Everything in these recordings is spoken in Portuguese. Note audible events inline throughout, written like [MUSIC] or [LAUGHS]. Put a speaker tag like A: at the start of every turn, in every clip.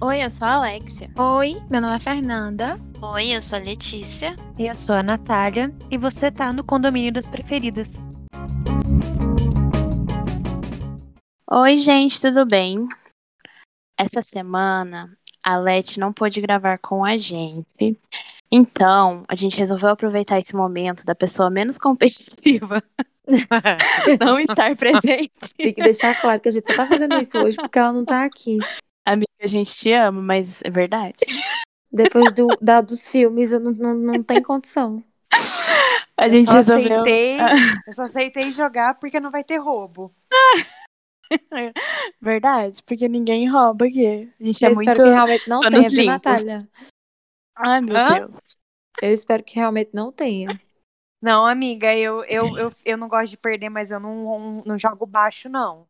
A: Oi, eu sou a Alexia.
B: Oi, meu nome é Fernanda.
C: Oi, eu sou a Letícia.
D: E eu sou a Natália. E você tá no [LAUGHS] Condomínio das Preferidas.
A: Oi, gente, tudo bem? Essa semana a Leti não pôde gravar com a gente. Então, a gente resolveu aproveitar esse momento da pessoa menos [LAUGHS] competitiva não estar presente.
E: Tem que deixar claro que a gente só tá fazendo isso hoje porque ela não tá aqui.
A: Amiga, a gente te ama, mas é verdade.
E: Depois do, da, dos filmes, eu não, não, não tem condição.
A: A gente
D: eu assim, só
A: resolveu. Ah.
D: aceitei, eu só aceitei jogar porque não vai ter roubo.
A: Verdade, porque ninguém rouba aqui. A gente
E: eu
A: é
E: espero
A: muito.
E: que realmente não
A: anos
E: tenha, viu,
A: limpos.
E: Natália?
A: Ai, meu
D: Hã?
A: Deus.
E: Eu espero que realmente não tenha.
D: Não, amiga, eu, eu, eu, eu não gosto de perder, mas eu não, não, não jogo baixo, não.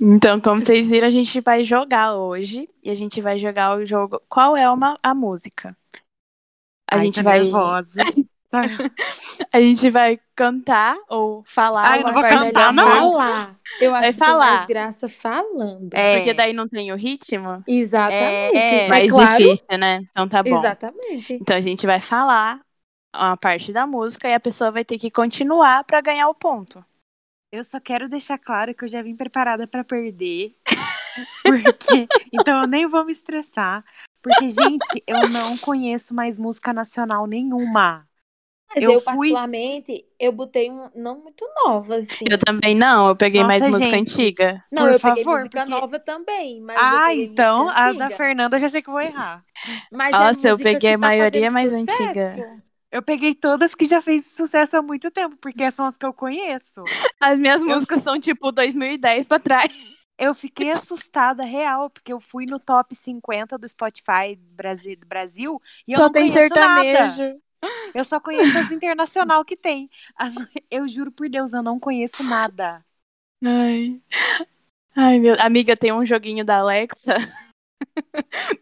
A: Então, como vocês viram, a gente vai jogar hoje. E a gente vai jogar o jogo. Qual é uma, a música? A
D: Ai,
A: gente
D: tô
A: vai. Tá.
D: nervosa.
A: [LAUGHS] A gente vai cantar ou falar.
D: Ai, eu não
A: uma
D: vou
A: parte
D: cantar,
A: da
D: não.
A: música,
E: Falar. Eu acho
A: Vai
E: que tem
A: falar.
E: mais graça falando.
D: É,
A: Porque daí não tem o ritmo.
E: Exatamente.
D: É, é
E: Mas
A: mais
E: claro,
A: difícil, né? Então tá bom.
E: Exatamente.
A: Então a gente vai falar a parte da música e a pessoa vai ter que continuar pra ganhar o ponto.
D: eu só quero deixar claro que eu já vim preparada
A: [LAUGHS]
D: pra perder. Porque, então eu nem vou me estressar. Porque, gente, eu não conheço mais música nacional nenhuma.
E: Mas
D: Eu
E: eu,
D: fui-
E: particularmente, eu botei um não muito nova, assim.
A: Eu também não, eu peguei
D: Nossa,
A: mais música
D: gente.
A: antiga.
E: não,
D: por
E: eu peguei
D: favor,
E: música
D: porque-
E: nova também, mas eu
D: ah,
E: peguei
D: então
E: música
D: a da
E: antiga.
D: Fernanda eu já sei que eu vou errar.
E: Mas
A: Nossa,
E: é
A: eu
E: música
A: peguei
E: que
A: a
E: tá
A: maioria
E: fazendo
A: mais
E: sucesso.
A: antiga.
D: Eu peguei todas que já fez sucesso há muito tempo, porque são as que eu conheço.
A: As minhas músicas são tipo 2010 pra trás.
D: Eu fiquei assustada, real, porque eu fui no top 50 do Spotify Brasil, do Brasil e eu
A: Só
D: não
A: tem
D: conheço nada.
A: sertanejo.
D: Eu só conheço as internacional que tem. As- eu juro por Deus, eu não conheço nada.
A: Ai. Ai, meu. Amiga, tem um joguinho da Alexa [LAUGHS]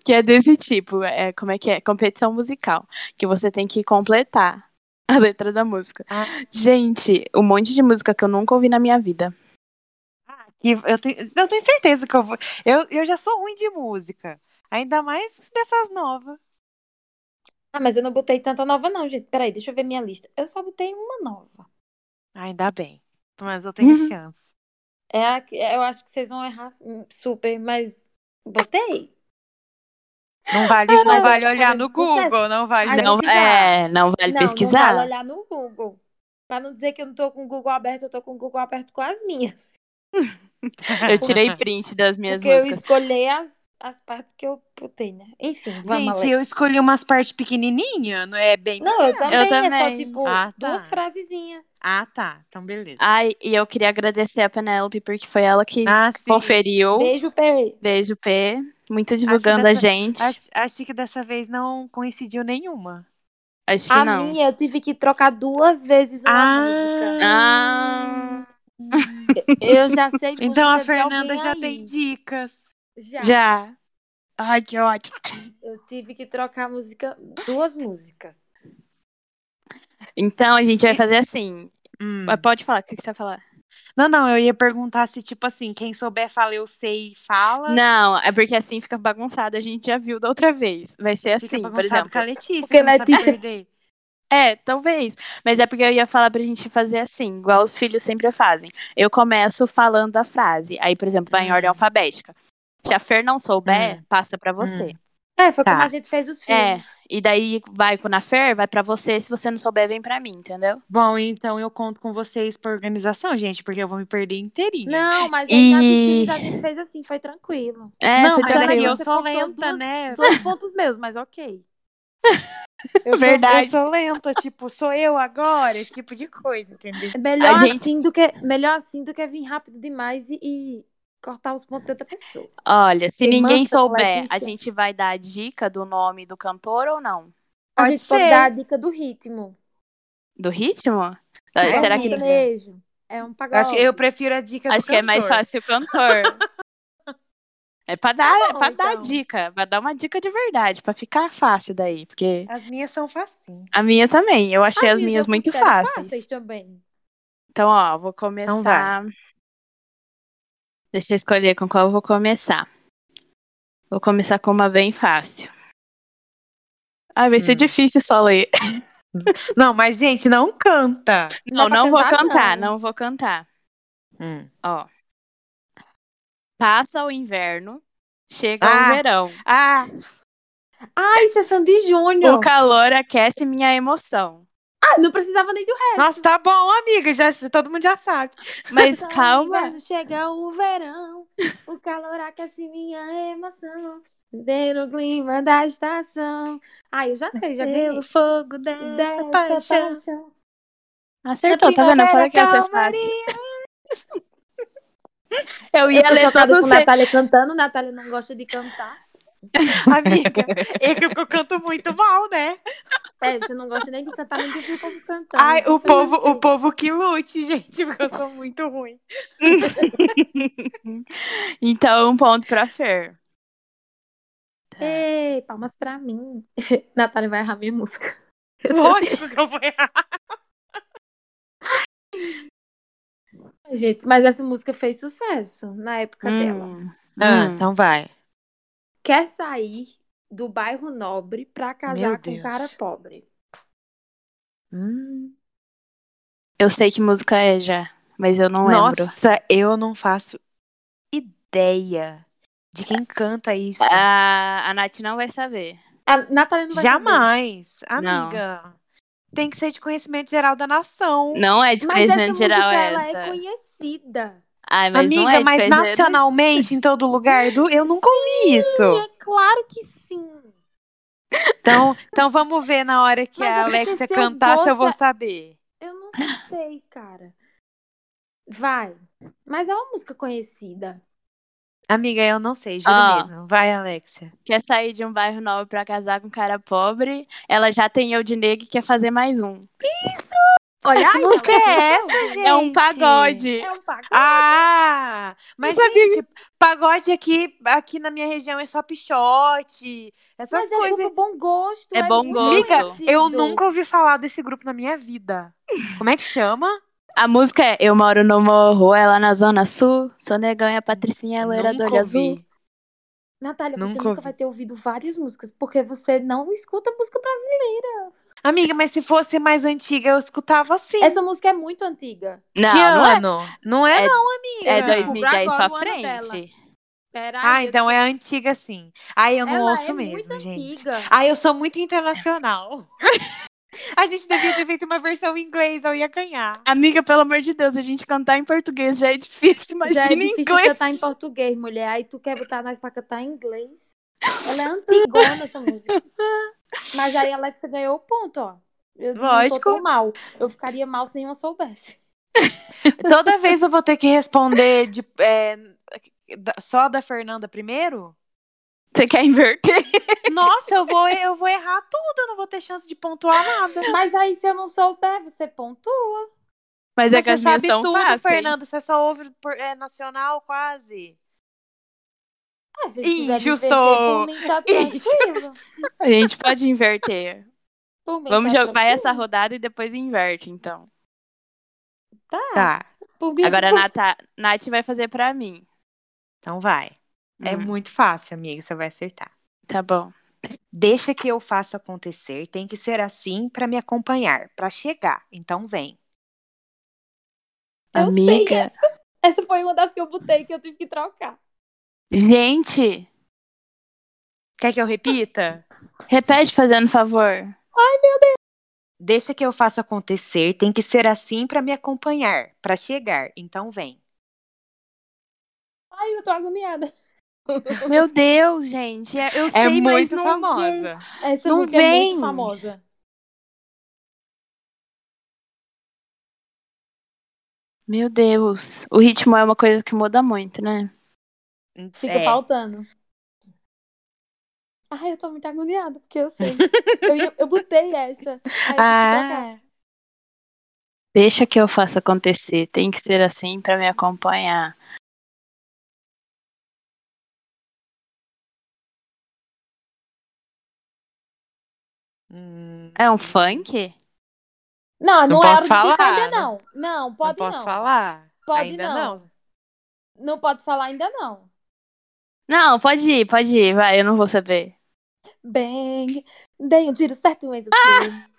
A: que é desse tipo. É, como é que é? Competição musical. Que você tem que completar a letra da música.
D: Ah.
A: Gente, um monte de música que eu nunca ouvi na minha vida.
D: E eu, tenho- eu tenho certeza que eu vou. Eu, eu já sou ruim de música. Ainda mais dessas novas.
E: Ah, mas eu não botei tanta nova, não, gente. Peraí, deixa eu ver minha lista. Eu só botei uma nova.
D: Ainda bem. Mas eu tenho
A: Uhum.
D: chance.
E: É a que- eu acho que vocês vão errar hum, super, mas botei.
D: Não vale,
E: mas
D: não
E: eu
D: vale
E: tô
D: olhar
E: fazendo
D: no
E: sucesso.
D: Google, não vale.
E: Ai,
D: olhar-
A: Não,
E: Ah, pesquisar.
A: é, não vale
E: não,
A: pesquisar.
E: não vale olhar no Google. Pra não dizer que eu não tô com o Google aberto, eu tô com o Google aberto com as minhas.
A: Eu tirei print das minhas
E: porque eu
A: músicas.
E: escolhi as, as partes que eu botei, né? Enfim, vamos,
D: Gente,
E: Alex.
D: eu escolhi umas partes pequenininhas, não é bem.
E: Não, eu também, é
A: também.
E: só, tipo,
D: Ah, tá.
E: duas frasezinhas.
D: Ah, tá. Então, beleza.
A: Ai, e eu queria agradecer a Penélope, porque foi ela que
D: Ah, sim.
A: conferiu.
E: Beijo, P.
A: Beijo, P. Muito divulgando a
D: dessa-
A: gente. Acho,
D: Ach- Achei que dessa vez não coincidiu nenhuma.
A: que
E: A
A: não.
E: minha, eu tive que trocar duas vezes uma música.
A: Ah,
E: Eu já sei música
D: então a
E: de
D: Fernanda
E: alguém
D: já
E: aí.
D: tem dicas.
E: Já.
A: já. Ai, que ótimo.
E: Eu tive que trocar música,
A: [LAUGHS]
E: duas músicas.
A: Então a gente vai fazer assim.
D: Hum.
A: Pode falar, o que que você vai falar?
D: Não, não, eu ia perguntar se, tipo assim, quem souber fala eu sei e fala.
A: Não, é porque assim fica bagunçado. A gente já viu da outra vez. Vai ser
D: Fica
A: assim, por
D: bagunçado
A: exemplo.
D: com a Letícia,
E: Porque
D: que não sabe
E: Letícia-
D: perder.
A: É, talvez. Mas é porque eu ia falar pra gente fazer assim, igual os filhos sempre fazem. Eu começo falando a frase. Aí, por exemplo, vai em ordem
D: Hum.
A: alfabética. Se a Fer não souber, passa pra você.
E: É, foi
D: Tá.
E: como a gente fez os filmes.
A: É, e daí vai na Fer, vai pra você. Se você não souber, vem pra mim, entendeu?
D: Bom, então eu conto com vocês pra organização, gente, porque eu vou me perder inteirinha.
E: Não, mas aí nas
A: E-
E: filmes a gente fez assim, foi tranquilo.
A: É,
D: Não,
A: foi
D: mas
A: tranquilo.
D: aqui eu
E: Você
D: sou
E: cortou
D: lenta,
E: duas-
D: né?
E: Dois pontos meus, mas ok.
D: Eu sou,
A: Verdade.
D: Eu sou lenta, tipo, sou eu agora, esse tipo de coisa, entendeu?
E: É Melhor,
A: A gente-
E: assim, do que, melhor assim do que vir rápido demais e, e cortar os pontos de outra pessoa.
A: Olha, se
E: Irmã
A: ninguém
E: Santa
A: souber, a
E: Letícia.
A: gente vai dar a dica do nome do cantor ou não?
E: A
D: Pode
E: gente pode
D: ser.
E: dar a dica do ritmo.
A: Do ritmo?
D: É,
A: Ah, Será
E: um
A: que. é
D: amiga.
E: sertanejo, É um
D: Eu,
E: pagode.
D: acho, eu prefiro a dica do
A: Acho que é mais
D: cantor.
A: fácil o cantor. É pra dar, é
E: bom,
A: pra dar
E: então.
A: dica, pra dar uma dica de verdade, pra ficar fácil daí, porque
D: As minhas são facinho.
A: a minha também, eu achei as
E: eu
A: minhas muito
E: considero
A: fáceis.
E: é também.
A: Então, ó, vou começar. Deixa eu escolher com qual eu vou começar. Vou começar com uma bem fácil. Ah, vai ser
D: Hum.
A: difícil só ler.
D: Não, mas, gente, não canta.
A: Não,
E: dá pra
A: não vou
E: cantar,
A: cantar,
E: não.
A: não vou cantar. Ó. Passa o inverno, chega
D: Ah.
A: o verão.
D: Ah,
E: Ah, isso é Sandy Júnior.
A: O calor aquece minha emoção.
E: Ah, não precisava nem do resto.
D: nossa, tá bom, amiga. Já, todo mundo já sabe.
A: Mas
E: Sai,
A: calma.
E: inverno, chega o verão, o calor aquece minha emoção, vem no clima da estação. Ah, eu já sei, já ganhei.
D: fogo
E: Dessa paixão.
D: Então,
A: Acertou, tá vendo? Eu falei que ia ser fácil.
D: calmaria.
A: Eu
E: Eu
A: ia
E: tô
A: ler
E: chocada
A: todo
E: com
A: o
E: Natália cantando, Natália não gosta de cantar.
D: [LAUGHS] Amiga, é que eu canto muito mal, né?
E: É, você não gosta nem de cantar, nem de ouvir o povo cantando.
D: Ai, o
E: Você
D: povo,
E: não sei.
D: o povo que lute, gente, porque eu sou muito ruim. [LAUGHS]
A: Então, um ponto pra Fer. Tá.
E: Ei, palmas pra mim. [LAUGHS] Natália vai errar minha música.
D: Lógico que eu vou errar.
E: Ai, Gente, mas essa música fez sucesso na época dela.
A: Hum.
E: Ah,
A: Hum.
D: então vai.
E: Quer sair do bairro nobre pra
D: Meu
E: casar com um
D: Deus.
E: cara pobre.
D: Hum.
A: Eu sei que música é já, mas eu não lembro.
D: Nossa, eu não faço ideia de quem canta isso.
A: A, a Nath não vai saber.
E: A Natália não vai
D: Jamais,
A: Não.
D: amiga. Tem que ser de conhecimento geral da nação.
A: Não é de
E: saber. Mas essa
A: conhecimento
E: música,
A: geral
E: ela
A: essa.
E: é conhecida.
A: Ai, mas não
D: amiga,
A: é de
D: mas
A: conhecimento-
D: nacionalmente, em todo lugar, do... eu nunca ouvi isso.
E: É claro que sim.
D: Então, então vamos ver na hora que
E: Mas
D: a
E: é porque
D: Alexia
E: seu
D: cantar se eu
E: gosto
D: vou
E: é-
D: saber.
E: Eu não sei, cara. Vai. Mas é uma música conhecida.
D: Amiga, eu não sei, juro
A: Ó.
D: mesmo. Vai, Alexia.
A: Quer sair de um bairro nobre pra casar com um cara pobre? Ela já tem eu de negro e quer fazer mais um.
D: [LAUGHS]
E: Olha aí,
D: Que música
E: ela-
D: é essa, gente?
A: É um pagode.
E: É um pagode.
D: Ah! Mas,
A: Não sabia
D: gente, pagode aqui, aqui na minha região é só pichote, essas
E: Mas é
D: coisas.
E: grupo bom gosto.
A: É bom
E: muito
A: gosto.
D: Amiga, eu
E: conhecido.
D: nunca ouvi falar desse grupo na minha vida. Como é que chama?
A: A música é Eu moro no morro, ela na zona sul. Sou negão e a Patricinha, ela era do olho azul.
D: ouvi.
E: Natália, você
D: Nunca
E: nunca
D: ouvi.
E: vai ter ouvido várias músicas, porque você não escuta música brasileira.
D: Amiga, mas se fosse mais antiga, eu escutava assim.
E: Essa música é muito antiga.
A: Não,
D: que
A: não é.
D: ano? Não é,
A: É-
D: não, amiga.
A: É
E: Eu descobri
A: 2010 pra
E: agora o ano dela.
A: frente.
E: Peraí.
D: Ah,
E: eu-
D: então é antiga sim. Ai, eu não
E: Ela
D: ouço
E: é
D: mesmo,
E: muito
D: gente.
E: antiga.
D: Ah, eu sou muito internacional. [LAUGHS] A gente devia ter feito uma versão em inglês, eu ia ganhar.
A: Amiga, pelo amor de Deus, a gente cantar em português já é difícil,
E: Já
A: imagina
E: é
A: em
E: difícil
A: inglês.
E: cantar em português, mulher. Aí tu quer botar nós pra cantar em inglês. Ela é antigona essa música. Mas aí a Alexa ganhou o ponto, ó. Eu Não
D: Lógico.
E: tô tão mal. Eu ficaria mal se nenhuma soubesse.
D: Toda vez eu vou ter que responder de- é, da- só da Fernanda primeiro?
A: Você quer inverter?
D: Nossa, eu vou, eu vou errar tudo, eu não vou ter chance de pontuar nada.
E: Mas aí se eu não souber, você pontua.
A: Mas é que
D: você
A: as minhas
D: sabe
A: são
D: tudo,
A: fáceis.
D: Fernanda, você só ouve por- é, nacional quase.
E: Ah, se vocês quiserem
D: Injusto.
E: inverter, por mim tá tranquilo.
A: A gente pode
E: [LAUGHS]
A: inverter.
E: Por mim
A: Vamos
E: tá
A: jogar
E: tranquilo.
A: essa rodada e depois inverte, então.
E: Tá.
D: Tá,
E: Por mim,
A: Agora a Nata, Nath vai fazer pra mim.
D: então vai. É
A: Hum,
D: muito fácil, amiga, você vai acertar.
A: Tá bom.
D: Deixa que eu faça acontecer, tem que ser assim pra me acompanhar, pra chegar. Então vem.
E: eu sei
A: Amiga.
E: essa. Essa foi uma das que eu botei que eu tive que trocar.
A: Gente,
D: Quer que eu [LAUGHS] repita?
A: repete fazendo favor.
D: Deixa que eu faça acontecer, tem que ser assim pra me acompanhar, pra chegar. Então vem.
E: Ai, eu tô agoniada. [LAUGHS]
A: Meu Deus, gente. é- Eu sei, mas não...
E: Essa
A: Não
E: música é
A: vem.
E: muito famosa.
A: Meu Deus. O ritmo é uma coisa que muda muito, né?
E: Fica
D: É.
E: faltando. Ai, eu tô muito agoniada, porque eu sei. eu, ia- eu botei essa. Aí eu tive que trocar.
D: Ah,
A: Deixa que eu faça acontecer. Tem que ser assim pra me acompanhar.
D: Hum,
A: É um funk?
E: Não,
D: Não
E: não, é hora
D: posso
E: de ficar
D: falar,
E: ainda
D: né?
E: não. Não,
D: não
E: pode não.
D: posso falar?
E: Pode
D: Ainda
E: não.
D: não.
E: Não pode falar ainda não.
A: Não, pode ir, pode ir, vai, eu não vou saber.
E: Bang, dei um tiro certo em
D: Ah!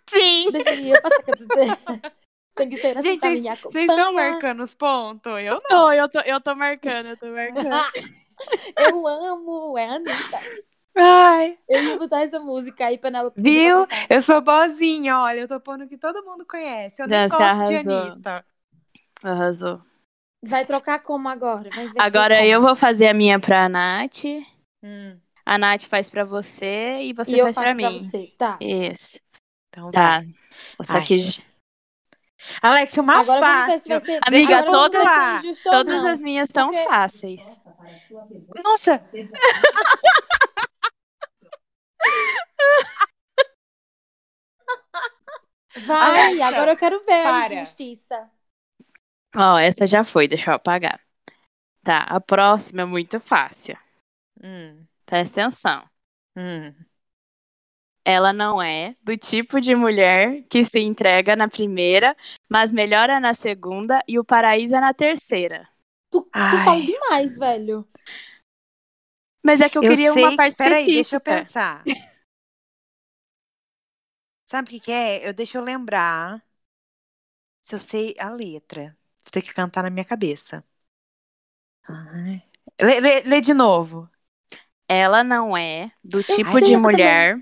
E: você.
A: Sim!
E: Deixa eu passar com
D: [LAUGHS]
E: você. Tem que ser assim
D: Gente,
E: pra
D: vocês-
E: me
D: Vocês estão
E: acompanhar.
D: marcando os pontos? Eu não.
A: Tô, eu tô, eu tô marcando, eu tô marcando.
E: Ah, eu amo, é a Anitta.
D: Ai,
E: Eu ia botar essa música aí, Penélope.
D: Viu? eu sou boazinha, olha, eu tô pondo que todo mundo conhece. Eu
A: Já,
D: nem
A: você
D: gosto de
A: arrasou.
D: Anitta.
A: [LAUGHS] Arrasou.
E: Vai trocar como agora? Vai inverter
A: Agora
E: como.
A: eu vou fazer a minha pra Nath.
D: Hum,
A: A Nath faz pra você e você
E: e eu
A: faz
E: faço
A: pra
E: pra,
A: mim.
E: você. Tá.
A: Isso.
D: então tá.
A: Tá. Só
D: Ai.
A: que
D: Alex, uma
E: agora vamos ver se
D: fácil.
E: vai ser.
A: Amiga,
E: agora vamos ver se
D: todas-
E: é injusto ou
A: todas
E: não.
A: as minhas estão
E: Porque-
A: fáceis.
D: Nossa,
E: Vai,
D: Alexa,
E: agora eu quero ver
D: para.
E: a injustiça.
A: Ó, essa já foi, deixa eu apagar. Tá, a próxima é muito fácil.
D: Hum,
A: Presta atenção.
D: hum.
A: Ela não é do tipo de mulher que se entrega na primeira, mas melhora na segunda e o paraíso é na terceira.
E: Tu, tu
D: Ai.
E: fala demais, velho.
A: Mas é que eu, queria
D: sei
A: uma parte
D: que... Peraí, deixa eu
A: específica.
D: pensar. Sabe o que, que é? Eu deixa eu lembrar se eu sei a letra. Vou ter que cantar na minha cabeça. Ai. Lê, lê- lê de novo.
A: Ela não é do tipo
D: sei
A: de
E: essa
A: mulher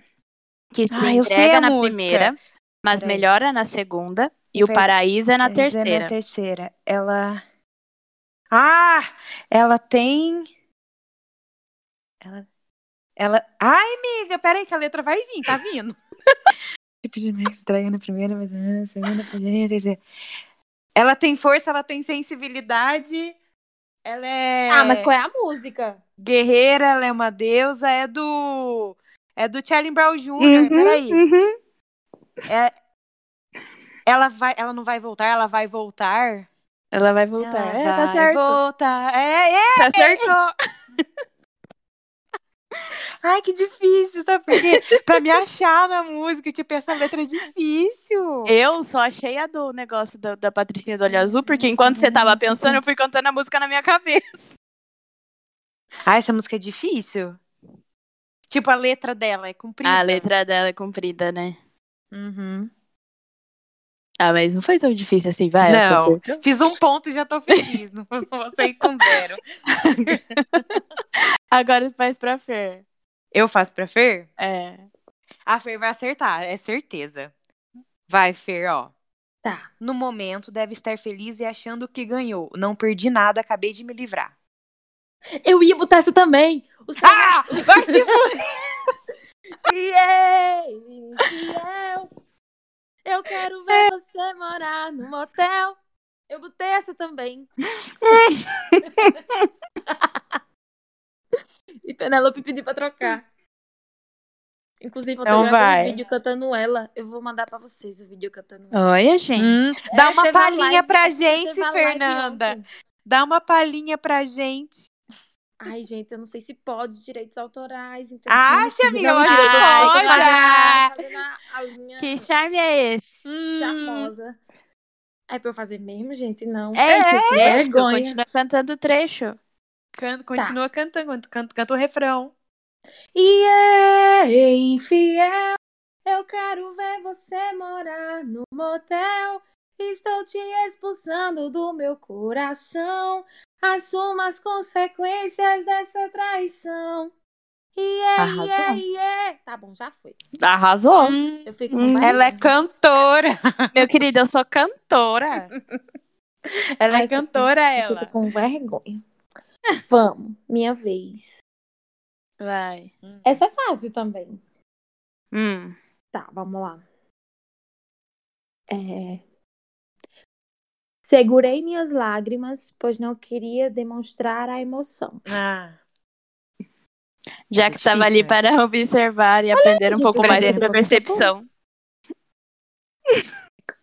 A: que se
D: Ah, eu sei
A: entrega
D: a
A: na
D: música.
A: primeira, mas
D: Peraí.
A: melhora na segunda e o
D: Peraí.
A: paraíso é na
D: Mas é
A: terceira.
D: Na terceira. Ela. Ah! Ela tem. Ela. Ela. Ai, amiga, peraí, que a letra vai vir, tá vindo. [LAUGHS] tipo de meio estranha na primeira, mas na segunda, na terceira. Ela tem força, ela tem sensibilidade. Ela é.
E: Ah, mas qual é a música?
D: Guerreira, ela é uma deusa. É do. É do Charlie Brown Jr.
A: Uhum,
D: peraí.
A: uhum.
D: Ela, vai, ela não vai voltar, ela vai voltar.
A: Ela vai
D: Ela
A: voltar. É,
D: vai
A: tá certo.
D: voltar. É, é,
A: Tá certo.
D: [LAUGHS] Ai, que difícil, sabe por quê? pra me achar na música, tipo, essa letra é difícil.
A: Eu só achei a do negócio da, da Patricinha do Olho Azul, porque enquanto você tava pensando, eu fui cantando a música na minha cabeça.
D: Ah, essa música é difícil? Tipo, a letra dela é comprida.
A: A letra dela é comprida, né?
D: Uhum.
A: Ah, mas não foi tão difícil assim, vai.
D: Não.
A: essa você-
D: Fiz um ponto e já tô feliz. Não vou sair com zero.
A: Agora faz pra Fer.
D: Eu faço pra Fer?
A: É.
D: A Fer vai acertar, é certeza. Vai, Fer, ó.
E: Tá.
D: No momento, deve estar feliz e achando que ganhou. Não perdi nada, acabei de me livrar.
E: Eu ia botar essa também. O seu...
D: Ah! Vai se
E: Fiel, fiel. Eu quero ver você morar num motel. Eu botei essa também. e Penélope pediu pra trocar. Inclusive, ontem
A: Então
E: eu gravei
A: vai.
E: um vídeo cantando ela. Eu vou mandar pra vocês o vídeo cantando ela.
A: Olha, gente.
D: Hum, dá uma
E: Teve a
D: palhinha
E: live-
D: pra
E: teve a
D: gente,
E: live
D: Fernanda.
E: ontem.
D: Dá uma palhinha pra gente.
E: Ai, gente, eu não sei se pode direitos autorais. entendeu?
D: Acha, amiga? Lógico que
A: direito autoral.
D: pode.
A: Ah,
E: Fazendo a- a linha-
A: Que charme é esse?
D: Hum,
E: charmosa. É pra eu fazer mesmo, gente? Não.
A: É esse trecho?
E: vergonha.
A: Continua cantando o trecho.
D: can- continua cantando, canta, canta, canta o refrão.
E: E é infiel, eu quero ver você morar no motel. Estou te expulsando do meu coração. Assuma as consequências dessa traição. E é, e
A: Arrasou.
E: é, e é. Tá bom, já foi.
A: Arrasou.
E: Eu fico
A: Hum.
E: mais
D: Ela é [LAUGHS] cantora.
A: Meu querido, eu sou cantora.
D: Ela
E: Ai,
D: é
E: que
D: cantora,
E: Eu
D: ela.
E: fico com vergonha. Vamos, minha vez.
A: Vai.
D: Hum.
E: Essa é fácil também.
A: Hum.
E: Tá, vamos lá. É... Segurei minhas lágrimas, pois não queria demonstrar a emoção.
D: Ah,
A: Já
D: Mas
A: que
D: é
A: estava
D: difícil,
A: ali
D: né?
A: para observar e aprender um
E: gente,
A: pouco
E: eu
A: mais
D: aprendi
A: sobre a
E: um pouco sobre
A: percepção.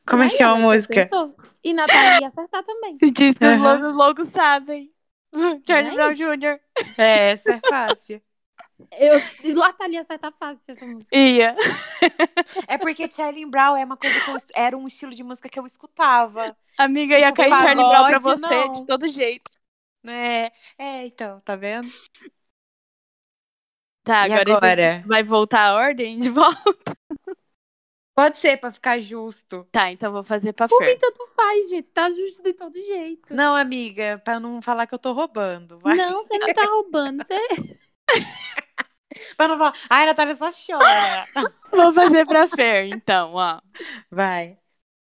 D: como é que
E: Aí
D: chama a
E: ela
D: música?
E: acertou. E Natália ia acertar também.
A: [LAUGHS] Diz que os
D: Aham.
A: lobos lobos sabem. Charlie
E: Né?
A: Brown Jr.
D: É, essa é fácil.
E: Eu, lá tá ali acertar fácil essa música.
A: Ia.
D: [LAUGHS] É porque Charlie Brown é uma coisa que eu, era um estilo de música que eu escutava.
A: Amiga,
D: Tipo,
A: ia cair Charlie
D: pagode,
A: Brown pra você
D: não.
A: de todo jeito.
D: É, é então, tá vendo?
A: Tá,
D: E
A: agora,
D: agora?
A: vai voltar a ordem de volta?
D: Pode ser, pra ficar justo.
A: [LAUGHS] Tá, então vou fazer pra
E: Por mim,
A: Fer.
E: tanto faz, gente. Tá justo de todo jeito.
D: Não, amiga, pra não falar que eu tô roubando. [LAUGHS] Vai. É
E: Não, você não tá roubando. Você...
D: Pra não falar, ai, a Natália só chora.
A: Vou fazer pra Fer, então, ó.
D: Vai.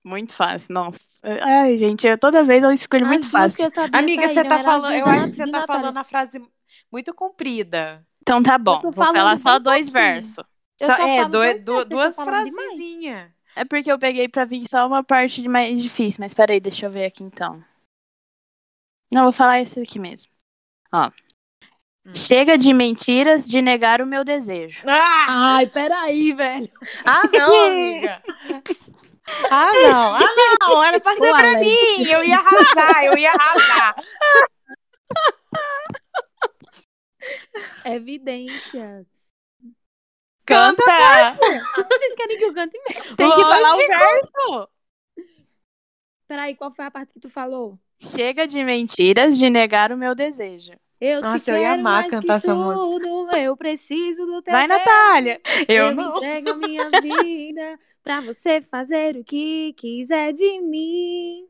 A: Muito fácil, nossa. Ai, gente, eu, toda vez eu escolho muito
E: As duas
A: fácil.
E: que eu sabia
D: Amiga,
E: saíram,
D: você tá
E: eram as
D: falando, eu
E: duas
D: acho que
E: de
D: você tá
E: Natália.
D: falando a frase muito comprida.
A: Então tá bom,
E: Eu tô
A: vou falar
E: falando
A: só
E: bem
A: dois
E: pouquinho.
A: versos.
E: Eu
D: Só-
E: só
D: é, do-
E: falo duas
D: du-
E: frases,
D: duas tá
E: eu tô falando demais.
D: frasezinhas.
A: É porque eu peguei pra vir só uma parte de mais difícil, mas peraí, deixa eu ver aqui então. Não, vou falar esse aqui mesmo. Ó.
D: Hum.
A: Chega de mentiras de negar o meu desejo.
D: Ah,
E: Ai, peraí, velho.
D: [LAUGHS] ah, não, amiga. Ah, não, ah, não, era pra ser
E: Ô,
D: pra
E: Alex.
D: mim, eu ia arrasar, eu ia arrasar. [LAUGHS]
E: Evidências.
A: Canta!
E: Vocês querem que eu cante mesmo?
A: Tem que falar o verso!
E: Peraí, qual foi a parte que tu falou?
A: Chega de mentiras de negar o meu desejo.
E: Eu te
D: Nossa, eu
E: quero
D: ia amar
E: mais
D: cantar
E: que
D: essa música.
E: tudo, Eu preciso do
D: Tá
E: teu
A: Vai,
E: beijo.
A: Natália!
D: Eu,
E: Eu
D: não.
E: entrego a [LAUGHS] minha vida pra você fazer o que quiser de mim.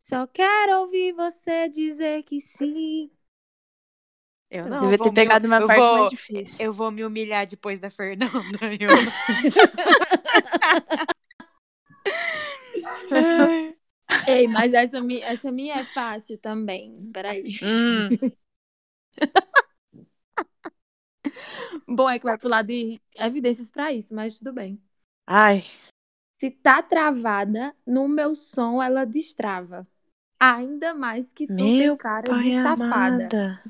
E: Só quero ouvir você dizer que sim.
D: Eu
A: Eu
D: não.
A: Devia
D: vou
A: ter
D: me-
A: pegado uma
D: eu
A: parte
D: vou-
A: mais difícil.
D: Eu vou me humilhar depois da Fernanda. [LAUGHS] eu-
E: Ei, mas essa minha, essa minha é fácil também. Peraí.
D: Hum,
E: Bom, é que vai pro lado de evidências pra isso, mas tudo bem.
D: Ai.
E: Se tá travada, no meu som ela destrava. Ainda mais que tu
D: Meu
E: tem cara de safada.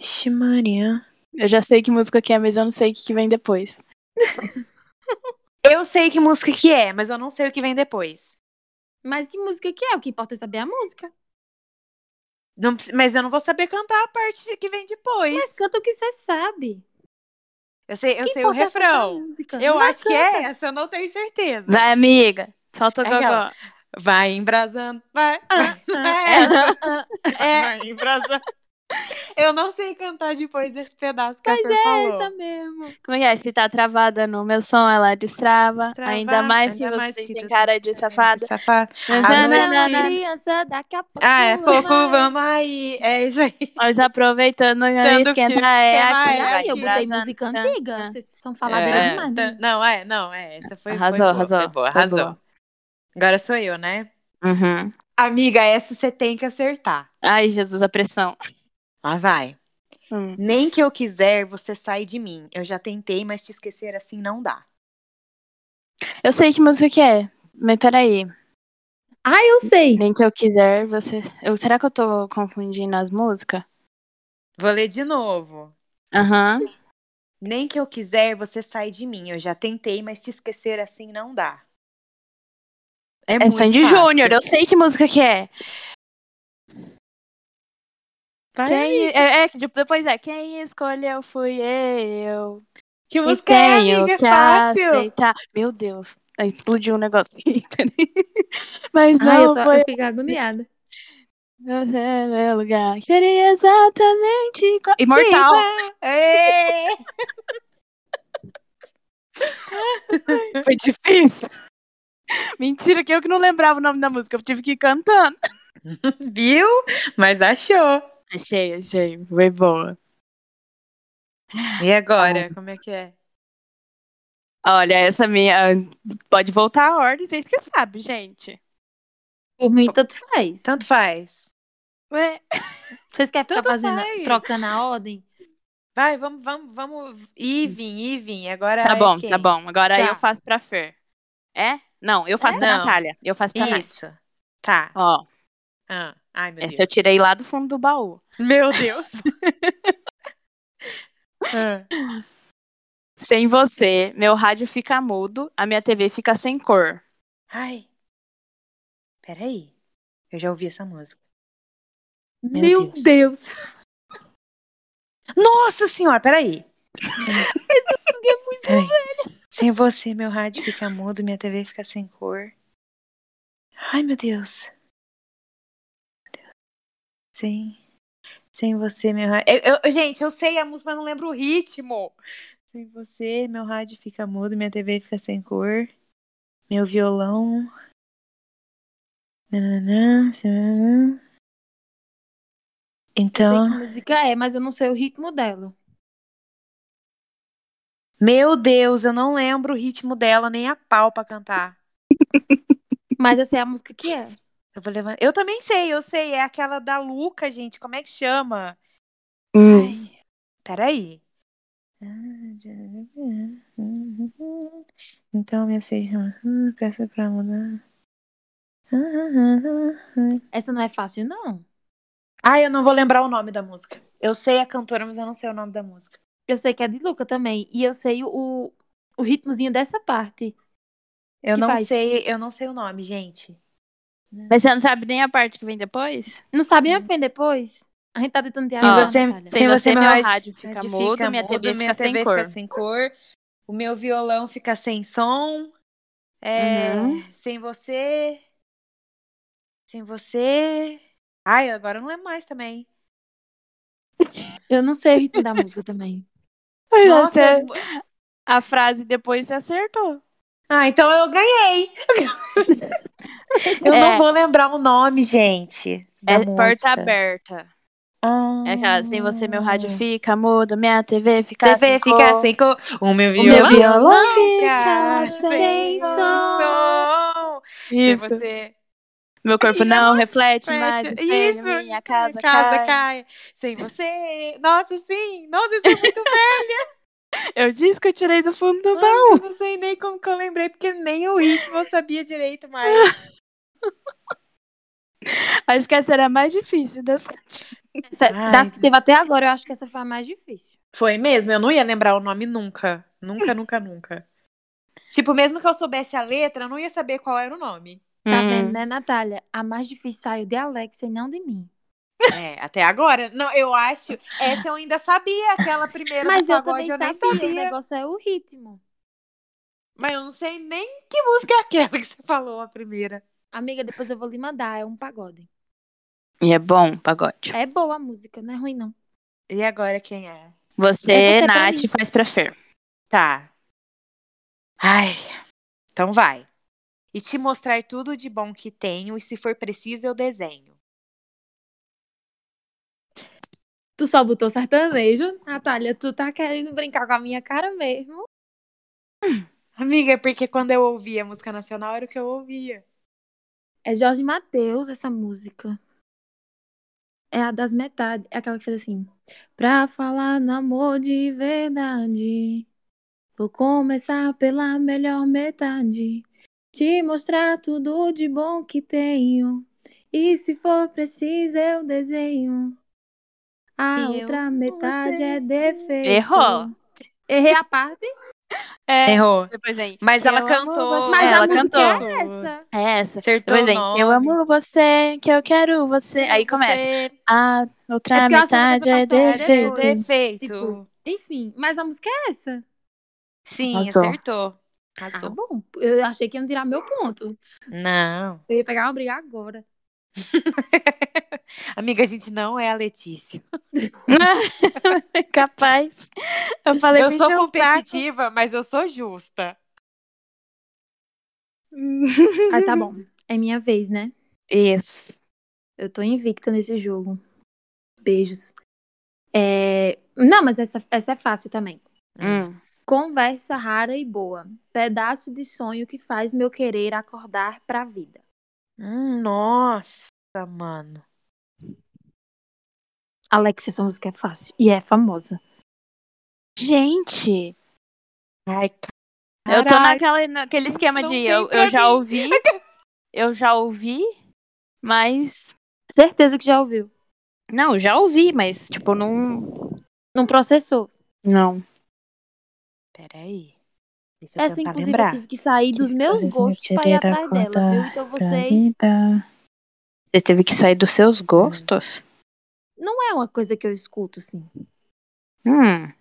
D: Ixi, Maria.
A: Eu já sei que música que é, mas eu não sei o que que vem depois.
D: Eu sei que música que é, mas eu não sei o que vem depois.
E: Mas que música que é? O que importa é saber a música.
D: Não preci- mas eu não vou saber cantar a parte que vem depois.
E: Mas canta o que você sabe.
D: eu sei, eu
E: Que
D: sei o
E: importa é saber a
D: refrão.
E: música.
D: Eu
E: Mas
D: acho que é essa, eu não tenho certeza.
A: Vai, amiga! Solta o
D: É
A: gogó.
D: aquela. Vai embrasando, vai. é
E: ah,
D: essa.
E: ah,
A: É.
D: Vai embrasando. Eu não sei cantar depois desse pedaço que a
E: Mas
D: Fer
E: é
D: falou.
E: essa mesmo.
A: Como é que é? Se tá travada no meu som, ela destrava.
D: Trava,
A: ainda mais que
D: ainda
A: você
D: mais que
A: tem
D: tu tá
A: cara de
E: é
A: safada.
D: Safada.
A: Nananana.
E: Agora é uma
D: noite-
E: criança, daqui a pouco.
D: Ah, é
E: vai.
D: pouco, vamos aí. É isso aí.
A: Mas aproveitando,
D: Tanto
A: esquenta
D: que-
A: é
D: que
A: aqui.
D: vai,
E: Ai,
A: vai,
E: eu
A: que
E: botei
A: dá-
E: música
A: tan,
E: antiga.
A: tan.
E: Vocês são faladeira
D: É,
E: demais.
D: tá-
E: Né?
D: Não, é, não, é. Essa foi,
A: Arrasou,
D: foi boa,
A: arrasou,
D: Foi boa,
A: foi
D: arrasou.
A: boa.
D: Agora sou eu, né?
A: Uhum.
D: Amiga, essa você tem que acertar.
A: Ai, Jesus, a pressão.
D: Lá vai.
A: Hum.
D: Nem que eu quiser, você sai de mim. Eu já tentei, mas te esquecer assim não dá.
A: Eu sei que música que é. Mas peraí,
E: Ah, eu sei.
A: nem que eu quiser, você. Eu, será que eu tô confundindo as músicas?
D: Vou ler de novo.
A: Aham.
D: Nem que eu quiser, você sai de mim. Eu já tentei, mas te esquecer assim não dá. É,
A: É
D: muito
A: Sandy
D: fácil.
A: Júnior, eu sei que música que é.
D: Vai.
A: Quem, é, é, que depois é, quem escolheu fui eu.
D: Que
A: E
D: música é,
A: tenho
D: amiga? É
A: que
D: fácil.
A: aceitar. Meu Deus, aí explodiu um negócio. aqui, [LAUGHS] peraí. Mas não
E: Ai, eu, tô,
A: foi
E: eu fico agoniada.
A: Você é meu lugar. Seria exatamente igual. Imortal.
D: É. [LAUGHS]
A: Foi difícil. [LAUGHS] Mentira, que eu que não lembrava o nome da música. Eu tive que ir cantando.
D: Viu? Mas achou.
A: Achei, achei. Foi boa.
D: E
A: Tá
D: agora? Como é que é?
A: Olha, essa minha. Pode voltar à ordem, vocês que sabem, gente.
E: Por mim, tanto faz.
D: Tanto faz.
A: Ué,
E: Vocês querem ficar
D: tanto
E: fazendo,
D: faz.
E: trocando a ordem?
D: Vai, vamos, vamos, vamos. Ivin, Ivin, agora.
A: tá
D: é
A: bom,
D: quem?
A: tá bom. Agora
E: Tá.
A: eu faço pra Fer. É? Não, eu faço
D: É?
A: pra
D: Não.
A: Natália. Eu faço pra Nath.
D: Isso. Tá.
A: Ó,
D: Ah, ai, meu
A: essa eu
D: Deus.
A: tirei lá do fundo do baú.
D: Meu Deus. Ah.
A: Sem você, meu rádio fica mudo, a minha TV fica sem cor.
D: ai. Peraí. Eu já ouvi essa música.
E: Meu,
D: Deus.
E: Deus.
D: Nossa senhora, peraí. Peraí. Sem você, meu rádio fica mudo, minha TV fica sem cor. Ai, meu Deus. Meu Deus. Sem, sem você, meu rádio. Eu- eu- gente, eu sei a música, mas não lembro o ritmo. Sem você, meu rádio fica mudo, minha TV fica sem cor. Meu violão. Nananã, nananã.
E: Sei
D: Então.
E: que música é, mas eu não sei o ritmo dela.
D: Meu Deus, eu não lembro o ritmo dela nem a pau pra cantar.
E: Mas eu sei a música que é.
D: Eu vou levantar. Eu também sei, eu sei. É aquela da Luca, gente. Como é que chama?
A: Hum.
D: Peraí. Então, minha senhora, peça pra mudar.
E: Essa não é fácil, não.
D: Ah, eu não vou lembrar o nome da música. Eu sei a cantora, mas eu não sei o nome da música.
E: Eu sei que é de Luca também. E eu sei o, o ritmozinho dessa parte.
D: Eu
E: Que
D: não
E: faz?
D: sei, eu não sei o nome, gente.
A: Mas você não sabe nem a parte que vem depois?
E: Não sabe
D: Hum.
E: nem o que vem depois? A gente tá tentando te
A: Sem
E: ajudar,
D: você-
E: Natália.
D: Sem
A: Sem
D: você,
A: você,
D: meu
A: meu
D: rádio-
A: rádio fica
D: Rádio
A: mudo, minha
D: mudo,
A: TV
D: minha
A: fica sem
D: TV
A: cor.
D: fica sem cor. O meu violão fica sem som. É,
A: Uhum.
D: Sem você. Sem você. Ai, agora eu não lembro mais também.
E: Eu não sei o ritmo da
D: [LAUGHS]
E: música também.
D: Nossa, eu-
A: a frase depois você acertou.
D: Ah, então eu ganhei. eu
A: É.
D: não vou lembrar o nome, gente. da
A: É
D: música.
A: porta aberta.
D: Ah.
A: É aquela, sem você meu rádio fica mudo, minha TV fica
D: TV
A: sem
D: Ah, fica
A: cor.
D: sem cor. O meu
A: O meu
D: violão,
A: violão
D: fica
E: fica sem
D: som. Sem
A: Isso.
D: você.
A: Meu corpo não reflete
D: Reflete.
A: mais o espelho,
D: Isso.
A: minha casa,
D: casa
A: casa cai.
D: cai. Sem você. Nossa, sim. Nossa, isso é [LAUGHS] muito bem.
A: Eu disse que eu tirei do fundo do baú.
D: Nossa, eu não sei nem como que eu lembrei, porque nem o ritmo eu sabia direito mais.
A: Acho que essa era a mais difícil das
E: Essa-
D: Ai.
E: das que teve até agora, eu acho que essa foi a mais difícil.
D: Foi mesmo? Eu não ia lembrar o nome nunca. [LAUGHS] Nunca, nunca, nunca. Tipo, mesmo que eu soubesse a letra, eu não ia saber qual era o [LAUGHS] nome.
E: Tá
A: Hum.
E: vendo, né, Natália? A mais difícil saiu de Alexa e não de mim.
D: É, até agora. Não, eu acho. Essa eu ainda sabia, aquela primeira
E: Mas
D: do
E: eu
D: pagode,
E: também
D: eu,
E: sabia,
D: nem
E: o
D: sabia. né?
E: negócio é o ritmo.
D: Mas eu não sei nem que música é aquela que você falou, a primeira.
E: Amiga, depois eu vou lhe mandar, é um pagode.
A: E é bom, pagode.
E: É boa a música, não é ruim não.
D: E agora quem é?
A: Você,
E: É você pra
A: Nath,
E: mim.
A: faz pra Fer.
D: Tá. Ai, então vai. E te mostrar tudo de bom que tenho, e se for preciso, eu desenho.
E: Tu só botou sertanejo, Natália, tu tá querendo brincar com a minha cara mesmo.
D: Amiga, porque quando eu ouvia música nacional era o que eu ouvia.
E: É Jorge Mateus essa música. É a das metades, é aquela que fez assim: Pra falar no amor de verdade, vou começar pela melhor metade. Te mostrar tudo de bom que tenho. E se for preciso, eu desenho. A
D: E eu
E: outra metade é defeito.
A: Errou.
E: Errei a parte,
A: É,
D: Errou.
A: depois vem.
D: Mas
A: Eu
D: ela
A: amo
D: cantou.
A: você.
E: mas
A: Ela
E: a música
A: cantou.
E: é essa.
A: É essa.
D: Acertou
A: Depois
D: o
A: vem.
D: nome.
A: Eu amo você, que eu quero você. Aí
D: Você
A: começa. A outra
E: É porque eu acho que
A: metade
E: essa
A: é
E: parte era
A: defeito.
D: É
E: depois.
D: defeito.
E: Tipo, Enfim, mas a música é essa.
D: Sim,
A: Arrasou.
D: acertou.
E: Tá
D: Arrasou.
E: bom. Eu achei que iam tirar meu ponto.
D: Não.
E: Eu ia pegar uma briga agora.
D: Amiga, a gente não é a Letícia.
A: [LAUGHS] Capaz. Eu falei
D: eu
A: pra
D: sou
A: encher o
D: competitiva, mas eu sou justa.
A: saco.
E: Ah, tá bom. [LAUGHS] É minha vez, né?
A: Isso.
E: Eu tô invicta nesse jogo. Beijos. É... Não, mas essa, essa é fácil também.
A: Hum.
E: Conversa rara e boa. Pedaço de sonho que faz meu querer acordar pra vida.
D: Hum, nossa, mano.
E: Alex, essa música é fácil. E é famosa.
A: Gente,
D: Ai,
A: eu tô naquela, naquele esquema
D: não
A: de
D: tem
A: eu,
D: pra
A: eu já
D: mim.
A: ouvi, eu já ouvi, mas.
E: Certeza que já ouviu.
A: Não, já ouvi, mas, tipo, não.
E: Não processou.
A: Não.
D: Peraí. Deixa eu
E: Essa,
D: tentar
E: inclusive, é
D: lembrar.
E: eu tive que sair dos
A: Que
E: meus
A: faz meu
E: gostos pra ir
A: querer
E: atrás dela, viu?
A: acordar
E: Então
A: pra
E: vocês.
A: vida. Você teve que sair dos seus gostos?
E: Não é uma coisa que eu escuto, assim.
A: Hum.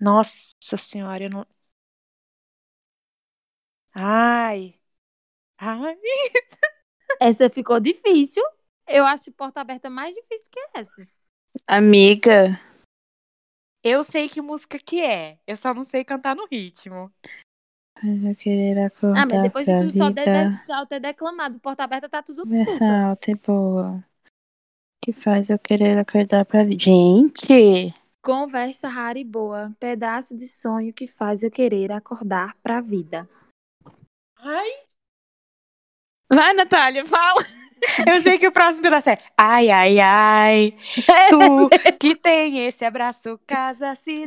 D: Nossa senhora, eu não. Ai. Ai.
E: Essa ficou difícil. Eu acho porta aberta mais difícil que essa.
A: Amiga.
D: Eu sei que música que é. Eu só não sei cantar no ritmo.
A: Mas eu querer acordar
E: Ah, mas depois de
A: pra
E: tu só, de,
A: vida.
E: de, só ter declamado, porta aberta tá tudo sussa.
A: Essa alta e boa. Que faz eu querer acordar pra vida. Gente!
E: Conversa rara e boa, pedaço de sonho que faz eu querer acordar pra vida.
D: Ai.
A: Vai, Natália, fala!
D: Eu sei que o próximo pedaço é. Ai, ai, ai. Tu que tem esse abraço, casa se não.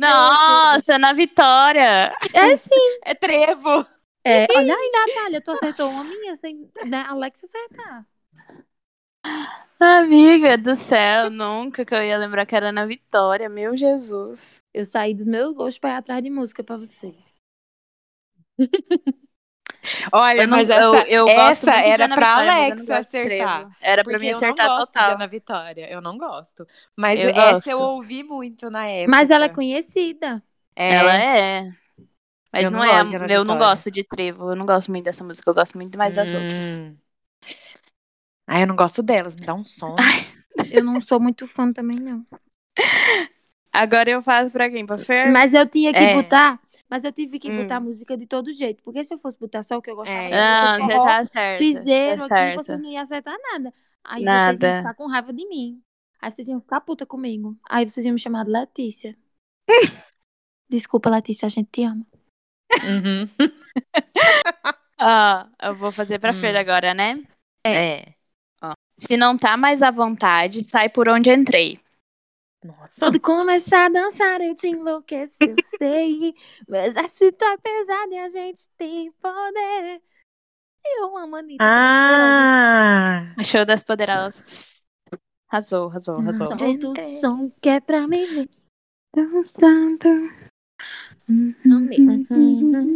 A: Nossa, na vitória!
E: É sim.
D: É trevo.
E: É, olha aí, Natália, tu acertou uma minha sem né, Alex acertar.
A: Amiga do céu, nunca que eu ia lembrar que era na Vitória, meu Jesus.
E: Eu saí dos meus gostos pra ir atrás de música pra vocês.
D: Olha,
A: Eu não-
D: mas
A: eu-
D: essa,
A: eu gosto
D: essa
A: muito de
D: era
A: Ana
D: pra
A: Vitória, mas eu não
D: Alexa
A: gosto de
D: acertar.
A: trevo. Era pra
D: Porque
A: mim
D: eu não
A: acertar
D: gosto de
A: total.
D: Ana Vitória, eu não gosto. Mas
A: Eu
D: essa
A: gosto.
D: eu ouvi muito na época.
E: Mas ela é conhecida.
D: É,
A: Ela é. Mas
D: Eu
A: não,
D: não
A: é,
D: gosto de Ana
A: eu não
D: Vitória.
A: gosto de trevo, eu não gosto muito dessa música, eu gosto muito mais das
D: Hum.
A: outras.
D: Ai, eu não gosto delas, me dá um sono.
E: Eu não sou muito fã também, não.
A: Agora eu faço pra quem? Pra Fer?
E: Mas eu tinha que
D: É.
E: botar. Mas eu tive que
A: Hum.
E: botar música de todo jeito. Porque se eu fosse botar só o que eu gostava,
D: É.
E: só
A: Não,
E: música
A: Ah, você
E: forró,
A: tá certa.
E: piseiro
A: tá
E: aqui,
A: certa.
E: vocês não iam acertar nada. Aí vocês
A: Nada.
E: iam ficar com raiva de mim. Aí vocês iam ficar puta comigo. Aí vocês iam me chamar de
D: [LAUGHS]
E: Letícia. Desculpa, Letícia, a gente te ama.
D: Uhum.
A: Ah, eu vou fazer pra
D: Hum.
A: Fer agora, né?
D: É.
A: Se não tá mais à vontade, sai por onde entrei. [LAUGHS]
D: Nossa.
E: Quando começar a dançar, eu te enlouqueço, eu sei. Mas a situação é pesada e a gente tem poder. Eu amo a Anitta.
D: Ah!
A: Show das poderosas. Arrasou, arrasou, arrasou.
E: Solta o som que é pra mim. ver. Amei.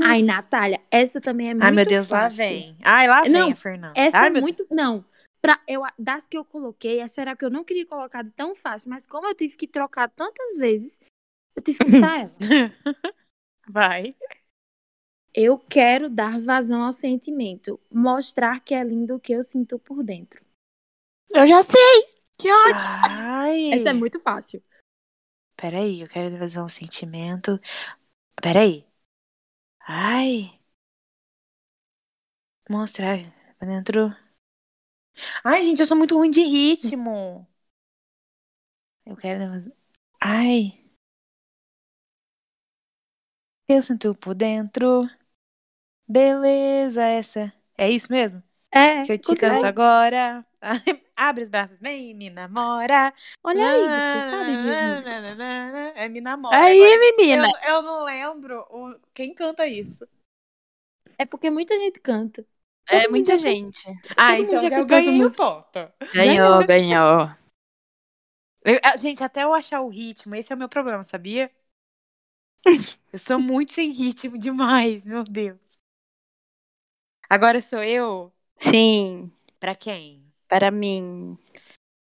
E: Ai, Natália, essa também é Uhum. muito
D: Ai, meu Deus, lá
E: fácil.
D: vem. Ai, lá vem
E: Não,
D: a Fernanda.
E: Essa
D: Ai,
E: é
D: meu
E: muito. Não. Pra, eu, das que eu coloquei, essa era a que eu não queria colocar de tão fácil, mas como eu tive que trocar tantas vezes, eu tive que botar ela.
D: Vai.
E: Eu quero dar vazão ao sentimento, mostrar que é lindo o que eu sinto por dentro.
A: Eu já sei! Que ótimo!
D: Ai.
E: Essa é muito fácil.
D: Peraí, eu quero fazer um sentimento. Peraí. Ai. Mostrar pra dentro. Ai, gente, eu sou muito ruim de ritmo. Eu quero. Ai. Eu sinto por dentro. Beleza, essa. É isso mesmo?
E: É.
D: que eu te
E: continua.
D: canto agora. [LAUGHS] Abre os braços, vem, me namora.
E: Olha aí, você sabe
D: Ah.
E: minhas músicas.
D: músicas. É me namora.
A: Aí,
D: agora.
A: menina!
D: Eu, eu não lembro o- quem canta isso.
E: É porque muita gente canta. Todo
A: é
E: mundo
A: muita
E: já-
A: gente.
D: Ah,
E: mundo
D: então
E: já
D: já
E: cantou essa
D: ganhei o
E: música.
D: ponto.
A: Ganhou, ganhou.
D: Eu- ah, gente, até eu achar o ritmo, esse é o meu problema, [LAUGHS] sabia? Eu sou muito sem ritmo demais, meu Deus. Agora sou eu?
A: Sim,
D: Pra quem?
A: para mim.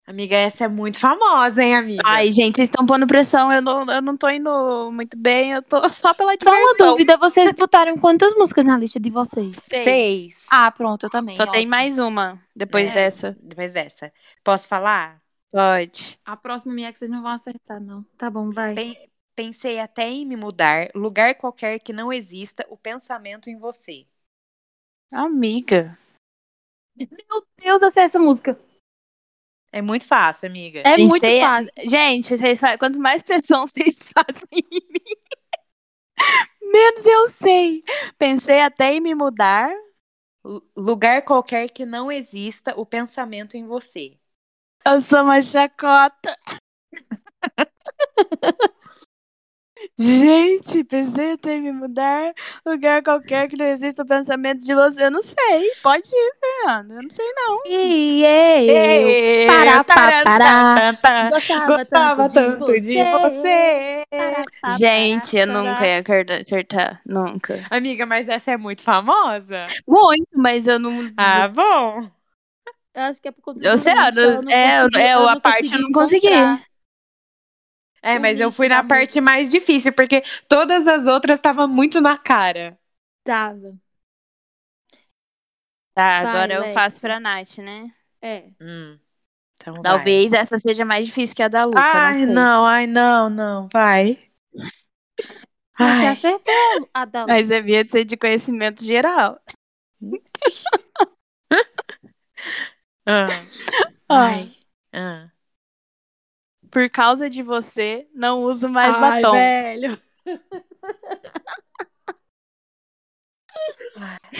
D: Amiga, essa é muito famosa, hein, amiga?
A: Ai, gente, vocês estão pondo pressão. Eu não, eu não tô indo muito bem. Eu tô só pela
E: Só uma
A: diversão.
E: dúvida, vocês botaram quantas músicas na lista de vocês?
A: Seis.
D: Seis.
E: Ah, pronto, eu também.
A: Só tem
E: ótimo.
A: mais uma depois
D: É.
A: dessa.
D: Depois dessa. Posso falar?
A: Pode.
E: A próxima minha é que vocês não vão acertar, não. Tá bom, vai.
D: Bem- Pensei até em me mudar, lugar qualquer que não exista, o pensamento em você.
A: Amiga.
E: Meu Deus, eu sei essa música.
D: É muito fácil, amiga.
E: É
A: Gente,
E: muito
A: tem-
E: fácil.
A: Gente, vocês fa- quanto mais pressão [LAUGHS] vocês fazem em mim, menos eu sei. Pensei até em me mudar.
D: Lu- Lugar qualquer que não exista, o pensamento em você.
A: Eu sou uma chacota. Gente, pensei até em me mudar. Lugar qualquer que não exista o pensamento de você. Eu não sei. Pode ir, Fernanda. Eu não sei, não.
E: E eu Pará, pá, pará. gostava
D: tá, Gostava
E: tanto de você.
D: você.
E: Pará, pá,
A: Gente, eu
E: pará,
A: nunca
E: pará.
A: ia acordar- acertar. Nunca.
D: Amiga, mas essa é muito
E: [LAUGHS]
D: famosa.
A: Muito, mas eu não.
D: Ah, bom.
E: Eu acho que é por conta
A: Eu
E: do
A: sei,
E: nome,
A: eu não-
E: então
A: é,
E: consegui-
A: é,
E: eu
A: a
E: não
A: parte eu
E: consegui
A: não consegui.
E: encontrar.
D: É, mas eu fui na
E: Política,
D: parte mais difícil, porque todas as outras estavam muito na cara.
E: Tava.
A: Tá,
E: Vai,
A: agora eu
E: Lex.
A: faço pra Nath, né?
E: É.
D: Hum. Então vai.
A: Talvez essa seja mais difícil que a da Luca, não
D: Ai,
A: sei.
D: não, ai, não, não, vai.
E: Você
D: Ai,
E: acertou, Adão.
A: Mas devia de ser de conhecimento geral.
D: ah, ai, ah.
A: Por causa de você, não uso mais batom. [LAUGHS]
E: velho.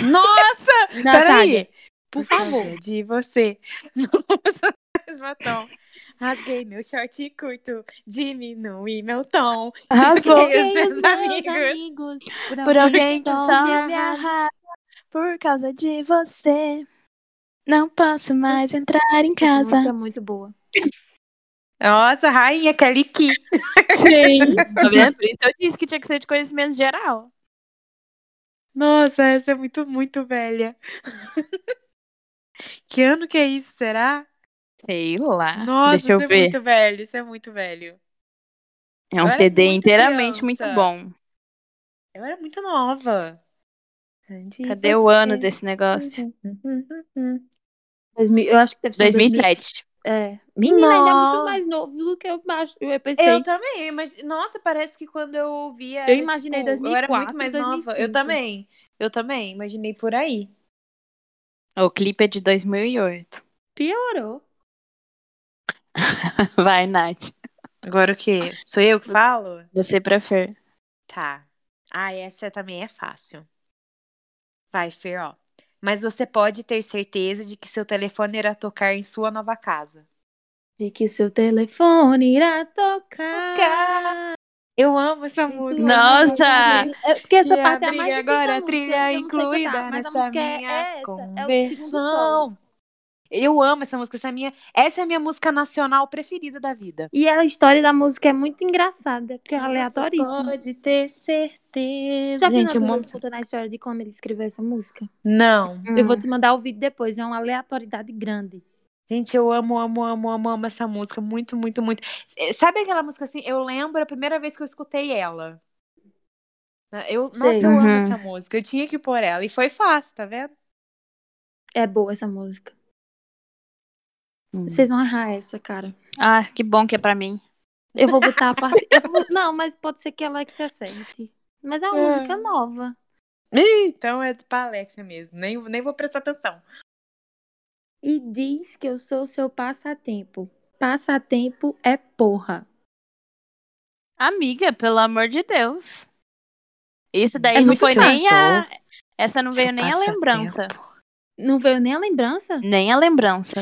D: Nossa, peraí.
E: Por
D: causa
E: favor.
D: De você. Nossa, mais batom. Rasguei meu short curto, diminui meu tom.
A: [LAUGHS] Arrasou.
D: Porque os meus amigos.
E: amigos.
A: Por alguém que
E: só
A: só me
E: arrasa.
A: arrasa. Por causa de você, não posso mais
E: [LAUGHS]
A: entrar em
E: Essa
A: casa. [LAUGHS]
E: música é muito boa.
D: Nossa, rainha Kelly Ki.
A: Sim. Tá vendo? Por isso eu disse que tinha que ser de conhecimento geral.
D: Nossa, essa é muito, muito velha. [LAUGHS] que ano que é isso, será?
A: Sei lá.
D: Nossa,
A: Deixa eu
D: isso é
A: ver.
D: muito velho, isso é muito velho.
A: É
D: Eu
A: um
D: era
A: CD
D: muito
A: inteiramente
D: criança.
A: muito bom.
D: Eu era muito nova. Onde
A: Cadê o
D: você- é
A: ano desse negócio?
E: Dois mil- Eu acho que deve ser
A: 2007.
E: É. Menina, ainda é
D: Nossa.
E: muito mais novo do que eu, acho- eu pensei.
D: [LAUGHS] Eu também, mas nossa, parece que quando eu ouvia.
E: Eu imaginei
D: Eu era muito
E: 2004,
D: mais nova. Eu
E: 2005.
D: também. Eu também, imaginei por aí.
A: O clipe é de 2008.
E: Piorou.
A: [LAUGHS] Vai, Nath.
D: Agora o quê? Sou eu que falo?
A: Você pra Fer.
D: Tá. Ah, essa também é fácil. Vai, Fer, ó. Mas você pode ter certeza de que seu telefone irá tocar em sua nova casa.
E: De que seu telefone irá tocar.
D: Eu amo essa
E: Ah! Isso
D: música.
E: é
A: Nossa!
E: muito- É, porque essa
D: E
E: parte é a
D: abri
E: mais difícil
D: agora
E: da
D: a
E: música,
D: trilha é
E: eu não sei
D: incluída
E: cantar, mas a
D: nessa
E: música é
D: minha
E: essa, É o segundo solo.
D: Conversão. Eu amo essa música, essa é, a minha, essa é a minha música nacional preferida da vida.
E: E a história da música é muito engraçada, porque é
D: Mas você
E: aleatoríssima.
D: Pode ter certeza.
E: Já
D: Gente, eu
E: viu uma
D: amo
E: coisa
D: essa...
E: contando a história de como ele escreveu essa música?
D: Não.
E: Eu vou te mandar o vídeo depois, é uma aleatoriedade grande.
D: Gente, eu amo, amo, amo, amo, amo essa música. Muito, muito, muito. Eh, Sabe aquela música assim? Eu lembro a primeira vez que eu escutei ela. Na- Eu,
E: Sei.
D: nossa, eu amo
A: Uhum.
D: essa música. Eu tinha que pôr ela. E foi fácil, tá vendo?
E: É boa essa música.
A: Hum.
E: Vocês vão errar essa, cara.
A: Ah, que bom que é pra mim.
E: Eu vou botar a parte. eu [LAUGHS] vou- Não, mas pode ser que ela que se acerte. Mas é uma
D: É.
E: música nova.
D: Ih, Então é pra Alexia mesmo. Nem, nem vou prestar atenção.
E: E diz que eu sou seu passatempo. Passatempo é porra.
A: Amiga, pelo amor de Deus. Isso daí
E: É
A: não
E: muito
A: foi nem a.
D: cansou.
A: Essa não
D: Seu
A: veio nem a
D: passatempo.
A: lembrança.
E: Não veio nem a lembrança?
A: Nem a lembrança.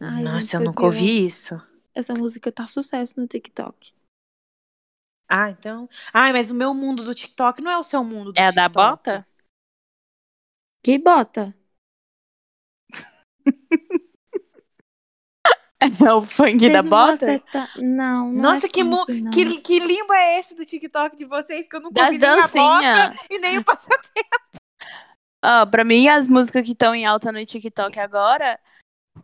E: Ai,
D: Nossa,
E: gente,
D: eu
E: foi
D: nunca
E: pior.
D: ouvi isso.
E: Essa música tá sucesso no TikTok.
D: Ah, então. Ai, mas o meu mundo do TikTok não é o seu mundo do
A: É a da
D: TikTok.
A: bota? [LAUGHS]
E: Que bota?
A: É o funk
E: Vocês
A: da
E: não vão
A: bota?
E: acertar- Não, não
D: Nossa,
E: é
D: que, mu...
E: funk, não.
D: que, que língua é esse do TikTok de vocês que eu nunca
A: Das
D: ouvi nem a bota
A: dancinhas.
D: e nem
A: [LAUGHS]
D: o passatempo?
A: Ó, pra mim, as músicas que estão em alta no TikTok agora,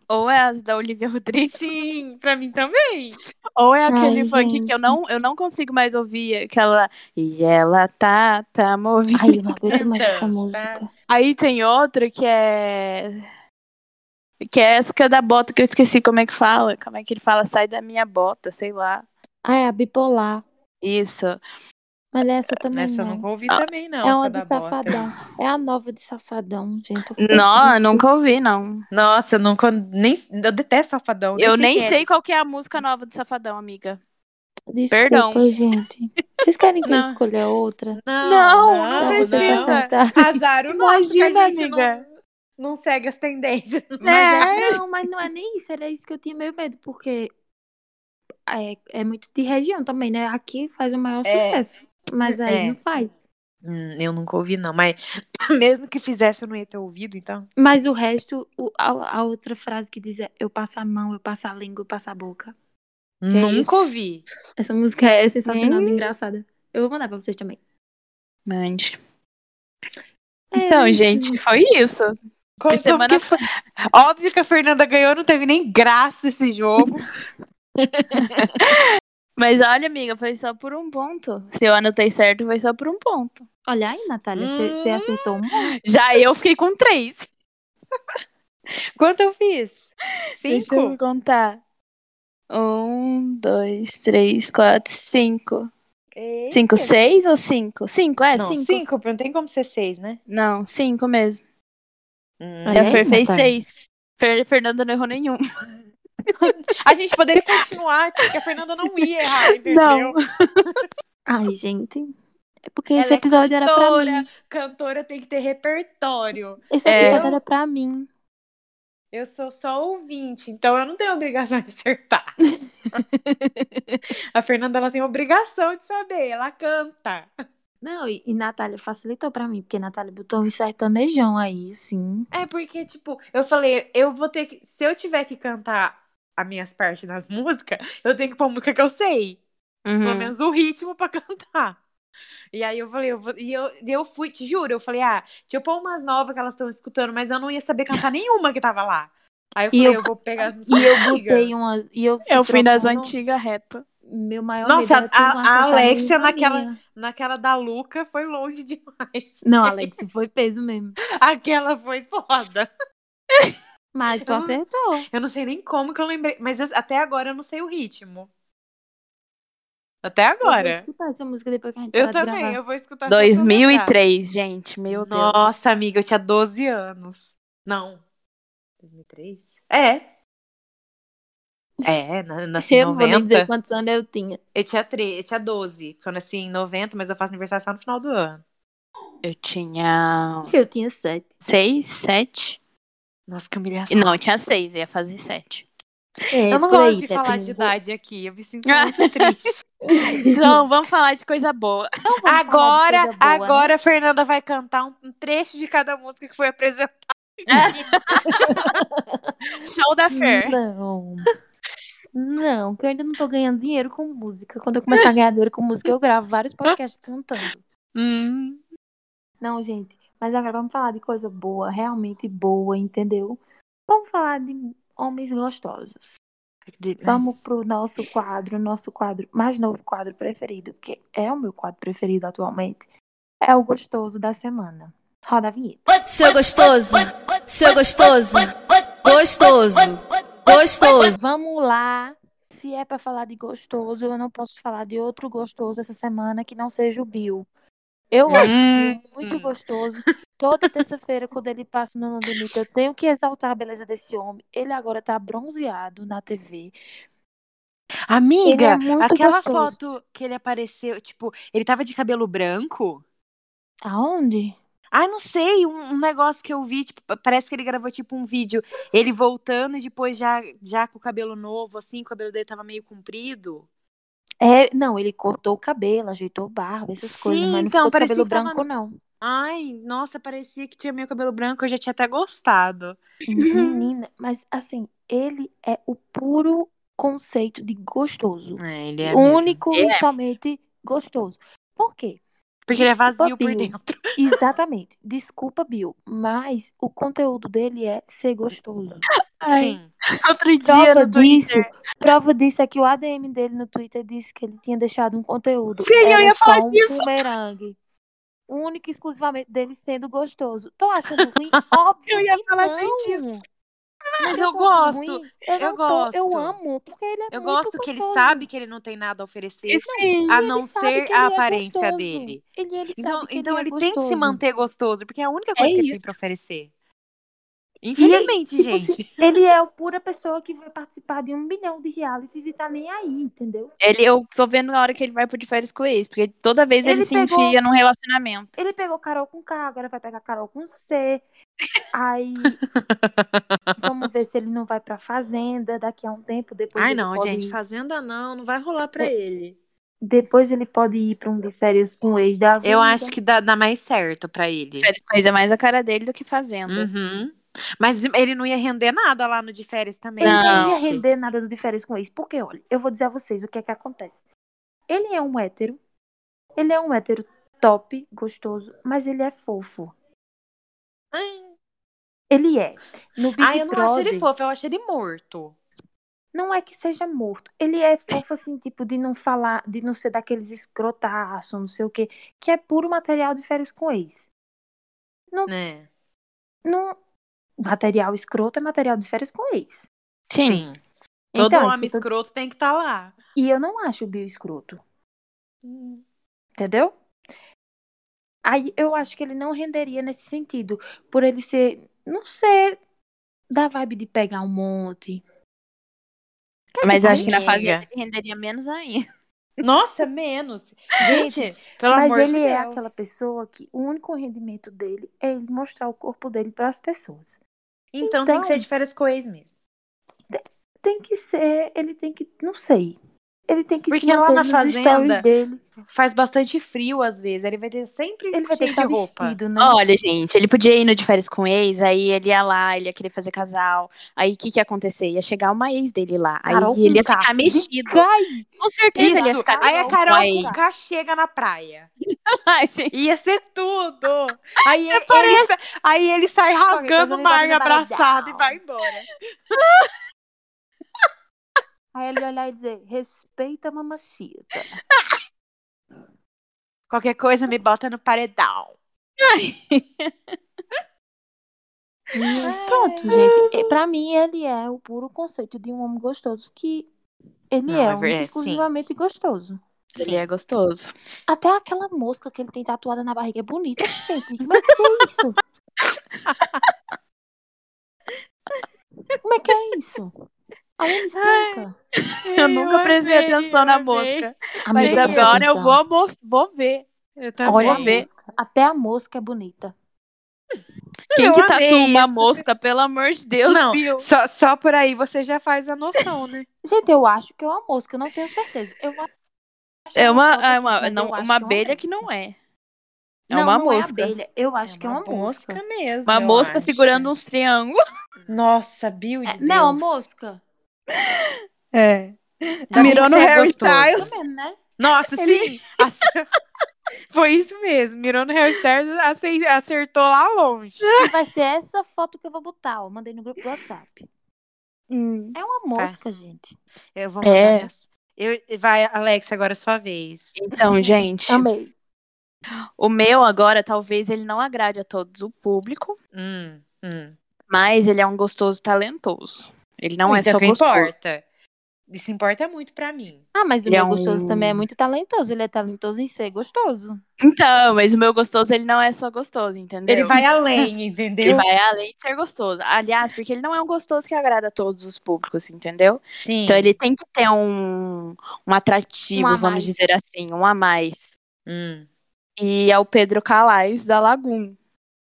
A: ou é as da Olivia Rodrigo, [LAUGHS]
D: Sim, pra mim também.
A: ou é aquele
E: Ai,
A: funk
E: gente.
A: que eu não, eu não consigo mais ouvir, aquela. E ela tá, tá movida.
E: Ai, eu não aguento mais essa
D: Tá.
E: música.
A: Aí tem outra que é. Que é essa que é da bota, que eu esqueci como é que fala. Como é que ele fala? Sai da minha bota, sei lá.
E: Ah, é a bipolar.
A: Isso.
E: Mas essa também
D: Essa eu
E: não.
D: nunca ouvi
A: Ah,
D: também, não.
E: é
D: essa
E: uma
D: da
E: do
D: bota.
E: Safadão. É a nova de Safadão, gente. Eu fiquei
A: Não, eu
E: triste.
A: nunca ouvi, não.
D: Nossa, eu nunca. Nem... Eu detesto Safadão.
A: eu nem
D: quem é.
A: sei qual que é a música nova do Safadão, amiga.
E: Desculpa,
A: Perdão.
E: gente. Vocês querem que
D: Não.
E: eu escolha outra?
A: Não,
D: Não,
A: não
E: Pra
D: não,
E: vocês
A: precisa.
E: acertarem.
D: Azar o nosso, que a
A: Imagina,
D: gente
A: amiga.
D: não, não segue as tendências.
E: Mas
A: É.
E: é- não, mas não é nem isso, era isso que eu tinha meio medo, porque é, é muito de região também, né? Aqui faz o maior
D: É.
E: sucesso, mas aí
D: É.
E: não faz.
D: Hum, eu nunca ouvi, não. Mas [CLEARS THROAT] mesmo que fizesse, eu não ia ter ouvido, então.
E: Mas o resto, o- a, a outra frase que diz é eu passo a mão, eu passo a língua, eu passo a boca.
D: nunca
A: é isso?
D: ouvi.
E: Essa música é sensacional, e engraçada. Eu vou mandar pra vocês também.
A: Mande.
E: É,
A: Então,
E: é isso.
A: gente, foi isso.
D: Como
A: Essa semana
D: que foi-
A: [LAUGHS]
D: Óbvio que a Fernanda ganhou, não teve nem graça esse jogo.
A: Mas olha, amiga, foi só por um ponto. Se eu anotei certo, foi só por um ponto.
E: Olha aí, Natália,
A: Hum.
E: você acertou um.
A: Já eu fiquei com três.
D: Quanto eu fiz?
A: Deixa eu
D: Cinco?
A: contar. Um, dois, três, quatro, cinco.
D: Eita.
A: Cinco, seis ou cinco? Cinco, é,
D: Não,
A: cinco.
D: cinco, porque não tem como ser seis, né?
A: Não, cinco mesmo.
D: Hum.
A: Já
E: Olha aí,
A: Fer fez
E: Natália.
A: seis. Fer Fernanda não errou nenhum.
D: A gente poderia continuar, tipo, porque a Fernanda não ia
E: [LAUGHS]
D: errar, entendeu?
A: Não.
E: Ai, gente. É porque
D: Ela
E: esse
D: é
E: episódio era pra
D: cantora,
E: mim.
D: cantora tem que ter repertório.
E: Esse
A: É.
E: episódio era pra mim.
D: Eu sou só ouvinte, então eu não tenho obrigação de
E: [LAUGHS]
D: acertar. a Fernanda ela tem obrigação de saber, ela canta.
E: Não, e, e Natália facilitou pra mim, porque Natália botou um sertanejão aí, sim.
D: É porque, tipo, eu falei, eu vou ter que. Se eu tiver que cantar as minhas partes nas músicas, eu tenho que pôr música que eu sei. Pelo
E: Hum.
A: Uhum.
D: menos o ritmo pra [LAUGHS] cantar. E aí eu falei, eu vou, e eu, e eu fui, te juro, eu falei, ah, deixa eu pôr umas novas que elas estão escutando, mas eu não ia saber cantar nenhuma que tava lá. Aí eu
E: E
D: falei, eu,
E: eu-
D: vou pegar as músicas [LAUGHS]
E: E eu
D: antigas.
E: botei umas. E eu,
D: É
A: Eu fui nas
D: um
E: propondo-
A: antigas reta.
E: Meu maior
D: Nossa,
E: medo era tu
D: a-
E: não
D: a
E: acertar
D: Alexia
E: nenhuma
D: naquela-
E: minha.
D: Naquela da Luca foi longe [LAUGHS] demais. [LAUGHS]
E: Não, Alex, foi peso mesmo.
D: Aquela foi foda.
E: Mas tu
D: Eu-
E: acertou.
D: Eu não sei nem como que eu lembrei, mas as- até agora eu não sei o ritmo. Até
E: Eu vou
D: agora.
E: escutar essa música depois que a gente
D: Eu
E: parar de
D: também,
E: gravar.
D: eu vou escutar. só pra lembrar.
A: 2003, gente, meu Deus.
D: Nossa, amiga, eu tinha 12 anos. Não. 2003? É. É, na- eu nasci em
E: Eu não vou nem
D: 90.
E: dizer quantos anos eu tinha.
D: Eu tinha, 3, eu tinha 12, porque eu nasci em 90, mas eu faço aniversário só no final do ano.
A: Eu tinha
E: Eu tinha sete.
A: seis, sete.
D: Nossa, que humilhação.
A: Não, eu tinha seis, eu ia fazer sete.
E: É,
D: eu não
E: por
D: gosto
E: aí,
D: de falar de
E: Pepe.
D: idade aqui, eu me sinto
E: [LAUGHS]
D: muito triste.
A: Então, vamos falar de coisa boa. [LAUGHS]
E: Então vamos falar de
D: Agora,
E: coisa boa, né?
D: agora a Fernanda vai cantar um, um trecho de cada música que foi apresentada.
A: Show da Fer.
E: Não. Não, que eu ainda não tô ganhando dinheiro com música. Quando eu começar a ganhar dinheiro com música, eu gravo vários podcasts cantando.
D: Hum,
E: Não, gente. Mas agora vamos falar de coisa boa, realmente boa, entendeu? Vamos falar de homens gostosos. Vamos pro nosso quadro, nosso quadro, mais novo quadro preferido, porque é o meu quadro preferido atualmente. É o gostoso da semana. Roda a vinheta.
F: Seu gostoso, seu gostoso, gostoso, gostoso.
E: Vamos lá. Se é pra falar de gostoso, eu não posso falar de outro gostoso essa semana que não seja o Bill. Eu acho
D: Hum.
E: ele muito gostoso. Toda terça-feira, quando ele passa no Não Limite, eu tenho que exaltar a beleza desse homem. Ele agora tá bronzeado na TV. Ele
D: Amiga,
E: é muito
D: aquela
E: gostoso.
D: foto que ele apareceu, tipo, ele tava de cabelo branco?
E: Aonde?
D: Ah, não sei, um, um negócio que eu vi, tipo, pa- parece que ele gravou tipo um vídeo, ele voltando e depois já, já com o cabelo novo, assim, o cabelo dele tava meio comprido.
E: É, não, ele cortou o cabelo, ajeitou a barba, essas
D: Sim,
E: coisas, mas não
D: então,
E: ficou
D: parecia
E: cabelo
D: que tava-
E: branco, não.
D: Ai, nossa, parecia que tinha meio cabelo branco, eu já tinha até gostado. Uhum.
E: Menina, mas assim, ele é o puro conceito de gostoso.
D: É, ele
E: único e somente gostoso. Por quê?
D: Porque ele é vazio por
E: Bill.
D: [LAUGHS] dentro.
E: Exatamente. [LAUGHS] Desculpa, Bill, mas o conteúdo dele é ser gostoso.
A: Ai.
D: Sim.
A: Outro dia
E: Prova
A: no
E: disso,
A: Twitter.
E: prova disso é que o ADM dele no Twitter disse que ele tinha deixado um conteúdo.
A: Sim, eu
E: Era
A: ia
E: só
A: falar
E: um
A: disso.
E: bumerangue. Único e exclusivamente dele sendo gostoso. Tô
D: [LAUGHS]
E: achando ruim? Óbvio.
D: Eu ia
E: que
D: falar
E: não.
D: bem disso. Mas
E: tô
D: eu
E: achando
D: gosto.
E: ruim? Eu,
D: eu
E: não tô, Eu
D: gosto.
E: amo, porque ele é
D: Eu
E: muito
D: gosto que ele
E: gostoso.
D: sabe que ele não tem nada a oferecer,
A: Sim.
D: a
E: Ele
D: não
E: sabe
D: ser
E: que
D: a
E: ele é
D: aparência
E: gostoso.
D: dele.
E: Ele, ele
D: Então,
E: sabe que
D: então
E: ele,
D: ele
E: é
D: tem que se
E: gostoso.
D: manter gostoso, porque é a única coisa que ele tem
A: isso.
D: pra oferecer. Infelizmente, [LAUGHS]
E: tipo
D: gente.
E: assim, Ele é a pura pessoa que vai participar de um milhão de realities e tá nem aí, entendeu?
A: Ele, eu tô vendo na hora que ele vai pro de férias com o ex, porque toda vez ele,
E: Ele
A: se
E: pegou-
A: enfia num relacionamento.
E: Ele pegou Carol com K, agora vai pegar Carol com C.
D: [LAUGHS]
E: Aí. vamos ver se ele não vai pra fazenda daqui a um tempo. Depois
D: Ai,
E: ele
D: não,
E: pode
D: gente,
E: ir-
D: fazenda não, não vai rolar pra
E: É,
D: ele.
E: Depois ele pode ir pra um de férias com o ex da vida.
D: Eu acho que dá, dá mais certo pra ele.
A: Férias com o ex é mais a cara dele do que fazenda.
D: Uhum. Mas ele não ia render nada lá no de férias também.
E: Ele não
A: Não.
E: ia
D: gente.
E: render nada do de férias com ex. Porque, olha, eu vou dizer a vocês o que é que acontece. Ele é um hétero. Ele é um hétero top, gostoso, mas ele é fofo.
D: Ai,
E: Ele é. No Big
D: Ai, eu não acho
E: Brother,
D: ele fofo, eu acho ele morto.
E: Não é que seja morto. Ele é fofo, assim, tipo, de não falar, de não ser daqueles escrotaço, não sei o quê, que é puro material de férias com ex.
G: Né?
E: Não... Material escroto é material de férias com ex.
A: Sim.
D: Todo
E: Então, isso
D: homem
E: que eu tô-
D: escroto tem que estar lá.
E: E eu não acho o Bill escroto. Entendeu? Aí eu acho que ele não renderia nesse sentido. Por ele ser, não ser da vibe de pegar um monte. Quer
A: Mas
E: dizer,
A: eu acho que na
E: ninguém-
A: fase
G: amiga.
A: ele renderia menos ainda.
D: Nossa, menos. [LAUGHS] Gente, pelo
E: Mas
D: amor de
E: ele
D: Deus.
E: é aquela pessoa que o único rendimento dele é ele mostrar o corpo dele para as pessoas.
D: Então, tem
E: Então.
D: que ser de férias com ex mesmo.
E: Tem que ser, ele tem que, não sei. Ele tem que se
D: Porque lá
E: manter
D: na
E: nos
D: fazenda,
E: stories dele.
D: Faz bastante frio às vezes. Ele vai ter sempre
E: Ele vai ter que
D: cheio
E: estar
D: de roupa.
E: vestido, né?
A: Olha, gente, ele podia ir no de férias com ex, aí ele ia lá, ele ia querer fazer casal. Aí o que, que ia acontecer? Ia chegar uma ex dele lá. Aí
D: Carol
A: ele ia
D: Conká.
A: ficar mexido.
E: Cai!
A: Com certeza ele ia
D: Isso.
A: ficar
D: Aí a
A: mexido.
D: Carol
A: Aí-
D: Conká chega na praia.
A: [LAUGHS] Ai, gente.
D: Ia ser tudo. Aí, ele, sa- aí ele sai rasgando
E: coisa
D: o
E: me bota
D: mar
E: no
D: abraçado e
E: barrigal.
D: vai embora.
E: Aí ele olhar e dizer, respeita a mamacita.
D: Qualquer coisa me bota no paredão.
E: Hum, Pronto, gente. E Pra mim, ele é o puro conceito de um homem gostoso que ele
D: Não,
E: é,
D: é
E: um
D: verdade, sim.
E: exclusivamente gostoso.
A: Ele é gostoso.
E: Até aquela mosca que ele tem tatuada na barriga é bonita, gente. Como é que é isso? Como é que é isso? Alguém me explica.
A: Eu, nunca prestei
D: amei,
A: atenção na
D: eu amei.
A: mosca.
E: Amiga,
A: Mas
D: é
E: presta
A: agora eu
E: atenção.
A: vou, mos- vou ver.
D: Eu também.
E: Olha a
A: vou ver.
E: mosca. Até a mosca é bonita.
A: Quem
D: Eu
A: que
D: amei
A: tatua uma
D: isso.
A: mosca, pelo amor de Deus,
D: Não,
A: Bill?
D: Só, só por aí você já faz a noção, né?
E: Gente, eu acho que é uma mosca, eu não tenho certeza. Eu vou achar
A: É uma,
E: foto
A: é
E: aqui,
A: uma,
E: mas
A: não,
E: eu acho
A: uma
E: que é
A: abelha que
E: mosca.
A: não é. É
E: Não,
A: uma
E: não
A: mosca.
E: É abelha. Eu acho que é uma mosca.
D: mesmo.
A: uma
D: eu
A: mosca
D: acho.
A: segurando um uns triângulos.
D: Nossa, Bill de
E: É,
D: Deus.
E: não, é uma mosca.
D: É.
A: Ainda bem que você é gostoso.
E: Tá vendo, né?
D: Nossa, [LAUGHS] sim. Ace- Foi isso mesmo. Mirou no Harry Styles, ace- acertou lá longe.
E: E vai ser essa foto que eu vou botar. Eu mandei no grupo do WhatsApp. É
D: Tá.
E: uma mosca, gente.
D: Eu vou
A: mandar É.
D: nessa. vai, Alex, agora é sua vez.
E: [LAUGHS]
A: Então, gente,
E: Amei.
A: o meu agora talvez ele não agrade a todos o público,
D: Hum, hum.
A: mas ele é um gostoso talentoso. Ele não
D: isso
A: é só
D: o que
A: gostoso.
D: importa. Isso importa muito pra mim.
E: Ah, mas o
A: Ele é
E: meu gostoso
A: um-
E: também é muito talentoso. Ele é talentoso em ser gostoso.
A: Então, mas o meu gostoso ele não é só gostoso, entendeu?
D: Ele vai além, entendeu?
A: Ele vai além de ser gostoso. Aliás, porque ele não é um gostoso que agrada a todos os públicos, entendeu?
D: Sim.
A: Então ele tem que ter um, um atrativo,
E: Um a
A: vamos
E: mais.
A: dizer assim, um a mais.
D: Hum.
A: E é o Pedro Calais da Lagoon.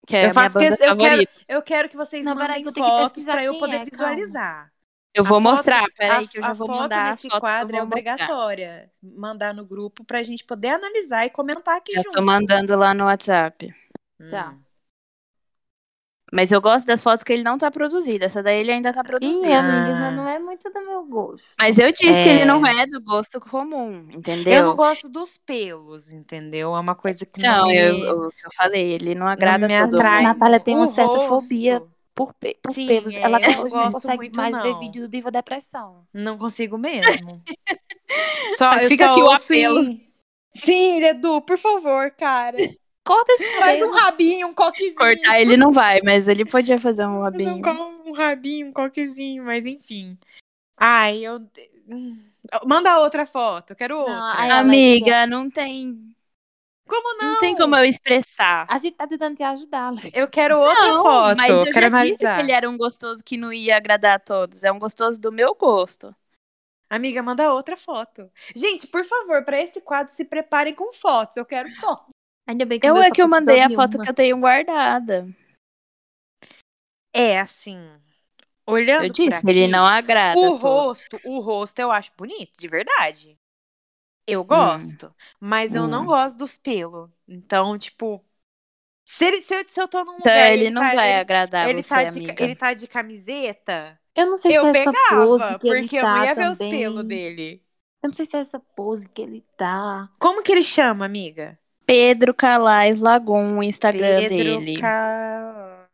A: Que é
D: Eu
A: a minha
D: faço
A: banda
D: questão- eu quero-
A: favorita.
D: Eu quero que vocês
E: Não, peraí,
D: mandem
E: que eu tenho que
D: fotos
E: pesquisar
D: pra eu
E: quem
D: poder
E: é, calma.
D: visualizar.
A: Eu vou
D: foto-
A: mostrar, peraí,
D: a,
A: que eu já
D: a
A: vou
D: foto
A: mandar a
D: nesse
A: foto que eu
D: quadro é
A: vou mostrar.
D: obrigatória. Mandar no grupo pra gente poder analisar e comentar aqui
A: Já
D: junto.
A: tô mandando lá no WhatsApp.
D: Hum.
E: Tá.
A: Mas eu gosto das fotos que ele não tá produzindo. Essa daí ele ainda tá produzindo.
E: Ih, amiga,
D: Ah.
E: já não é muito do meu gosto.
A: Mas eu disse que
D: É.
A: ele não é do gosto comum, entendeu?
D: Eu não gosto dos pelos, entendeu? É uma coisa que não,
A: Então,
D: me,
A: eu, eu, o que eu falei, ele não agrada
D: não me
A: todo
D: atrai.
A: mundo.
E: Natália tem uma
D: O
E: certa
D: rosto,
E: fobia Por, pe- por
D: Sim,
E: pelos.
D: é,
E: Ela até
D: eu
E: hoje
D: gosto
E: não consegue
D: muito,
E: mais ver
D: não.
E: vídeo do Diva Depressão.
D: Não consigo
A: [LAUGHS]
D: mesmo. só, eu
A: Fica
D: só
A: aqui o
D: ouço em-
A: apelo.
D: Sim, Edu, por favor,
E: [LAUGHS]
D: cara.
E: Corta esse
D: Faz um
E: cabelo.
D: rabinho, um coquezinho.
A: Cortar ele não vai, mas ele podia fazer um
D: Faz um
A: rabinho.
D: co- um rabinho, um coquezinho, mas enfim. Ai, eu. hum. Manda outra foto, eu quero outra.
E: Não, ai, Alexa.
A: Amiga, não tem.
D: né, então? Como não?
A: Não, tem como eu expressar.
E: A gente tá tentando te ajudar, Alex.
D: Eu quero outra
A: não,
D: foto.
A: mas eu
D: quero
A: já disse
D: analisar.
A: que ele era um gostoso que não ia agradar a todos. É um gostoso do meu gosto.
D: Amiga, manda outra foto. Gente, por favor, pra esse quadro se preparem com fotos. Eu quero foto.
E: Ainda bem que o
A: Eu
E: meu
A: é
E: só
A: que eu
E: precisou
A: mandei a
E: de
A: foto
E: uma.
A: que eu tenho guardada.
D: É assim. Olhando
A: Eu disse,
D: pra
A: ele
D: aqui,
A: não é agrada.
D: o
A: a todos.
D: rosto, o rosto eu acho bonito, de verdade. Eu gosto, mas eu não
A: Hum.
D: gosto dos pelos. Então, tipo, se, ele- se, eu, se eu tô num
A: Então,
D: lugar, e
A: ele, não
D: tá-
A: vai
D: ele-
A: agradar
D: ele
A: você,
D: tá de,
A: amiga.
D: ele tá de camiseta,
E: Eu não sei se
D: eu
E: é essa
D: pegava,
E: pose que ele
D: porque eu não
E: tá
D: ia ver
E: também.
D: os pelos dele.
E: Eu não sei se é essa pose que ele tá.
D: Como que ele chama, amiga?
A: Pedro Calais Lagoon, o Instagram dele.
D: Ca-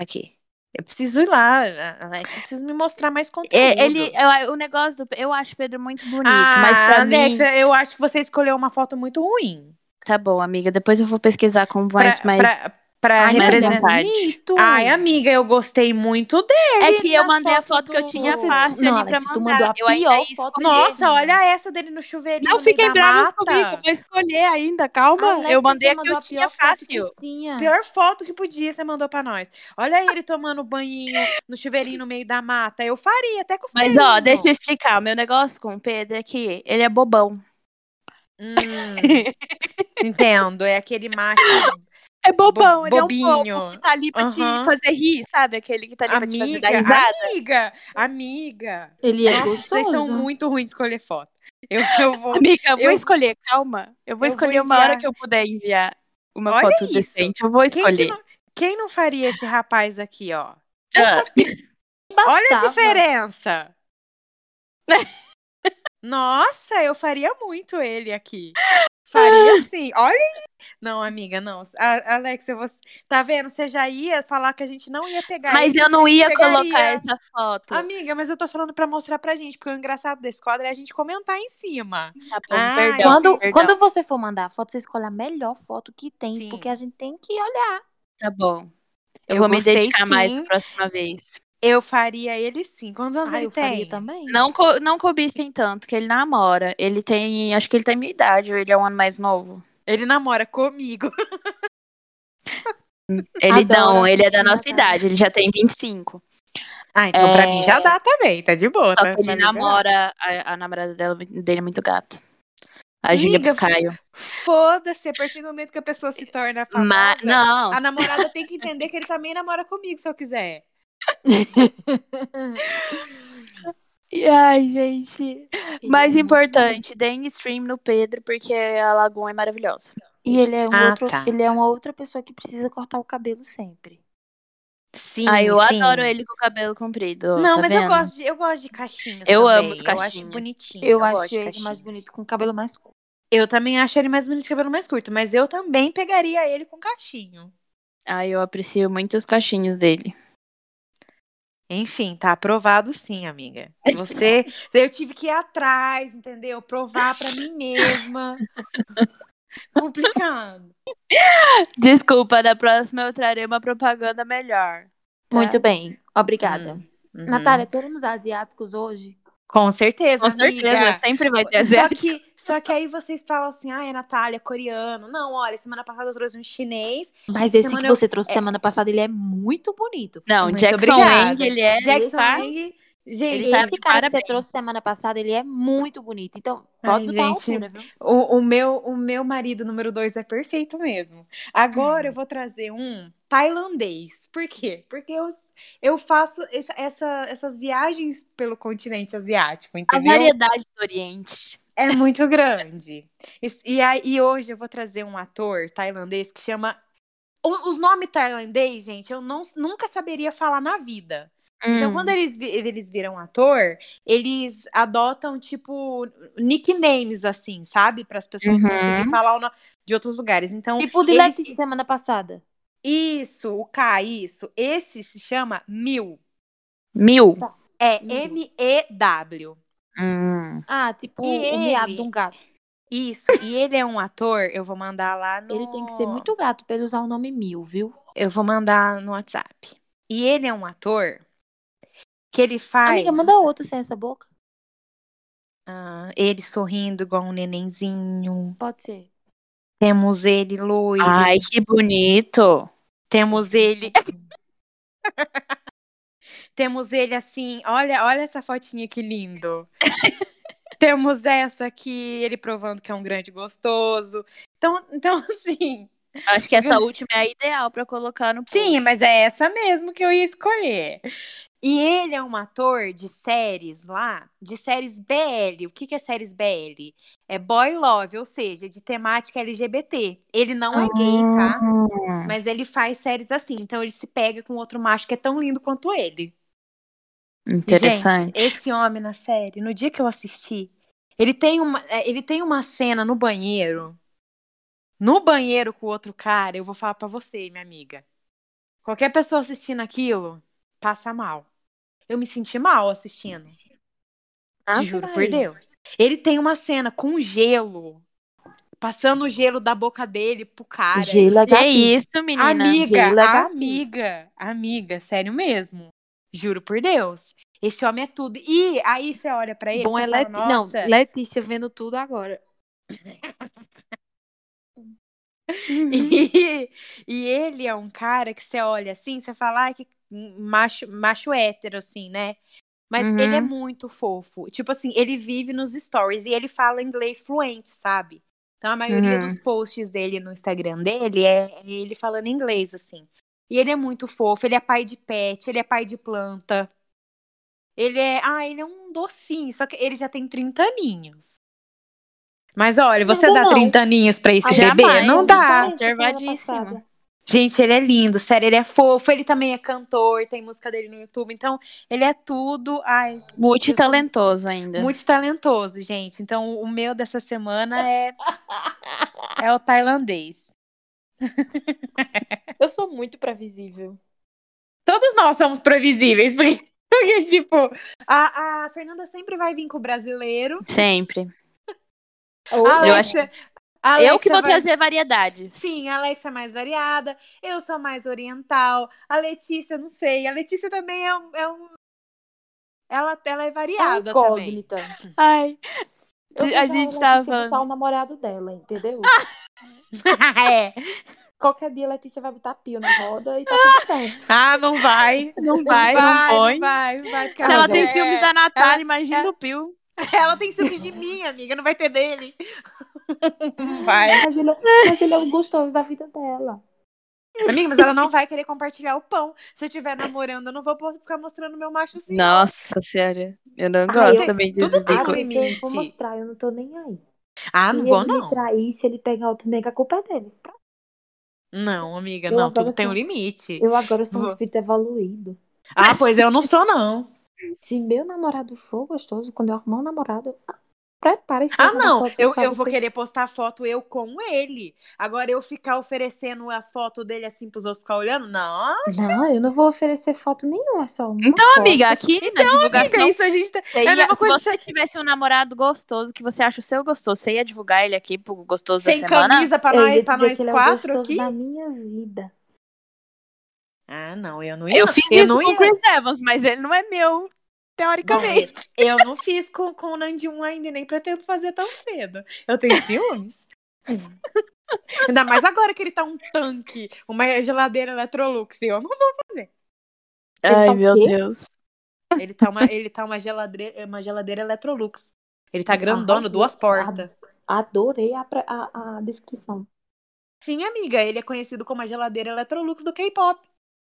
D: Aqui. Eu preciso ir lá, Alex. Eu preciso me mostrar mais conteúdo.
A: É, ele, eu- o negócio do. Eu acho o Pedro muito bonito,
D: Ah,
A: mas pra mim.
D: Alex, eu acho que você escolheu uma foto muito ruim.
A: Tá bom, amiga. Depois eu vou pesquisar como mais.
D: pra,
A: mas
D: pra, pra
A: Ai, mas é
D: representar.
A: vontade.
E: é bonito.
D: Ai, amiga, eu gostei muito
A: é
D: dele.
A: que eu
D: nas
A: mandei a
D: fotos
A: foto que eu
D: do-
A: tinha fácil
E: Não,
A: ali pra
E: Alex,
A: mandar.
E: tu mandou a
A: eu ainda
E: pior
A: ia
E: foto.
A: escolher.
D: Nossa, olha essa dele no chuveirinho.
A: Não
D: no meio
A: fiquem
D: da
A: bravos
D: mata.
A: comigo, vou escolher ainda, calma.
E: Alexa,
A: eu mandei
E: você
A: a que
E: mandou
A: eu
E: a
A: tinha
E: pior foto que
A: fácil.
E: tinha.
D: Pior foto que podia, você mandou pra nós. Olha ele tomando banhinho no chuveirinho no meio da mata. Eu faria, até com os
A: Mas ó, deixa eu explicar. O meu negócio com o Pedro é que ele é bobão.
D: Hum, entendo, é aquele macho
A: É
D: bobão, ele é um
A: bobinho.
D: bobo que
A: tá ali
D: pra te
A: fazer rir, [LAUGHS] sabe? Aquele que tá
D: amiga, amiga, amiga.
E: Ele é
D: Nossa,
E: gostoso.
D: vocês são muito ruins de escolher foto. Eu, eu
A: [LAUGHS]
D: vou.
A: Amiga, eu vou
D: Eu-
A: escolher, calma. Eu vou
D: Eu vou
A: escolher uma hora
D: enviar.
A: que eu puder enviar uma
D: Olha
A: foto
D: isso.
A: decente. Eu vou
D: Quem, que
A: escolher.
D: não, quem não faria esse rapaz aqui, ó?
A: Ah,
D: Olha a
E: Bastava.
D: diferença! [LAUGHS] Nossa, eu faria muito ele aqui.
A: [LAUGHS]
D: Faria sim. Olha aí. Não, amiga, não. A- Alex, eu vou... tá vendo? Você já ia falar que a gente não ia pegar
A: mas
D: ele.
A: eu não ia
D: pegaria.
A: colocar essa foto.
D: Amiga, mas eu tô falando pra mostrar pra gente, porque o engraçado desse quadro é a gente comentar em cima.
A: Tá bom,
D: Ah,
A: perdão.
E: Quando,
A: perdão.
E: quando você for mandar a foto, você escolhe a melhor foto que tem,
D: Sim.
E: porque a gente tem que olhar.
A: Tá bom. Eu,
D: Eu
A: vou me
D: gostei,
A: dedicar mais
D: sim.
A: na próxima vez.
D: Eu faria ele sim. Quantos anos
E: Ah,
D: ele
E: eu
D: tem?
E: faria também.
A: Não, co não cobissem tanto, que ele namora. Ele tem. Acho que ele tem minha idade, ou ele é um ano mais novo.
D: Ele namora comigo. [LAUGHS]
A: Ele
E: Adoro.
A: não, ele é da
E: Ele
A: nossa
E: namora.
A: idade, ele já tem 25.
D: Ah, então pra
A: É.
D: mim já dá também, tá de boa.
A: Só
D: tá?
A: que
D: Pra
A: ele
D: mim já dá.
A: namora, a, a namorada dela- dele é muito gata. A Júlia
D: Amiga,
A: Buscaio.
D: Foda-se, a partir do momento que a pessoa se torna famosa, Ah,
A: Mas, não,
D: a namorada tem que entender que ele também namora comigo, se eu quiser.
A: E, Ai, gente.
E: é
A: Mais importante, deem stream no Pedro, porque a Lagoa é maravilhosa.
E: E ele é, um
D: Ah,
E: outro,
D: tá.
E: ele é uma outra pessoa que precisa cortar o cabelo sempre.
D: Sim,
A: Ai, Ah, eu adoro ele com o cabelo comprido.
D: Não,
A: tá
D: mas eu
A: vendo?
D: gosto, de, eu gosto de caixinhas
A: Eu
D: também,
A: amo os
D: Eu acho
A: caixinhas.
D: bonitinho.
E: Eu,
D: gosto
E: acho
D: de
E: ele
D: caixinha.
E: mais bonito com o cabelo mais curto.
D: Eu também acho ele mais bonito de cabelo mais curto, mas eu também pegaria ele com cachinho.
A: Ai, eu aprecio muito os cachinhos dele. [LAUGHS]
D: Enfim, tá aprovado sim, amiga.
A: É
D: Você, eu tive que ir atrás, entendeu? Provar pra mim
A: [LAUGHS]
D: mesma. Complicado.
A: Desculpa, da próxima eu trarei uma propaganda melhor. tá?
E: Muito bem, obrigada.
D: Uhum.
E: Natália, teremos asiáticos hoje?
D: com certeza,
A: Com
D: amiga.
A: certeza, sempre vai ter
D: Só
A: asiático.
D: que, só que aí vocês falam assim, ah, é Natália, coreano. Não, olha, semana passada eu trouxe um chinês.
E: Mas
D: Essa
E: esse
D: semana
E: que
D: eu-
E: você trouxe semana passada, ele é muito bonito.
A: Não,
D: Muito
A: Jackson
D: obrigada.
A: Wang, ele é.
D: Jackson
A: tá?
D: Wang. Gente,
A: Ele
E: esse
A: tá de
E: cara que
A: parabéns.
E: você trouxe semana passada, ele é muito bonito. Então,
D: Ai,
E: pode botar a
D: gente.
E: altura, viu?
D: o, o meu, o meu marido número dois é perfeito mesmo. Agora eu vou trazer um tailandês. Por quê? Porque eu, eu faço essa- essa- essas viagens pelo continente asiático,
A: A
D: entendeu?
A: variedade do Oriente.
D: É muito grande. E, e, aí- e hoje eu vou trazer um ator tailandês que chama. o- Os nomes tailandês, gente, eu não, nunca saberia falar na vida. Então,
A: Hum.
D: quando eles, vi- eles viram ator, eles adotam, tipo, nicknames, assim, sabe? Para as pessoas
A: Uhum.
D: conseguirem falar o no- de outros lugares. Então,
E: Tipo o de
D: eles-
E: de semana passada.
D: isso, o K, isso. Esse se chama Mil.
A: Mil.
D: É
E: Mil.
D: M-E-W.
A: Hum.
E: Ah, tipo
D: E
E: o
D: ele?
E: miado de um gato.
D: Isso, e ele é um ator, eu vou mandar lá no.
E: Ele tem que ser muito gato pra ele usar o nome mil, viu?
D: Eu vou mandar no WhatsApp. E ele é um ator que ele faz.
E: Amiga, manda outra sem essa boca.
D: ah, ele sorrindo igual um nenenzinho.
E: Pode ser.
D: Temos ele loiro.
A: Ai, que bonito.
D: Temos ele. [LAUGHS] Temos ele assim. Olha, olha essa fotinha que lindo. [LAUGHS] Temos essa aqui, ele provando que é um grande gostoso. Então, então [LAUGHS] assim.
A: Acho que essa última é a ideal pra colocar no post.
D: Sim, mas é essa mesmo que eu ia escolher. E ele é um ator de séries lá, de séries BL. O que, que é séries BL? É boy love, ou seja, de temática LGBT. Ele não é gay,
A: Ah.
D: tá?
A: Hum,
D: Mas ele faz séries assim. Então ele se pega com outro macho que é tão lindo quanto ele.
A: Interessante.
D: Gente, esse homem na série, no dia que eu assisti, ele tem uma, é, ele tem uma cena no banheiro. No banheiro com o outro cara, eu vou falar pra você, minha amiga. Qualquer pessoa assistindo aquilo passa mal. Eu me senti mal assistindo.
E: Ah,
D: te juro por
E: Maria.
D: Deus. Ele tem uma cena com gelo. Passando o gelo da boca dele pro cara.
E: Gelo é
A: Que é
E: gatilho.
A: isso, menina?
D: Amiga,
E: gelo é gatilho.
D: amiga, amiga, sério mesmo. Juro por Deus. Esse homem é tudo. E aí você olha pra ele,
E: Bom,
D: você
E: é
D: fala,
E: Leti-
D: nossa,
E: Não, Letícia vendo tudo agora.
A: Uhum.
D: E, [LAUGHS] e ele é um cara que você olha assim, você fala "Ai, que macho, macho hétero, assim, né? Mas
A: Uhum.
D: ele é muito fofo. Tipo assim, ele vive nos stories e ele fala inglês fluente, sabe? Então a maioria
A: Uhum.
D: dos posts dele no Instagram dele é ele falando inglês, assim. E ele é muito fofo, ele é pai de pet, ele é pai de planta. Ele é. Ah, ele é um docinho, só que ele já tem 30 aninhos. Mas olha, você dá
A: não. então.
D: 30 aninhos pra esse
A: Jamais,
D: bebê? Não dá.
A: jamais.
D: Gente, ele é lindo, sério, ele é fofo, ele também é cantor, tem música dele no YouTube, então ele é tudo, ai,
A: [LAUGHS] Multitalentoso ainda.
D: muito talentoso, gente. Então o meu dessa semana é é o tailandês.
E: Eu sou muito previsível.
D: Todos nós somos previsíveis, porque, [LAUGHS] porque, tipo, a, a Fernanda sempre vai vir com o brasileiro.
A: Sempre.
D: A
A: Eu
D: Alexa, a
A: eu que
D: Alexa
A: vou
D: vai-
A: trazer variedades.
D: Sim, a Alexa é mais variada, eu sou mais oriental, a Letícia, não sei, a Letícia também é um. é um- Ela, ela é variada também.
E: incógnita.
A: Ai.
E: Eu
A: a
E: vou
A: gente
E: falar
A: tava
E: Letícia botar
A: falando.
E: o namorado
D: [LAUGHS]
E: dela, entendeu?
D: é.
E: Qualquer dia a Letícia vai botar pio na roda e tá
D: [LAUGHS]
E: tudo certo.
D: Ah, não vai.
A: Não vai,
D: vai,
A: não põe.
D: vai, vai. porque
A: Ela
D: já
A: tem
D: é-
A: ciúmes
D: [LAUGHS]
A: da Natália, imagina do Pio.
D: Ela tem ciúmes de mim, amiga. Não vai ter [LAUGHS] dele. Não vai.
E: Mas ele,
D: [LAUGHS]
E: mas ele é o gostoso da vida dela.
D: Amiga, mas ela não vai querer compartilhar o pão. Se eu estiver namorando, eu não vou ficar mostrando meu macho assim. não.
A: Nossa, sério. Eu não
E: gosto
D: eu-
A: também
D: disso, Ah, tudo tem
E: Ah,
D: co-
E: mas eu vou
D: limite.
E: mostrar, eu não tô nem aí.
D: Ah,
E: se
D: não vou,
E: ele me
D: não.
E: trair, se ele pegar outro nega, a culpa é dele. Pronto.
D: Não, amiga,
E: Eu
D: não.
E: adoro
D: Tudo tem um
E: assim.
D: limite.
E: Eu agora sou um
D: Vou.
E: espírito evoluído.
D: Ah, pois eu não sou, não.
E: Se meu namorado for gostoso, quando eu arrumar um namorado, ah, prepare-se. pra
D: Ah,
E: essa
D: não.
E: pessoa que
D: Eu,
E: fala
D: eu vou
E: assim,
D: querer postar foto eu com ele. Agora, eu ficar oferecendo as fotos dele assim pros outros ficar olhando? Não.
E: Não, eu não vou oferecer foto nenhuma, é só uma
A: Então,
E: foto.
A: amiga, aqui na divulgação.
D: Amiga, isso a gente tá...
A: você
D: é a
A: ia-
D: mesma
A: se
D: coisa-
A: você tivesse um namorado gostoso que você acha o seu gostoso, você ia divulgar ele aqui pro gostoso
D: Sem
A: da semana?
D: camisa pra
E: Eu ia
D: nós, pra
E: dizer
D: nós
E: que ele é o
D: quatro
E: gostoso
D: aqui?
E: da minha vida.
D: Ah, não, eu não ia.
A: Eu fiz
D: eu
A: isso
D: não
A: com o
D: ia.
A: Chris Evans, mas ele não é meu, teoricamente.
D: Eu não fiz com, com o Nandinho ainda, e nem pretendo fazer tão cedo. Eu tenho ciúmes.
E: É.
D: ainda mais agora que ele tá um tanque, uma geladeira Electrolux. Eu não vou.
E: Ele tá o quê?
A: Deus.
D: Ele tá uma, ele tá uma, geladeira, uma geladeira Electrolux. Ele tá grandona,
E: Arrasou.
D: duas portas.
E: Adorei a, pre- a, a descrição.
D: Sim, amiga, ele é conhecido como a geladeira Electrolux do K-pop.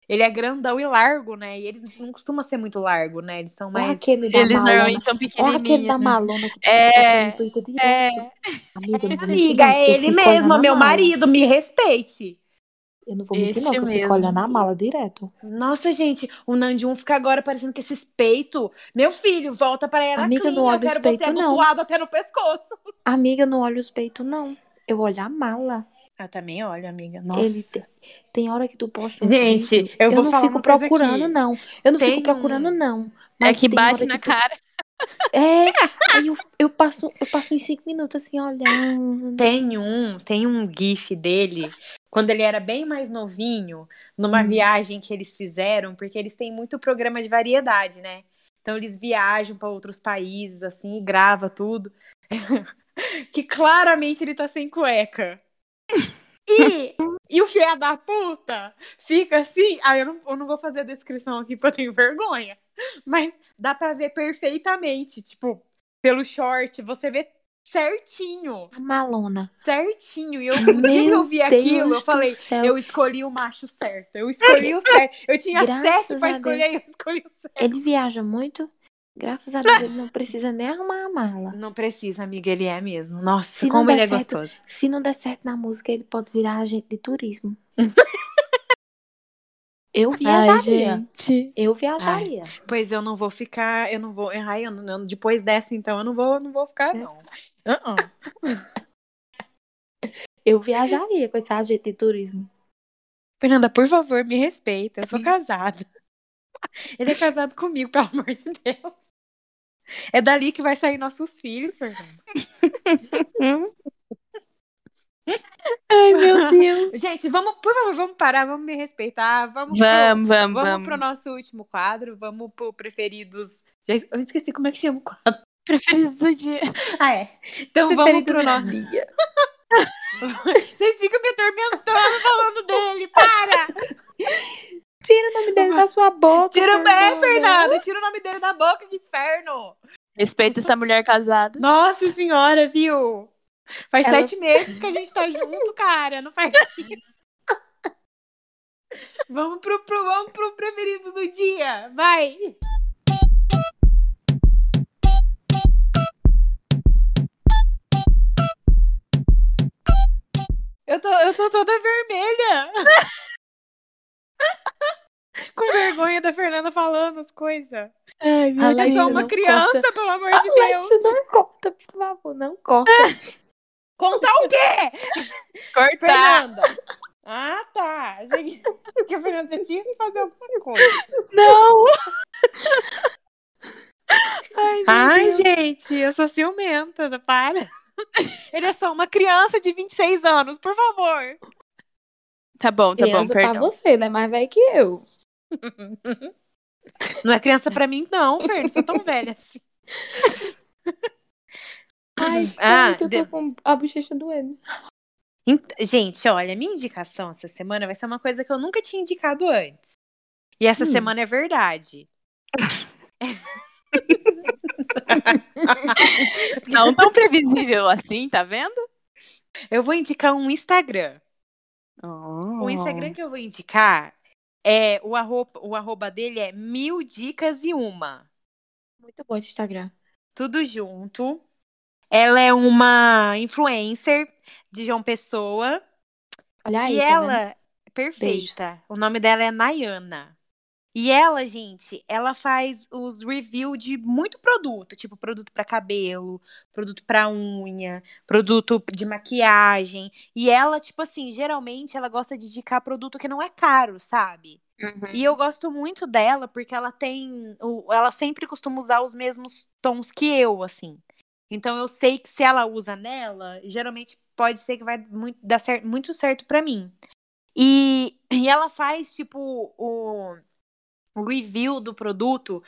D: Ele é grandão e largo, né? E eles não costumam ser muito largo, né? Eles são
E: É
D: mais.
E: aquele da
A: Eles
E: malona.
A: normalmente são
E: É aquele da
A: pequenininhos.
E: malona que
A: É,
E: tá no Twitter direto.
A: é.
E: Amiga, eu não vou mentir,
D: Amiga,
E: não,
D: é
E: eu
D: ele
E: fico olhando
D: mesmo,
E: a
D: meu
E: mala.
D: marido, me respeite.
E: Eu não vou mentir, não,
A: Este
E: que eu fico
A: mesmo.
E: olhando a mala direto.
D: Nossa, gente, o Nandium fica agora parecendo que esses peitos. Meu filho, volta para ela
E: Amiga, não
D: eu
E: olha os
D: quero você
E: peitos, não.
D: abotoado até no pescoço.
E: Amiga, eu não olho os peitos, não. Eu olho a mala.
D: Eu também olho, amiga.
E: Ele tem, tem hora que tu posta um
D: Gente,
E: vídeo,
D: eu vou
E: não
D: falar
E: fico
D: uma coisa
E: procurando,
D: aqui.
E: não. Eu não
D: Tem um-
E: fico procurando, não.
A: É
E: Mas
A: que
E: tem hora
A: bate na
E: tu-
A: cara.
E: É, aí eu, eu passo, eu passo uns cinco minutos assim, olhando.
D: Tem um, tem um gif dele quando ele era bem mais novinho, numa viagem que eles fizeram, porque eles têm muito programa de variedade, né? Então eles viajam para outros países assim, e grava tudo. [LAUGHS] que claramente ele tá sem cueca. E, e o fiel da puta fica assim. Ah, eu não, eu não vou fazer a descrição aqui porque eu tenho vergonha. Mas dá pra ver perfeitamente. Tipo, pelo short, você vê certinho.
E: A malona.
D: Certinho. E eu, o dia que eu vi
E: Deus
D: É aquilo, eu
E: do
D: falei.
E: céu.
D: Eu escolhi o macho certo. Eu escolhi o certo. Eu tinha
E: [LAUGHS] Graças
D: sete pra
E: a
D: escolher,
E: Deus.
D: eu escolhi o certo.
E: Ele viaja muito. Graças a Deus, ele não precisa nem arrumar a mala.
D: Não precisa, amiga, ele é mesmo. Nossa,
E: Se não
D: como
E: der
D: ele é
E: certo-
D: gostoso.
E: Se não der certo na música, ele pode virar agente de
D: [LAUGHS]
E: turismo. eu viajaria.
A: gente.
E: eu viajaria.
D: Pois eu não vou ficar, eu não vou. Ai, eu não- eu- depois dessa, então, eu não vou, não vou
E: É.
D: ficar, não. Ah, ah.
E: Eu viajaria com esse agente de turismo.
D: Fernanda, por favor, me respeita. Eu sou casada. Ele é casado comigo, pelo amor de Deus. É dali que vai sair nossos filhos, Fernando.
A: Ai, meu
E: [LAUGHS]
A: Deus.
D: Gente, vamos, por favor, vamos parar, vamos me respeitar, vamos pro-
A: Vamos, vamos,
D: Vamos,
A: vamos.
D: pro nosso último quadro, vamos pro preferidos. Já es- eu esqueci como é que chama o quadro.
A: Preferido do dia.
D: Ah, é. Então
E: Preferido
D: vamos pro
E: da
D: nosso. Vocês ficam me atormentando falando dele. Para!
E: Tira o nome dele da sua
D: [LAUGHS]
E: boca.
D: Tira o pé,
E: Fernanda.
D: Fernanda! Tira o nome dele da boca, que inferno!
A: Respeita essa mulher casada.
D: Nossa senhora, viu? Faz
E: Ela-
D: sete meses que a gente tá junto, cara. Não faz isso. vamos, pro, pro- vamos pro preferido do dia. Vai! Eu tô, eu tô toda vermelha. Com vergonha da Fernanda falando as coisas.
A: Ai, meu
E: Alex,
D: Eu sou
E: não
D: uma
E: corta.
D: criança, pelo amor de Deus.
E: Alex, não corta, por favor, não corta.
D: Contar o quê? Tá.
A: Cortar.
D: Fernanda. Ah, tá. Achei que- que a Fernanda você tinha que fazer alguma coisa.
A: Não.
D: Ai, gente, eu sou ciumenta, tá? para. Ele é só uma criança de 26 anos, por favor.
A: Tá bom, tá bom,
E: Criança pra
A: perdão.
E: você, né? Mais velho que eu.
D: Não é criança pra mim, não, Fer, não sou tão velha assim.
E: Ai,
D: Ah,
E: ah, que eu
D: de-
E: tô com a bochecha doendo.
D: Ent- Gente, olha, minha indicação essa semana vai ser uma coisa que eu nunca tinha indicado antes. E essa semana é verdade.
A: Não tão previsível assim, tá vendo?
D: Eu vou indicar um Instagram. O Instagram que eu vou indicar é o arroba, o arroba dele é mil dicas e uma.
E: Muito bom esse Instagram.
D: Tudo junto. Ela é uma influencer de João Pessoa.
E: Olha aí.
D: e
E: tá
D: ela,
E: vendo?
D: perfeita. O nome dela é Nayana. E ela, gente, ela faz os review de muito produto, tipo produto pra cabelo, produto pra unha, produto de maquiagem. E ela, tipo assim, geralmente ela gosta de indicar produto que não é caro, sabe? E eu gosto muito dela porque ela tem, o- ela sempre costuma usar os mesmos tons que eu, assim. Então eu sei que se ela usa nela, geralmente pode ser que vai muito, dar cer- muito certo pra mim. E, e ela faz, tipo, o, o review do produto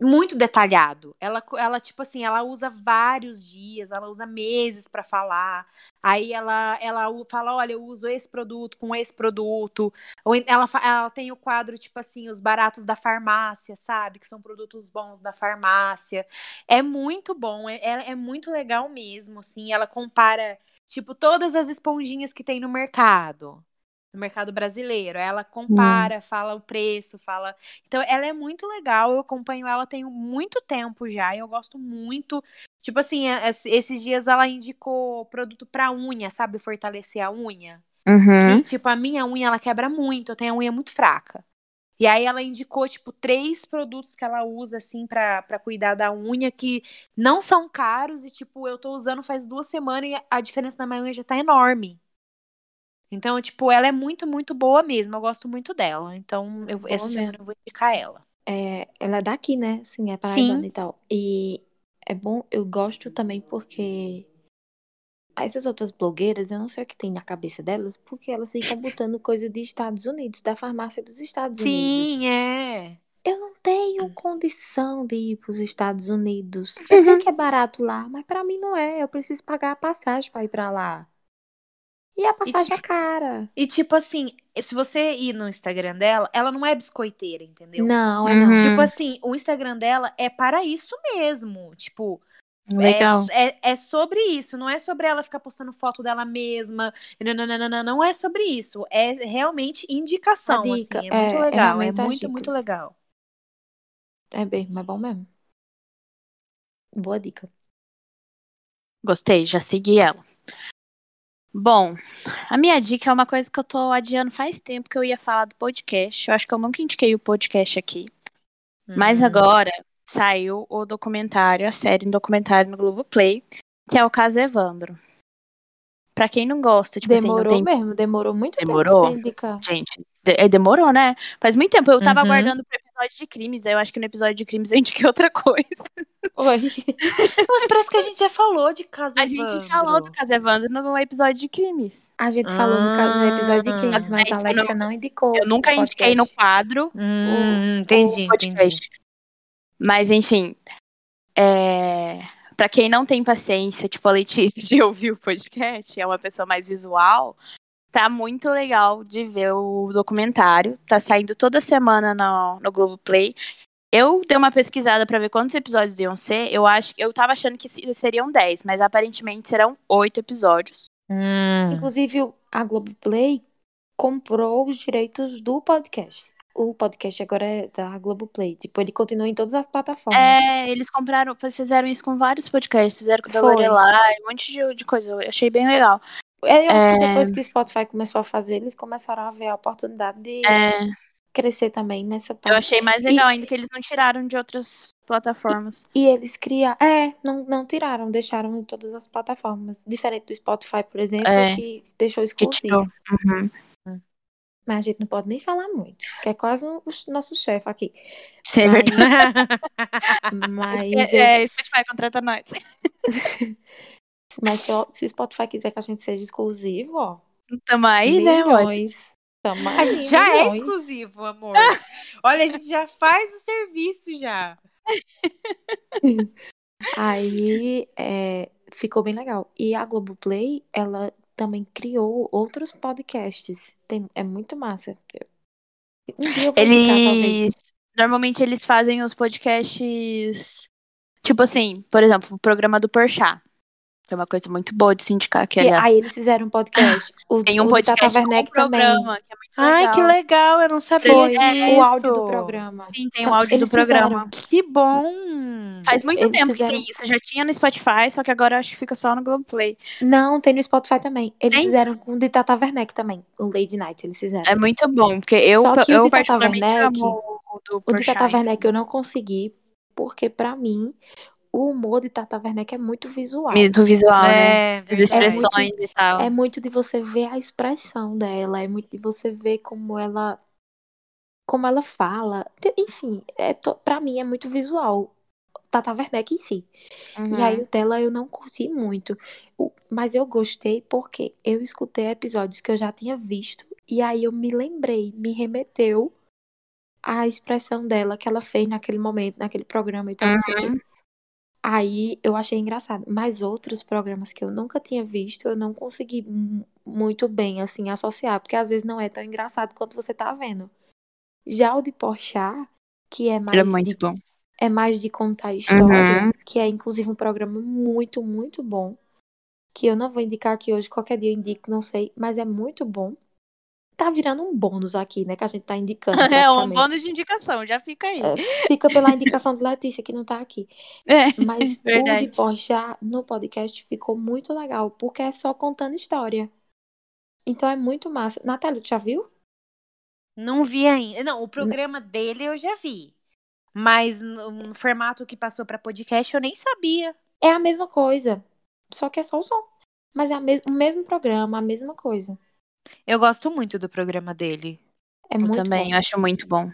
D: muito detalhado. Ela, co- ela, tipo assim, ela usa vários dias, ela usa meses pra falar. Aí ela, ela u- fala, olha, eu uso esse produto com esse produto. Ou en- ela, fa- ela tem o quadro, tipo assim, os baratos da farmácia, sabe? Que são produtos bons da farmácia. É muito bom, é, é é muito legal mesmo, assim. Ela compara, tipo, todas as esponjinhas que tem no mercado no mercado brasileiro. Ela compara, fala o preço, fala. Então, ela é muito legal. Eu acompanho ela tem muito tempo já e eu gosto muito. Tipo assim, é- es- esses dias ela indicou produto pra unha, sabe? Fortalecer a unha.
E: Uhum.
D: Que, tipo, a minha unha ela quebra muito, eu tenho a unha muito fraca. E aí ela indicou, tipo, três produtos que ela usa, assim, pra, pra cuidar da unha, que não são caros, e, tipo, eu tô usando faz duas semanas e a diferença na minha unha já tá enorme. Então, tipo, ela é muito, muito boa mesmo. Eu gosto muito dela. Então, eu, essa
E: Boa
D: semana eu vou indicar ela.
E: É, ela é daqui, né? Sim, é
D: Sim.
E: paraibana e tal. E é bom, eu gosto também porque essas outras blogueiras, eu não sei o que tem na cabeça delas, porque elas ficam botando coisa de Estados Unidos, da farmácia dos Estados Unidos.
D: Sim, é.
E: Eu não tenho condição de ir para os Estados Unidos. Eu sei que é barato lá, mas para mim não é. Eu preciso pagar a passagem para ir para lá. E a passagem é cara.
D: E, tipo, assim, se você ir no Instagram dela, ela não é biscoiteira, entendeu?
E: Não, é não.
A: Uhum.
D: Tipo assim, o Instagram dela é para isso mesmo. Tipo, é-
A: Legal.
D: É, é sobre isso, não é sobre ela ficar postando foto dela mesma. Nananana, não é sobre isso. É realmente indicação.
E: Uma dica,
D: assim, é, muito
E: é, é
D: legal. É,
E: realmente as
D: muito, muito
E: dicas.
D: legal.
E: É bem, mas é bom mesmo. Boa dica.
A: Gostei, já segui ela. Bom, a minha dica é uma coisa que eu tô adiando faz tempo que eu ia falar do podcast. Eu acho que eu nunca indiquei o podcast aqui. Mas
D: Hum.
A: agora saiu o documentário, a série, um documentário no Globoplay, que é o caso Evandro. Pra quem não gosta, tipo assim, não
E: demorou
A: tem
E: mesmo, demorou muito tempo
A: Demorou?
E: pra você indicar.
A: Gente, de- é, demorou, né? Faz muito tempo. Eu tava
D: Uhum.
A: aguardando pro episódio de crimes, aí eu acho que no episódio de crimes eu indiquei outra coisa.
D: Mas parece que a gente já falou de caso
A: A gente falou do caso Evandro no episódio de crimes.
E: [LAUGHS] A gente falou no, ca- no episódio de crimes, mas
A: Ah,
E: a Alexa não, indicou.
A: Eu nunca
E: no
A: indiquei no
E: podcast.
A: quadro
D: Hum, entendi,
A: o
D: entendi.
A: podcast. Mas, enfim. É... Pra quem não tem paciência, tipo a Letícia, [LAUGHS] de ouvir o podcast, é uma pessoa mais visual, tá muito legal de ver o documentário. Tá saindo toda semana no, no Globoplay. Eu dei uma pesquisada pra ver quantos episódios iam ser. Eu acho eu tava achando que se- seriam 10, mas aparentemente serão 8 episódios.
D: [LAUGHS] Hum.
E: Inclusive, o- a Globoplay comprou os direitos do podcast. O podcast agora é da Globoplay. Tipo, ele continua em todas as plataformas.
A: É, eles compraram, fizeram isso com vários podcasts, fizeram com o da
E: Foi.
A: Lorelai, um monte de, de coisa. Eu achei bem legal.
E: Eu acho
A: É.
E: que depois que o Spotify começou a fazer, eles começaram a ver a oportunidade de
A: É,
E: crescer também nessa parte.
A: eu achei mais legal ainda que eles não tiraram de outras plataformas.
E: E eles criaram. É, não, não tiraram, deixaram em todas as plataformas. Diferente do Spotify, por exemplo,
A: É.
E: que deixou
A: Que
E: exclusivo.
A: tirou. Uhum.
E: Mas a gente não pode nem falar muito, que é quase o nosso chefe aqui.
A: Isso é
E: Mas-
A: verdade.
E: Mas,
A: [LAUGHS]
E: eu-
A: É, é, Spotify contrata nós. [LAUGHS]
E: mas se, o- se o Spotify quiser que a gente seja exclusivo, ó.
A: Tamo aí, né, Mori?
E: milhões. Tamo
D: A
E: aí,
D: gente já é
E: milhões.
D: exclusivo, amor. Olha, a gente já faz o serviço já.
E: Aí é, ficou bem legal. E a Globoplay, ela também criou outros podcasts. Tem- é muito massa. Eu- Um dia eu vou indicar, talvez.
A: Eles. Normalmente eles fazem os podcasts. Tipo assim, por exemplo, o programa do Porchat. Que é uma coisa muito boa de se indicar, que
E: E
A: aliás.
E: aí eles fizeram um
A: [LAUGHS]
E: podcast. O,
A: Tem um
E: o do Tata
A: podcast com um
E: Werneck também.
A: programa, que é muito legal.
D: legal, eu não
A: sabia
E: Foi o áudio do programa.
A: Sim, assim, tem o
E: Então,
A: áudio do
E: eles
A: programa.
E: fizeram.
D: Que bom.
A: Faz muito
E: Eles
A: tempo
E: fizeram-
A: que tem isso. Já tinha no Spotify, só que agora acho que fica só no Globoplay.
E: Não, tem no Spotify também. Eles
A: Tem?
E: fizeram com o de Tata Werneck também. O Lady Night, eles fizeram.
A: É muito bom, porque eu,
E: Só que o
A: eu
E: de Tata
A: particularmente
E: Werneck-
A: amo o do
E: O de Tata
A: Porchat,
E: Werneck eu não consegui, porque pra mim, o humor de Tata Werneck é muito visual.
A: então. Do visual, né?
D: É,
A: As
D: verdade.
A: expressões e tal.
E: É muito de você ver a expressão dela, é muito de você ver como ela como ela fala. Te- Enfim, é to- pra mim é muito visual. Tata Werneck em si.
A: Uhum.
E: E aí o dela eu não curti muito. O- Mas eu gostei porque eu escutei episódios que eu já tinha visto. E aí eu me lembrei, me remeteu à expressão dela que ela fez naquele momento, naquele programa e tal. não sei o quê.
A: Uhum.
E: Aí eu achei engraçado. Mas outros programas que eu nunca tinha visto, eu não consegui mu- muito bem, assim, associar. Porque às vezes não é tão engraçado quanto você tá vendo. Já o de Porchat, que é mais
A: Ele é
E: de [LAUGHS]
A: muito bom.
E: é mais de contar
A: Uhum.
E: história, que é inclusive um programa muito, muito bom. Que eu não vou indicar aqui hoje, qualquer dia eu indico, não sei, mas é muito bom. Tá virando um bônus aqui, né? Que a gente tá indicando.
A: [LAUGHS] É um
E: praticamente.
A: bônus de indicação, já fica aí.
E: É, Fica pela indicação de Letícia, que não
A: [LAUGHS]
E: tá aqui.
A: É,
E: Mas o
A: verdade.
E: de Porchat no podcast ficou muito legal, porque é só contando história. Então é muito massa. Natália, tu já viu?
D: Não vi ainda.
A: Hum.
D: Não, o programa dele eu já vi. Mas no, no formato que passou pra podcast eu nem sabia.
E: É a mesma coisa, só que é só o som. Mas é a mes- o mesmo programa, a mesma coisa.
D: Eu gosto muito do programa dele.
E: É
A: Eu
E: muito
A: também,
E: bom.
A: eu acho muito bom.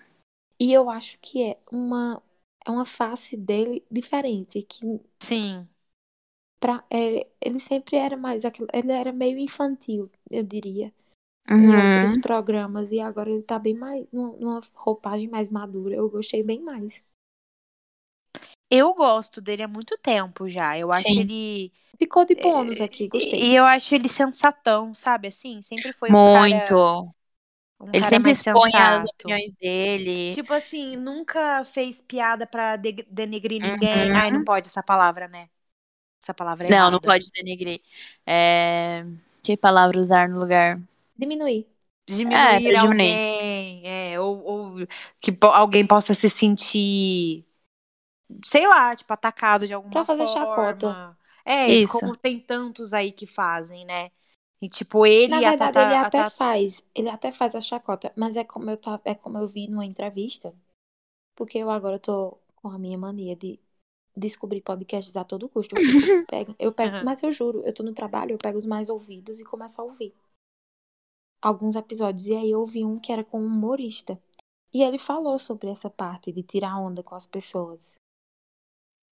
E: E eu acho que é uma, é uma face dele diferente, que
D: Sim.
E: pra, é, ele sempre era mais aquele, ele era meio infantil, eu diria, em
A: Uhum.
E: outros programas, e agora ele tá bem mais, numa, numa roupagem mais madura, eu gostei bem mais.
D: Eu gosto dele há muito tempo já. Eu acho
A: Sim.
D: ele.
E: Ficou de bônus aqui,
D: É, E
E: gostei.
D: e eu acho ele sensatão, sabe? Assim, sempre foi um
A: Muito.
D: cara- um
A: Ele
D: cara
A: sempre
D: mais
A: expõe as
D: sensato.
A: opiniões dele.
D: Tipo assim, nunca fez piada pra de- denegrir
A: Uhum.
D: ninguém. Ai, não pode essa palavra, né? Essa palavra é
A: não, não
D: errada.
A: pode denegrir. É, Que palavra usar no lugar?
E: Diminui.
A: É,
D: Diminuir
A: pra diminuir.
D: alguém. É, ou, ou que po- alguém possa se sentir, sei lá, tipo, atacado de alguma
E: Pra fazer
D: forma.
E: chacota.
D: É,
A: Isso.
D: como tem tantos aí que fazem, né? E tipo, ele
E: Na
D: e a
E: verdade,
D: Tata...
E: ele
D: a
E: até
D: Tata-
E: faz, ele até faz a chacota, mas é como eu tava, é como eu vi numa entrevista, porque eu agora tô com a minha mania de descobrir podcasts a todo custo. Eu, fico- pego, eu
D: [LAUGHS]
E: pego,
D: Aham.
E: mas eu juro, eu tô no trabalho, eu pego os mais ouvidos e começo a ouvir alguns episódios. E aí eu ouvi um que era com um humorista. E ele falou sobre essa parte de tirar onda com as pessoas.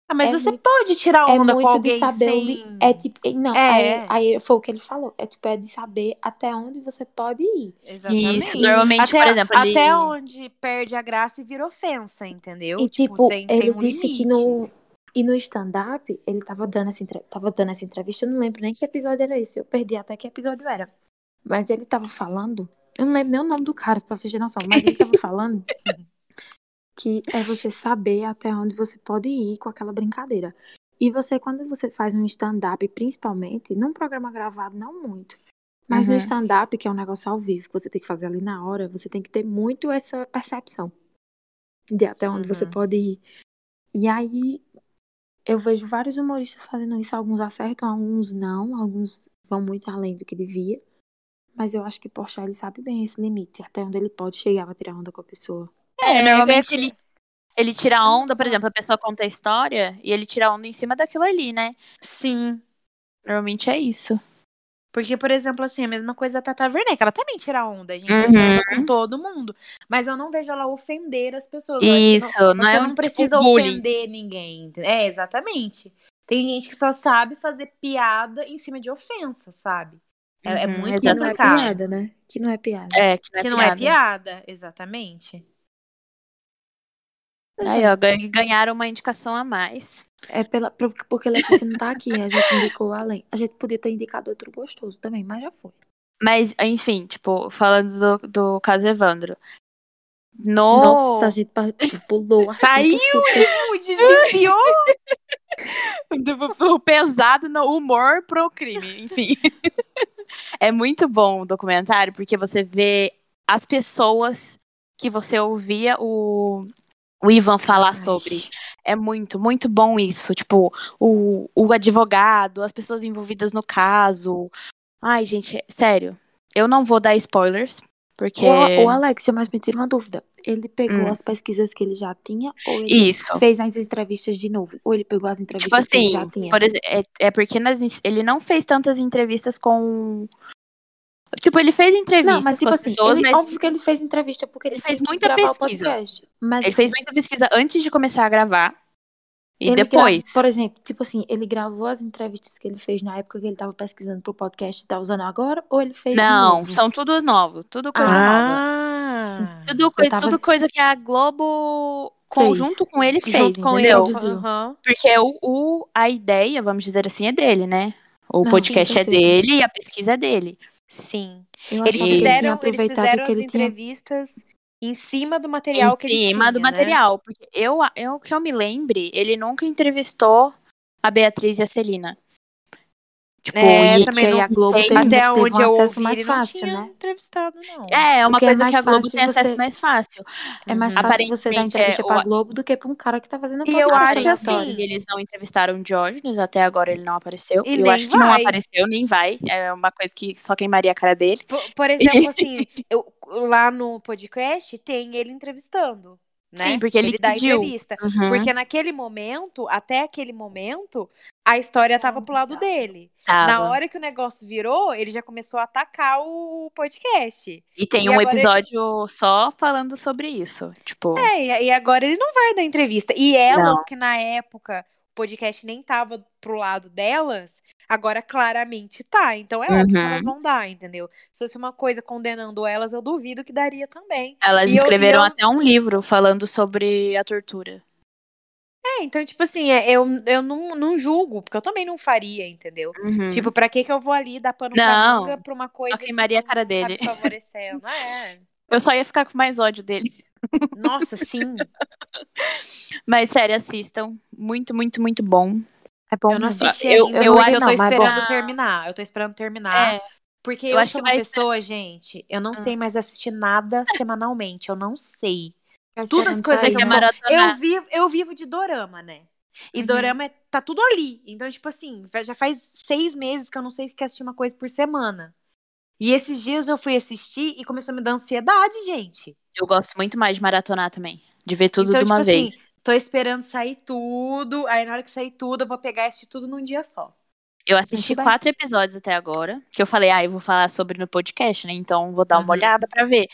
D: Ah, mas
E: É
D: você
E: muito-
D: pode tirar
E: é
D: onda com
E: muito de
D: alguém
E: saber
D: sem...
E: onde. É tipo. Não,
D: É.
E: Aí, aí foi o que ele falou. É tipo, é de saber até onde você pode ir.
D: Exatamente.
A: Isso, normalmente,
D: até,
A: por exemplo, ele-
D: até onde perde a graça e vira ofensa, entendeu?
E: E tipo,
D: tem- tem
E: ele
D: um
E: disse que
D: limite.
E: no e no stand-up ele tava dando essa entre- tava dando essa entrevista, eu não lembro nem que episódio era esse, eu perdi até que episódio era. Mas ele tava falando, eu não lembro nem o nome do cara pra vocês terem noção, mas ele tava
D: [LAUGHS]
E: falando que é você saber até onde você pode ir com aquela brincadeira. E você quando você faz um stand-up, principalmente num programa gravado, não muito. Mas no
D: Uhum.
E: stand-up, que é um negócio ao vivo, que você tem que fazer ali na hora, você tem que ter muito essa percepção de até onde você
D: Uhum.
E: pode ir. E aí eu vejo vários humoristas fazendo isso, alguns acertam, alguns não, alguns vão muito além do que devia. Mas eu acho que Porchat ele sabe bem esse limite, até onde ele pode chegar pra tirar onda com a pessoa.
A: É,
D: É,
A: normalmente
D: deve-
A: ele, ele tira onda, por exemplo, a pessoa conta a história e ele tira onda em cima daquilo ali, né?
D: Sim.
A: Normalmente é isso.
D: Porque, por exemplo, assim, a mesma coisa da Tata Werneck. Ela também tira onda, gente. Ela
A: Uhum.
D: tira onda com todo mundo. Mas eu não vejo ela ofender as pessoas. Eu acho que
A: Isso, não,
D: você
A: é
D: não
A: um
D: precisa
A: tipo bullying.
D: ofender ninguém. ente- É, exatamente. Tem gente que só sabe fazer piada em cima de ofensa, sabe? É, é
A: Uhum,
D: muito
A: Que não é
D: complicado.
E: né? Que não é piada.
A: É, que não é
D: que não
A: piada.
D: é piada, exatamente.
A: Aí, ó, gan- ganharam uma indicação a mais.
E: É pela, por- porque Letícia não tá aqui, a gente indicou além. A gente podia ter indicado outro gostoso também, mas já foi.
A: Mas, enfim, tipo, falando do, do caso Evandro. No...
E: Nossa, a gente pa- pulou. assunto
D: Oh! Saiu
E: super.
D: Pude, desviou.
A: Tipo, o pesado no humor pro crime, enfim. [LAUGHS] é muito bom o documentário porque você vê as pessoas que você ouvia o, o Ivan falar sobre. É muito, muito bom isso. Tipo, o, o advogado, as pessoas envolvidas no caso. Ai, gente, é- sério. Eu não vou dar spoilers, porque.
E: O, o Alexia, mas me tira uma dúvida. Ele pegou
A: Hum.
E: as pesquisas que ele já tinha ou ele
A: Isso.
E: fez as entrevistas de novo? Ou ele pegou as entrevistas
A: Então. Tipo
E: que ele
A: assim,
E: já tinha?
A: por exe- é, é porque nas ins- ele não fez tantas entrevistas com. Tipo, ele fez entrevistas
E: Não, mas
A: com
E: tipo
A: as
E: assim,
A: pessoas,
E: ele,
A: mas
E: óbvio que ele fez entrevista porque ele,
A: Ele fez
E: tinha que
A: muita
E: gravar o
A: pesquisa.
E: podcast. Mas
A: ele fez muita pesquisa antes de começar a gravar. E
E: ele
A: depois.
E: grava- por exemplo, tipo assim, ele gravou as entrevistas que ele fez na época que ele tava pesquisando pro podcast e tá usando agora? Ou ele fez de
A: Não,
E: novo?
A: são tudo novo. Tudo coisa nova.
D: Ah.
A: Tudo, coi-
E: eu tava-
A: tudo coisa que a Globo, conjunto com ele, fez.
D: Junto com ele.
A: entendeu?
E: Produziu.
D: aham.
A: Porque o, o- a ideia, vamos dizer assim, é dele, né? O
E: Não,
A: podcast
E: Ah, sim,
A: é
E: certeza.
A: dele e a pesquisa é dele.
D: Sim.
E: Eu
D: Eles
E: achava que ele tinha
D: fizeram, eles
E: aproveitado
D: fizeram
E: que
D: as
E: ele tinha
D: entrevistas em cima do material
A: em
D: que ele tinha.
A: cima do
D: né?
A: material. Porque eu, eu que eu me lembre, ele nunca entrevistou a Beatriz e a Celina. Tipo,
D: É,
A: e-
D: também
E: que aí
D: não,
E: a Globo
A: tem-
E: tem-
D: até
E: teve um
D: onde eu
E: acesso
D: ouvi,
E: mais
D: ele
E: fácil,
D: não tinha
E: né?
D: entrevistado, não.
A: é, é uma
E: porque é
A: coisa
E: mais
A: que a Globo
E: fácil
A: tem acesso
E: você-
A: mais fácil.
E: É mais
A: Uhum.
E: fácil você dar
A: Aparentemente,
E: entrevista
A: é,
E: pra
A: o-
E: Globo do que pra um cara que tá fazendo
D: E
E: podcast.
D: eu acho
E: aleatório.
D: assim-
A: E eles não entrevistaram o Diógenes, até agora ele não apareceu.
D: E
A: E eu
D: nem
A: acho que não
D: vai.
A: apareceu, nem vai. É uma coisa que só queimaria a cara dele.
D: Por, por
E: [LAUGHS]
D: exemplo, assim, eu- lá no podcast tem ele entrevistando. Né?
A: Sim, porque ele
D: dá
A: pediu.
D: entrevista.
A: Uhum.
E: Uhum.
D: Porque naquele momento, até aquele momento, a história tava pro lado dele.
A: Tava.
D: Na hora que o negócio virou, ele já começou a atacar o podcast.
A: E tem
D: E
A: um
D: agora ele-
A: episódio só falando sobre isso. Tipo,
D: É, e- e agora ele não vai dar entrevista. E elas,
A: Não.
D: que na época o podcast nem tava pro lado delas, agora claramente tá. Então é óbvio que
A: Uhum.
D: elas vão dar, entendeu? Se fosse uma coisa condenando elas, eu duvido que daria também.
A: elas
D: e eu- e
A: escreveram
D: eu-
A: até um livro falando sobre a tortura.
D: É, então, tipo assim, é, eu, eu não, não julgo, porque eu também não faria, entendeu?
A: Uhum.
D: Tipo, pra que que eu vou ali dar pano pra
A: Hum. Não.
D: manga pra uma coisa
A: queimaria a
D: que não,
A: cara
D: não tá
A: dele.
D: me favorecendo?
A: [LAUGHS]
D: É.
A: Eu só ia ficar com mais ódio deles.
D: Nossa, sim.
A: Mas sério, assistam. Muito, muito, muito bom.
E: É bom
D: Eu não
E: mesmo.
D: assisti
A: Eu-
D: ainda,
A: eu
D: mas
A: acho-
D: eu tô
E: não, mas é bom.
D: esperando terminar. Eu tô esperando terminar.
A: É,
D: Porque
A: Eu
D: Ah, eu,
A: acho
D: sou
A: que
D: uma
A: vai- Hum.
D: pessoa, gente, eu não sei mais assistir nada semanalmente, eu não sei.
E: Tudo
D: Todas
E: as
A: você
D: as coisas
E: coisas
D: Saiu,
A: quer
D: né?
A: maratonar.
D: Eu vivo, eu vivo de dorama, né? E
A: Então Uhum.
D: dorama é- tá tudo ali. Então, tipo assim, fa- já faz seis meses que eu não sei o que é assistir uma coisa por semana. E esses dias eu fui assistir e começou a me dar ansiedade, gente.
A: Eu, gosto muito mais de maratonar também. De ver tudo
D: Então,
A: de uma
D: tipo assim,
A: vez.
D: Tô esperando sair tudo. Aí na hora que sair tudo, eu vou pegar e assistir tudo num dia só.
A: Eu assisti
E: Muito bem.
A: quatro episódios até agora, que eu falei, ah, eu vou falar sobre no podcast, né? Então vou dar uma
D: Uhum.
A: olhada pra ver.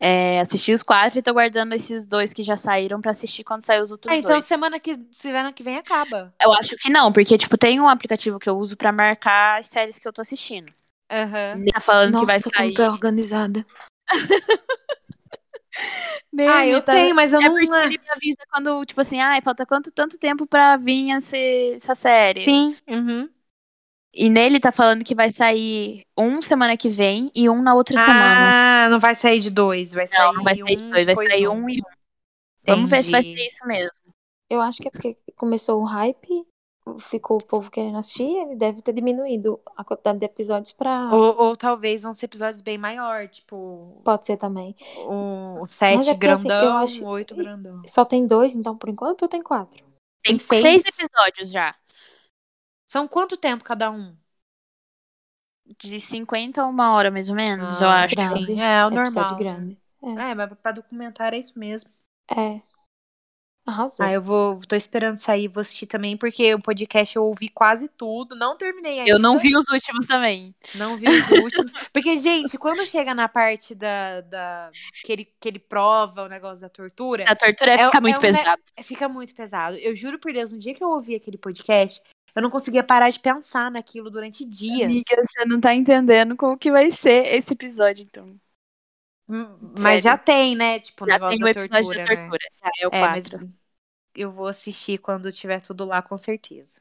A: É, assisti os quatro e tô guardando esses dois que já saíram pra assistir quando sair os outros
D: Ah, então
A: dois.
D: semana que, semana que vem acaba.
A: Eu acho que não, porque, tipo, tem um aplicativo que eu uso pra marcar as séries que eu tô assistindo.
D: Aham.
A: Tá falando
H: Nossa,
A: que vai
H: como
A: sair.
H: tu é organizada.
D: Ah, eu tenho, mas eu
A: É
D: não... né?
A: porque ele me avisa quando, tipo assim, ai, falta quanto, tanto tempo pra vir esse- essa série.
D: Sim. Uhum.
A: E nele tá falando que vai sair um semana que vem e um na outra semana.
D: Ah, não vai sair de dois, vai sair
A: Não, não vai sair de
D: um,
A: dois, vai
D: depois
A: sair um e um. Vamos ver se vai
D: Entendi.
A: ser isso mesmo.
E: Eu acho que é porque começou o hype, ficou o povo querendo assistir, ele deve ter diminuído a quantidade de episódios pra.
D: Ou, ou talvez vão ser episódios bem maior, tipo
E: Pode ser também.
D: um
E: Mas
D: sete
E: é porque, assim,
D: grandão,
E: eu acho-
D: oito grandão.
E: Só tem dois, então, por enquanto, ou tem quatro?
A: Tem tipo
D: Tem seis?
A: seis episódios já.
D: São quanto tempo cada um?
A: De 50 a uma hora, mais ou menos, eu
D: Ah,
A: acho.
E: grande.
D: Sim, é o normal.
E: Episódio grande.
D: É, mas pra documentário é isso mesmo.
E: É. Arrasou.
D: Ah, eu vou, tô esperando sair, vou assistir também, porque o podcast eu ouvi quase tudo, não terminei ainda.
A: Eu não vi os últimos também.
D: Não vi os [LAUGHS] últimos. Porque, gente, quando chega na parte da, da que, ele, que ele prova o negócio da tortura,
A: A tortura
D: É-
A: fica
D: é
A: muito
D: um ne-
A: pesada.
D: fica muito pesado. Eu juro por Deus, no dia que eu ouvi aquele podcast, eu não conseguia parar de pensar naquilo durante dias.
A: você não tá entendendo como que vai ser esse episódio, então.
D: Hum, Mas já tem, né? Tipo, o
A: Já tem
D: negócio
A: o
D: da
A: episódio
D: tortura.
A: da
D: né?
A: tortura. Já é o
D: É, mas
A: 4.
D: eu vou assistir quando tiver tudo lá, com certeza.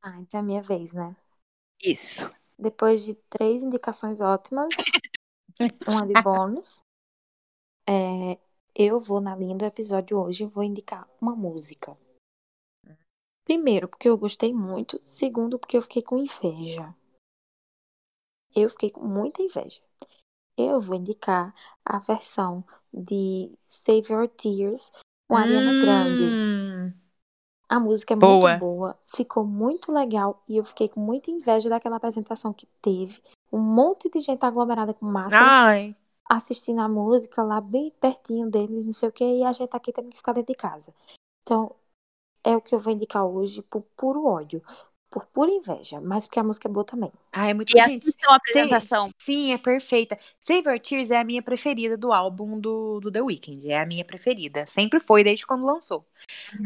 E: Ah, então é minha vez, né?
A: Isso.
E: Depois de três indicações ótimas, uma de bônus, é, eu vou na linha do episódio hoje, eu vou indicar uma música. Primeiro, porque eu gostei muito. Segundo, porque eu fiquei com inveja. Eu fiquei com muita inveja. Eu vou indicar a versão de Save Your Tears com Ariana Grande.
D: Hum,
E: A música é
D: Boa.
E: muito boa, ficou muito legal e eu fiquei com muita inveja daquela apresentação que teve. Um monte de gente aglomerada com máscara,
D: Ai,
E: assistindo a música lá bem pertinho deles, não sei o que, e a gente aqui tendo que ficar dentro de casa. Então, é o que eu vou indicar hoje por puro ódio, por pura inveja, mas porque a música é boa também.
D: ai, é muito
A: E
D: bom, gente.
A: assistam a apresentação.
D: Sim, sim, é perfeita. Save Your Tears é a minha preferida do álbum do, do The Weeknd. É a minha preferida. Sempre foi, desde quando lançou.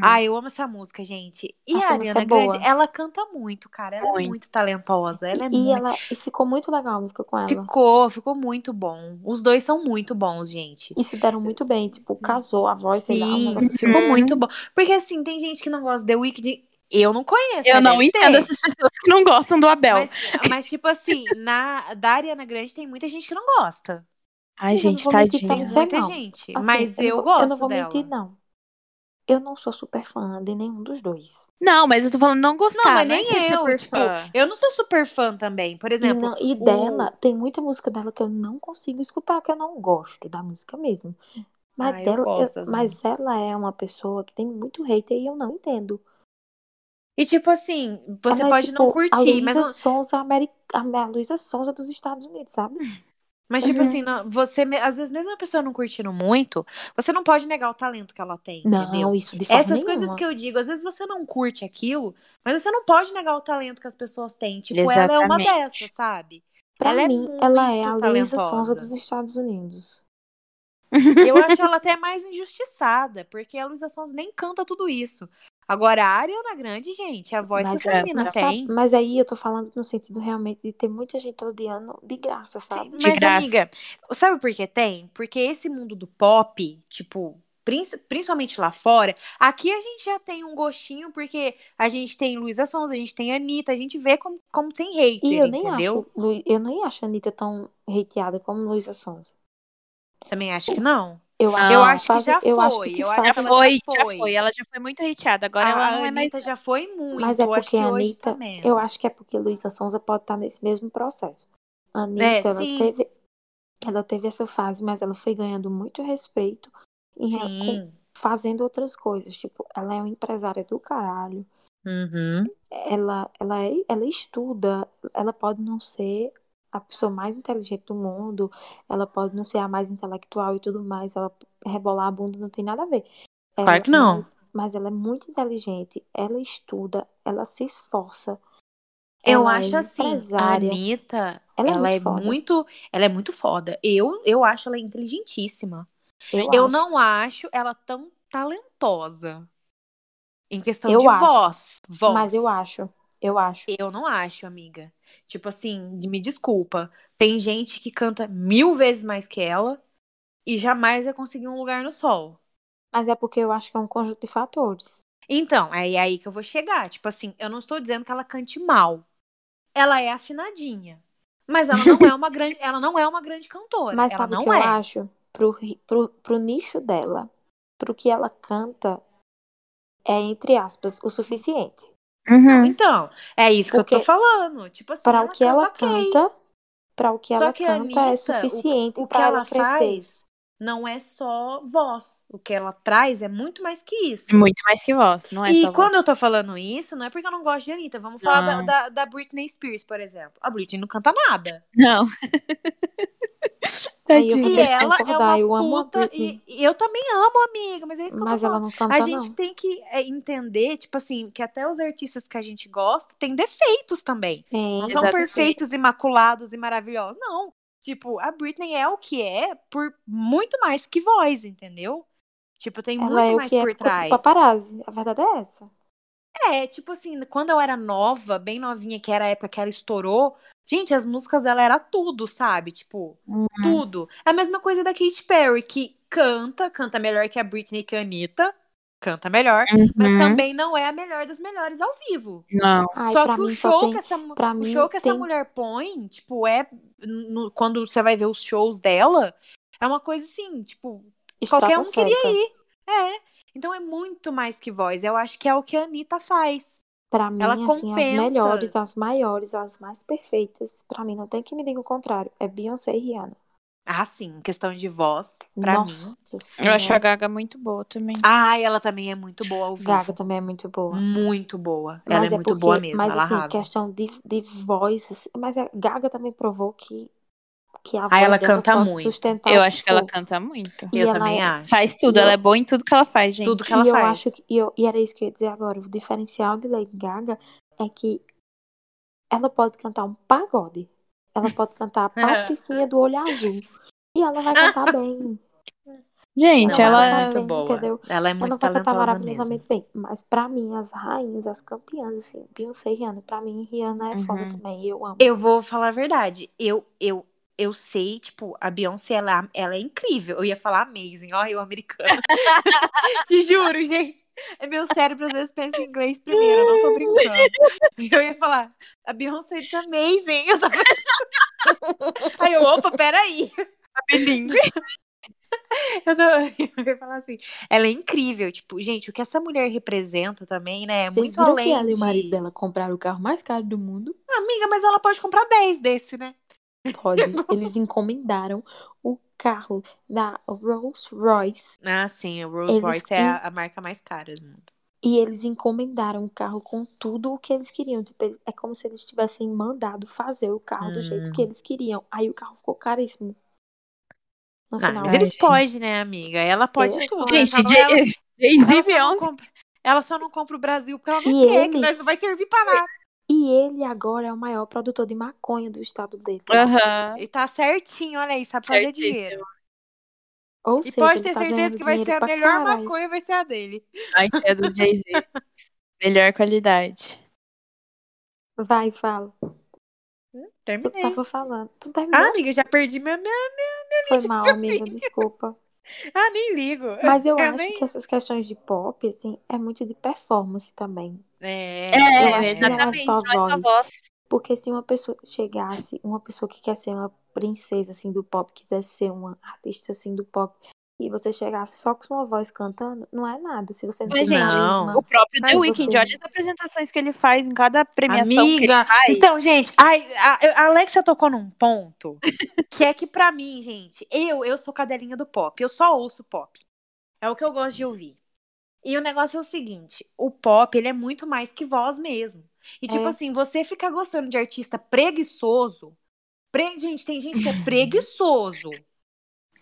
D: Ah, eu amo essa música, gente. E
E: Essa
D: a
E: Uhum. música
D: Ariana
E: é boa.
D: Grande, ela canta muito, cara. Ela é
A: Muito.
D: muito talentosa. Ela é
E: e,
D: muito.
E: ela, e ficou muito legal a música com ela.
D: Ficou, ficou muito bom. Os dois são muito bons, gente.
E: E se deram muito bem, tipo, casou a voz, sei lá, um
D: Sim,
E: negócio assim.
A: Uhum.
D: ficou muito bom. Porque assim, tem gente que não gosta de The Weeknd. Eu não conheço.
A: Eu
D: mas
A: não
D: deve ter.
A: entendo essas pessoas que não gostam do Abel.
D: Mas, mas, tipo assim, na, da Ariana Grande tem muita gente que não gosta.
A: Ai,
E: Eu não
A: gente,
E: vou mentir, tá
A: tadinha.
E: Isso é
D: muita
E: não.
D: gente.
E: Assim,
D: mas eu,
E: não vou-
D: gosto
E: Eu não vou
D: dela.
E: mentir, não. Eu não sou super fã de nenhum dos dois.
A: Não, mas eu tô falando não gostar.
D: Não, mas
A: né,
D: nem
A: ser
D: eu,
A: super
D: tipo,
A: fã.
D: Eu não sou super fã também. Por
E: E,
D: exemplo,
E: não- e dela, tem muita música dela que eu não consigo escutar, que eu não gosto da música mesmo. Mas
D: Ah, eu
E: dela, eu-
D: gosto das
E: mas
D: músicas.
E: ela é uma pessoa que tem muito hater e eu não entendo.
D: E tipo assim, você
E: Ela é,
D: pode não
E: tipo, a
D: curtir, mas,
E: Luísa
D: não-
E: Sonza, ameri- a a Luísa Sonza dos Estados Unidos, sabe?
D: mas tipo
A: Uhum.
D: assim, não- você me- às vezes mesmo a pessoa não curtindo muito, você não pode negar o talento que ela tem, entendeu?
E: Não, isso de forma
D: Essas
E: nenhuma.
D: coisas que eu digo, às vezes você não curte aquilo, mas você não pode negar o talento que as pessoas têm. Tipo, ela é uma
A: Exatamente.
D: dessas, sabe?
E: Pra
D: ela é
E: mim, ela é a
D: muito
E: Luísa
D: talentosa.
E: Sonza dos Estados Unidos.
D: Eu acho ela até mais injustiçada, porque a Luísa Sons nem canta tudo isso. Agora, a Ariana Grande, gente, é a voz
E: Mas
D: que essa
E: aí,
D: menina
E: não sabe-
D: tem.
E: mas aí eu tô falando no sentido realmente de ter muita gente odiando de graça,
D: Sim,
E: sabe?
D: mas,
A: graça.
D: amiga, sabe por que tem? Porque esse mundo do pop, tipo, princi- principalmente lá fora, aqui a gente já tem um gostinho, porque a gente tem Luísa Sons, a gente tem Anitta, a gente vê como, como tem hater,
E: E eu nem
D: entendeu?
E: acho, Lu- eu nem acho a Anitta tão hateada como Luísa Sonza.
D: Também acho que não.
E: Eu acho,
A: Eu
D: acho que
E: fazem-
D: já
E: eu acho
D: foi,
E: que
D: eu
E: fazem-
A: Já
D: acho Ela já
A: foi, já
D: foi.
A: foi. Ela já foi muito hateada. Agora
D: a
A: ela
D: a
A: não é mais.
D: Anitta já foi muito,
E: mas é
D: eu acho
E: porque
D: que
E: a
D: hoje
E: Anitta,
D: também.
E: eu acho que é porque Luísa Sonza pode estar nesse mesmo processo. A Anitta, ela
D: É, sim.
E: teve, ela teve essa fase, mas ela foi ganhando muito respeito em re- é com-
D: Sim.
E: fazendo outras coisas. Tipo, ela é uma empresária do caralho.
D: Uhum.
E: Ela, ela, é, ela estuda, ela pode não ser a pessoa mais inteligente do mundo, ela pode não ser a mais intelectual e tudo mais, ela rebolar a bunda não tem nada a ver. Ela-
D: Claro que não.
E: mas ela é muito inteligente, ela estuda, ela se esforça.
D: Eu
E: ela é
D: acho assim, a
E: empresária.
D: Anitta,
E: Ela,
D: ela
E: é
D: é
E: muito foda.
D: muito, ela é muito foda. Eu, eu acho ela inteligentíssima.
E: Eu,
D: Eu
E: acho.
D: não acho ela tão talentosa. Em questão
E: Eu
D: de
E: acho.
D: voz, voz.
E: Mas eu acho. Eu acho.
D: Eu não acho, amiga. Tipo assim, de- me desculpa. Tem gente que canta mil vezes mais que ela e jamais vai conseguir um lugar no sol.
E: Mas é porque eu acho que é um conjunto de fatores.
D: Então, é aí que eu vou chegar. Tipo assim, eu não estou dizendo que ela cante mal. Ela é afinadinha. Mas ela não
E: [LAUGHS]
D: é uma grande, ela não é uma grande cantora.
E: Mas
D: ela
E: sabe o
D: não
E: que eu
D: é.
E: acho? Pro, ri- pro, pro nicho dela, pro que ela canta, é, entre aspas, o suficiente.
A: Uhum.
D: Não, Então, é isso que eu
E: Porque
D: tô falando. Tipo assim,
E: Para o que ela
D: canta ok.
E: canta, para o que
D: Só
E: ela
D: que a
E: canta é
D: Anitta, o-
E: suficiente
D: o que
E: para
D: ela,
E: ela crescer.
D: faz é não é só voz. O que ela traz é muito mais que isso.
A: Muito mais que voz, não é
D: e
A: só
D: quando
A: voz.
D: eu tô falando isso, não é porque eu não gosto de Anitta. Vamos falar da,
A: Não.
D: da, da Britney Spears, por exemplo. A Britney não canta nada.
A: Não.
E: Aí
A: Tadinha.
E: eu
D: E
E: Tem que
D: ela é
E: concordar,
D: uma
E: eu amo a
D: puta.
E: Britney.
D: E, e eu também amo, amiga, mas é isso que eu
E: Mas
D: tô
E: ela
D: falando.
E: não canta,
D: A
E: não.
D: gente tem que é, entender, tipo assim, que até os artistas que a gente gosta têm defeitos também.
E: Tem,
D: Não são
A: Exatamente.
D: perfeitos, imaculados e maravilhosos. Não. Tipo, a Britney é o que é por muito mais que voz, entendeu? Tipo, tem
E: Ela
D: muito
E: é o
D: mais
E: que é
D: por
E: contra o
D: trás.
E: paparazzi. A verdade é essa.
D: É, tipo assim, quando eu era nova, bem novinha, que era a época que ela estourou, gente, as músicas dela era tudo, sabe? Tipo,
E: Uhum.
D: tudo. É a mesma coisa da Katy Perry, que canta, canta melhor que a Britney e que a Anitta, canta melhor, mas também não é a melhor das melhores ao vivo.
A: Uhum. Não.
E: Uhum. Ai,
D: só
E: pra
D: que o
E: mim
D: show
E: só tem...
D: que essa mu-
E: pra
D: o
E: mim
D: show que essa
E: tem-
D: mulher põe, tipo, é no- quando você vai ver os shows dela, é uma coisa assim, tipo, qualquer um queria
E: estratosférica.
D: ir. É. Então é muito mais que voz. Eu acho que é o que a Anitta faz.
E: Pra mim,
D: Ela
E: assim, as
D: compensa.
E: melhores, as maiores, as mais perfeitas. Pra mim, não tem que me diga o contrário. É Beyoncé e Rihanna.
D: Ah, sim, questão de voz, pra
E: Nossa
D: mim.
A: Eu
E: Senhora.
A: acho a Gaga muito boa também.
D: Ah, ela também é muito boa ao vivo.
E: Gaga também é muito boa.
D: Muito boa. Hum, ela é,
E: Mas
D: muito
E: porque-
D: boa mesmo,
E: Mas,
D: ela
E: assim,
D: arrasa.
E: questão de, de voz. assim, mas a Gaga também provou que, que a voz
D: Ah, ela
E: dela
D: canta
E: pode
D: muito.
E: sustentar
A: Eu
E: o
A: acho que ela
E: for.
A: canta muito.
E: E
D: Eu
E: ela
D: também
E: é-
D: acho.
A: Faz tudo,
E: E
A: ela
E: eu-
A: é boa em tudo que ela faz, gente.
D: Tudo que ela
E: e eu
D: faz.
E: acho que, e, eu- e era isso que eu ia dizer agora. O diferencial de Lady Gaga é que ela pode cantar um pagode. Ela
D: [LAUGHS]
E: pode cantar a Patricinha do Olho Azul. E ela vai cantar bem.
A: Gente,
D: Não,
A: ela.
D: ela é muito
E: Também,
D: boa.
E: entendeu?
D: Ela é
E: Ela
D: muito
E: vai cantar
D: talentosa mesmo.
E: maravilhosamente bem. Mas pra mim, as rainhas, as campeãs, assim, Beyoncé e Rihanna. Pra mim, Rihanna é foda
A: Uhum.
E: também. Eu amo.
D: Eu vou falar a verdade. Eu, eu, eu sei, tipo, a Beyoncé, ela, ela é incrível. Eu ia falar amazing, ó, eu americana. [LAUGHS] Te juro, gente. É Meu cérebro às vezes pensa em inglês primeiro, eu não tô brincando. Eu ia falar, a Beyoncé is amazing. Eu tava [LAUGHS] tipo... Aí eu, opa, peraí.
A: Tá
D: Eu, tava... [LAUGHS] eu ia falar assim, ela é incrível. Tipo, gente, o que essa mulher representa também, né? É muito
E: Vocês viram
D: além
E: que ela e
D: de...
E: o marido dela compraram o carro mais caro
D: [LAUGHS]
E: do mundo?
D: Amiga, mas ela pode comprar 10 desse, né?
E: Pode. Eles encomendaram o carro da Rolls Royce.
D: Ah, sim, o Rolls
E: Eles
D: Royce é a, a marca mais cara do mundo.
E: E eles encomendaram o carro com tudo o que eles queriam. Tipo, ele- é como se eles tivessem mandado fazer o carro do jeito
D: Hum.
E: que eles queriam. Aí o carro ficou caríssimo. No
D: Ah,
E: final. é.
D: mas eles
A: gente.
D: podem, né, amiga? Ela pode
E: Eu-
D: tudo.
A: Gente,
D: né? Só não- ela,
A: Jay- Jay-Z
D: ela
A: e
D: só não
A: Beyoncé.
D: compra, ela só não compra o Brasil porque ela não
E: E
D: quer, que
E: ele?
D: nós não vai servir pra nada.
E: E ele agora é o maior produtor de maconha do estado dele.
A: Aham.
D: E tá certinho, olha aí, sabe fazer
A: Certíssimo.
D: dinheiro.
E: Ou
D: E
E: seja,
D: pode
E: ele
D: ter
E: tá
D: certeza
E: ganhando
D: que vai
E: dinheiro
D: ser a
E: pra
D: melhor
E: caralho.
D: maconha, vai ser a dele.
A: Vai ser a do Jay-Z. Melhor qualidade.
E: Vai, fala. Tu
D: Terminei.
E: tava falando. Tu terminou?
D: Ah, amiga, já perdi minha, minha-
E: Foi
D: gente,
E: mal,
D: assim.
E: amiga. Desculpa.
D: Ah, nem ligo.
E: Mas
D: [LAUGHS]
E: eu
D: É,
E: acho
D: nem-
E: que essas questões de pop, assim, é muito de performance também.
D: É,
A: É,
E: eu acho que não é
A: exatamente,
E: só
A: não é só
E: voz.
A: voz.
E: Porque se uma pessoa chegasse, uma pessoa que quer ser uma princesa assim do pop, quisesse ser uma artista assim do pop, e você chegasse só com sua voz cantando, não é nada. Se você não
A: Mas,
E: tem
A: gente,
E: carisma,
A: O próprio
D: Mas
A: The Weeknd,
E: você-
A: olha as apresentações que ele faz em cada premiação que
D: Amiga,
A: ele faz.
D: então, gente, ai, a, a Alexa tocou num ponto que é que pra mim, gente, eu eu sou cadelinha do pop, eu só ouço pop. É o que eu gosto de ouvir. E o negócio é o seguinte, o pop, ele é muito mais que voz mesmo. E tipo
E: É.
D: assim, você fica gostando de artista preguiçoso, pre- gente, tem gente que é preguiçoso.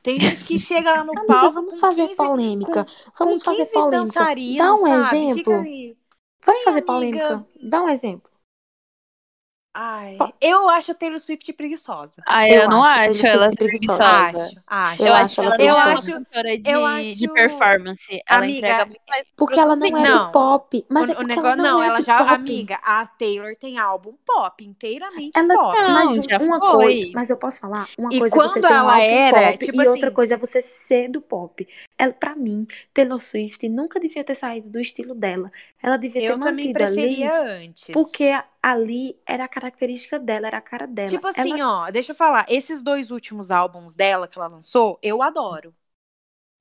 D: Tem gente que chega lá no
E: amiga,
D: palco
E: vamos
D: com
E: fazer
D: 15,
E: polêmica. Vamos
D: com
E: fazer
D: 15
E: polêmica.
D: dançarinos,
E: Dá um
D: sabe? Fica
E: exemplo.
D: ali.
E: Vamos
D: Ei,
E: fazer
D: amiga.
E: polêmica. Dá um exemplo.
I: Ai.
D: Eu acho a Taylor Swift preguiçosa.
A: Ah,
E: Eu
A: eu, não
E: acho
A: acho,
E: Taylor
A: ela
E: Swift preguiçosa.
A: preguiçosa.
D: Acho, acho.
A: Ah, Eu, acho que ela
E: eu
A: eu
E: acho-
A: acho cantora de,
D: eu acho-
A: de performance. Ela
D: Amiga,
A: entrega muito mais
E: Porque ela não
D: Sim,
E: é
D: assim, não.
E: do pop. Mas
D: o,
E: é
D: o
E: porque
D: negócio,
E: ela não, é
D: ela
E: do
D: já,
E: pop.
D: amiga, a Taylor tem álbum pop, inteiramente
E: Ela-
D: pop.
A: Não,
E: mas um-
A: já
E: uma
A: foi.
E: coisa, mas eu posso falar, uma
D: E
E: coisa é você
D: quando
E: ter um
D: ela
E: álbum
D: era,
E: pop
D: tipo
E: e
D: assim,
E: outra coisa é você ser do pop. Ela, para mim, Taylor Swift nunca devia ter saído do estilo dela. Ela devia
D: Eu
E: ter
D: também
E: mantido ali,
D: preferia antes.
E: porque ali era a característica dela, era a cara dela.
D: Tipo
E: Ela-
D: assim, ó, deixa eu falar, esses dois últimos álbuns dela que ela lançou, eu adoro.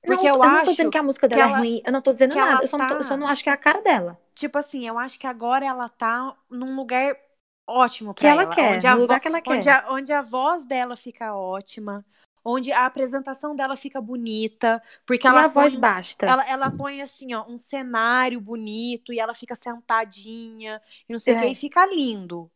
D: Porque
E: não,
D: eu,
E: não tô
D: acho,
E: dizendo que a música
D: que
E: dela
D: ela-
E: é ruim, eu não tô dizendo
D: que ela
E: nada, eu só, não tô- eu
D: tá-
E: só não acho que é a cara dela.
D: tipo assim, eu acho que agora ela tá num lugar ótimo
E: Que
D: pra
E: ela, quer,
D: É, onde a,
E: no
D: vo-
E: lugar que ela quer.
D: onde, a, onde a voz dela fica ótima, onde a apresentação dela fica bonita, porque
E: e
D: ela
E: a
D: põe
E: voz
D: um-
E: basta.
D: Ela, ela põe assim, ó, um cenário bonito e ela fica sentadinha e não sei o que,
E: É.
D: e fica lindo.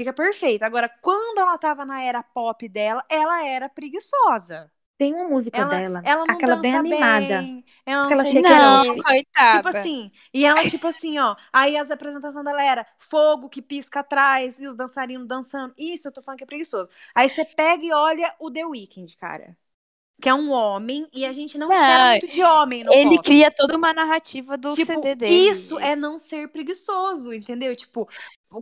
D: Fica perfeito. Agora, quando ela tava na era pop dela, ela era preguiçosa.
E: Tem uma música
D: Ela, É
E: dela,
D: ela não
E: aquela
D: dança
E: bem animada.
D: bem, ela não
E: Aquela
D: sei o
A: Não,
E: Take
D: quê.
E: it off.
A: coitada.
D: Tipo assim, e
A: [LAUGHS]
D: ela, tipo assim, ó. Aí as apresentações dela era fogo que pisca atrás e os dançarinos dançando. Isso, eu tô falando que é preguiçoso. Aí você pega e olha o The Weeknd, cara. Que é um homem e a gente não,
A: Não,
D: espera muito de homem no
A: ele
D: pop.
A: cria toda uma narrativa do
D: Tipo,
A: CD dele.
D: Isso é não ser preguiçoso, entendeu? Tipo,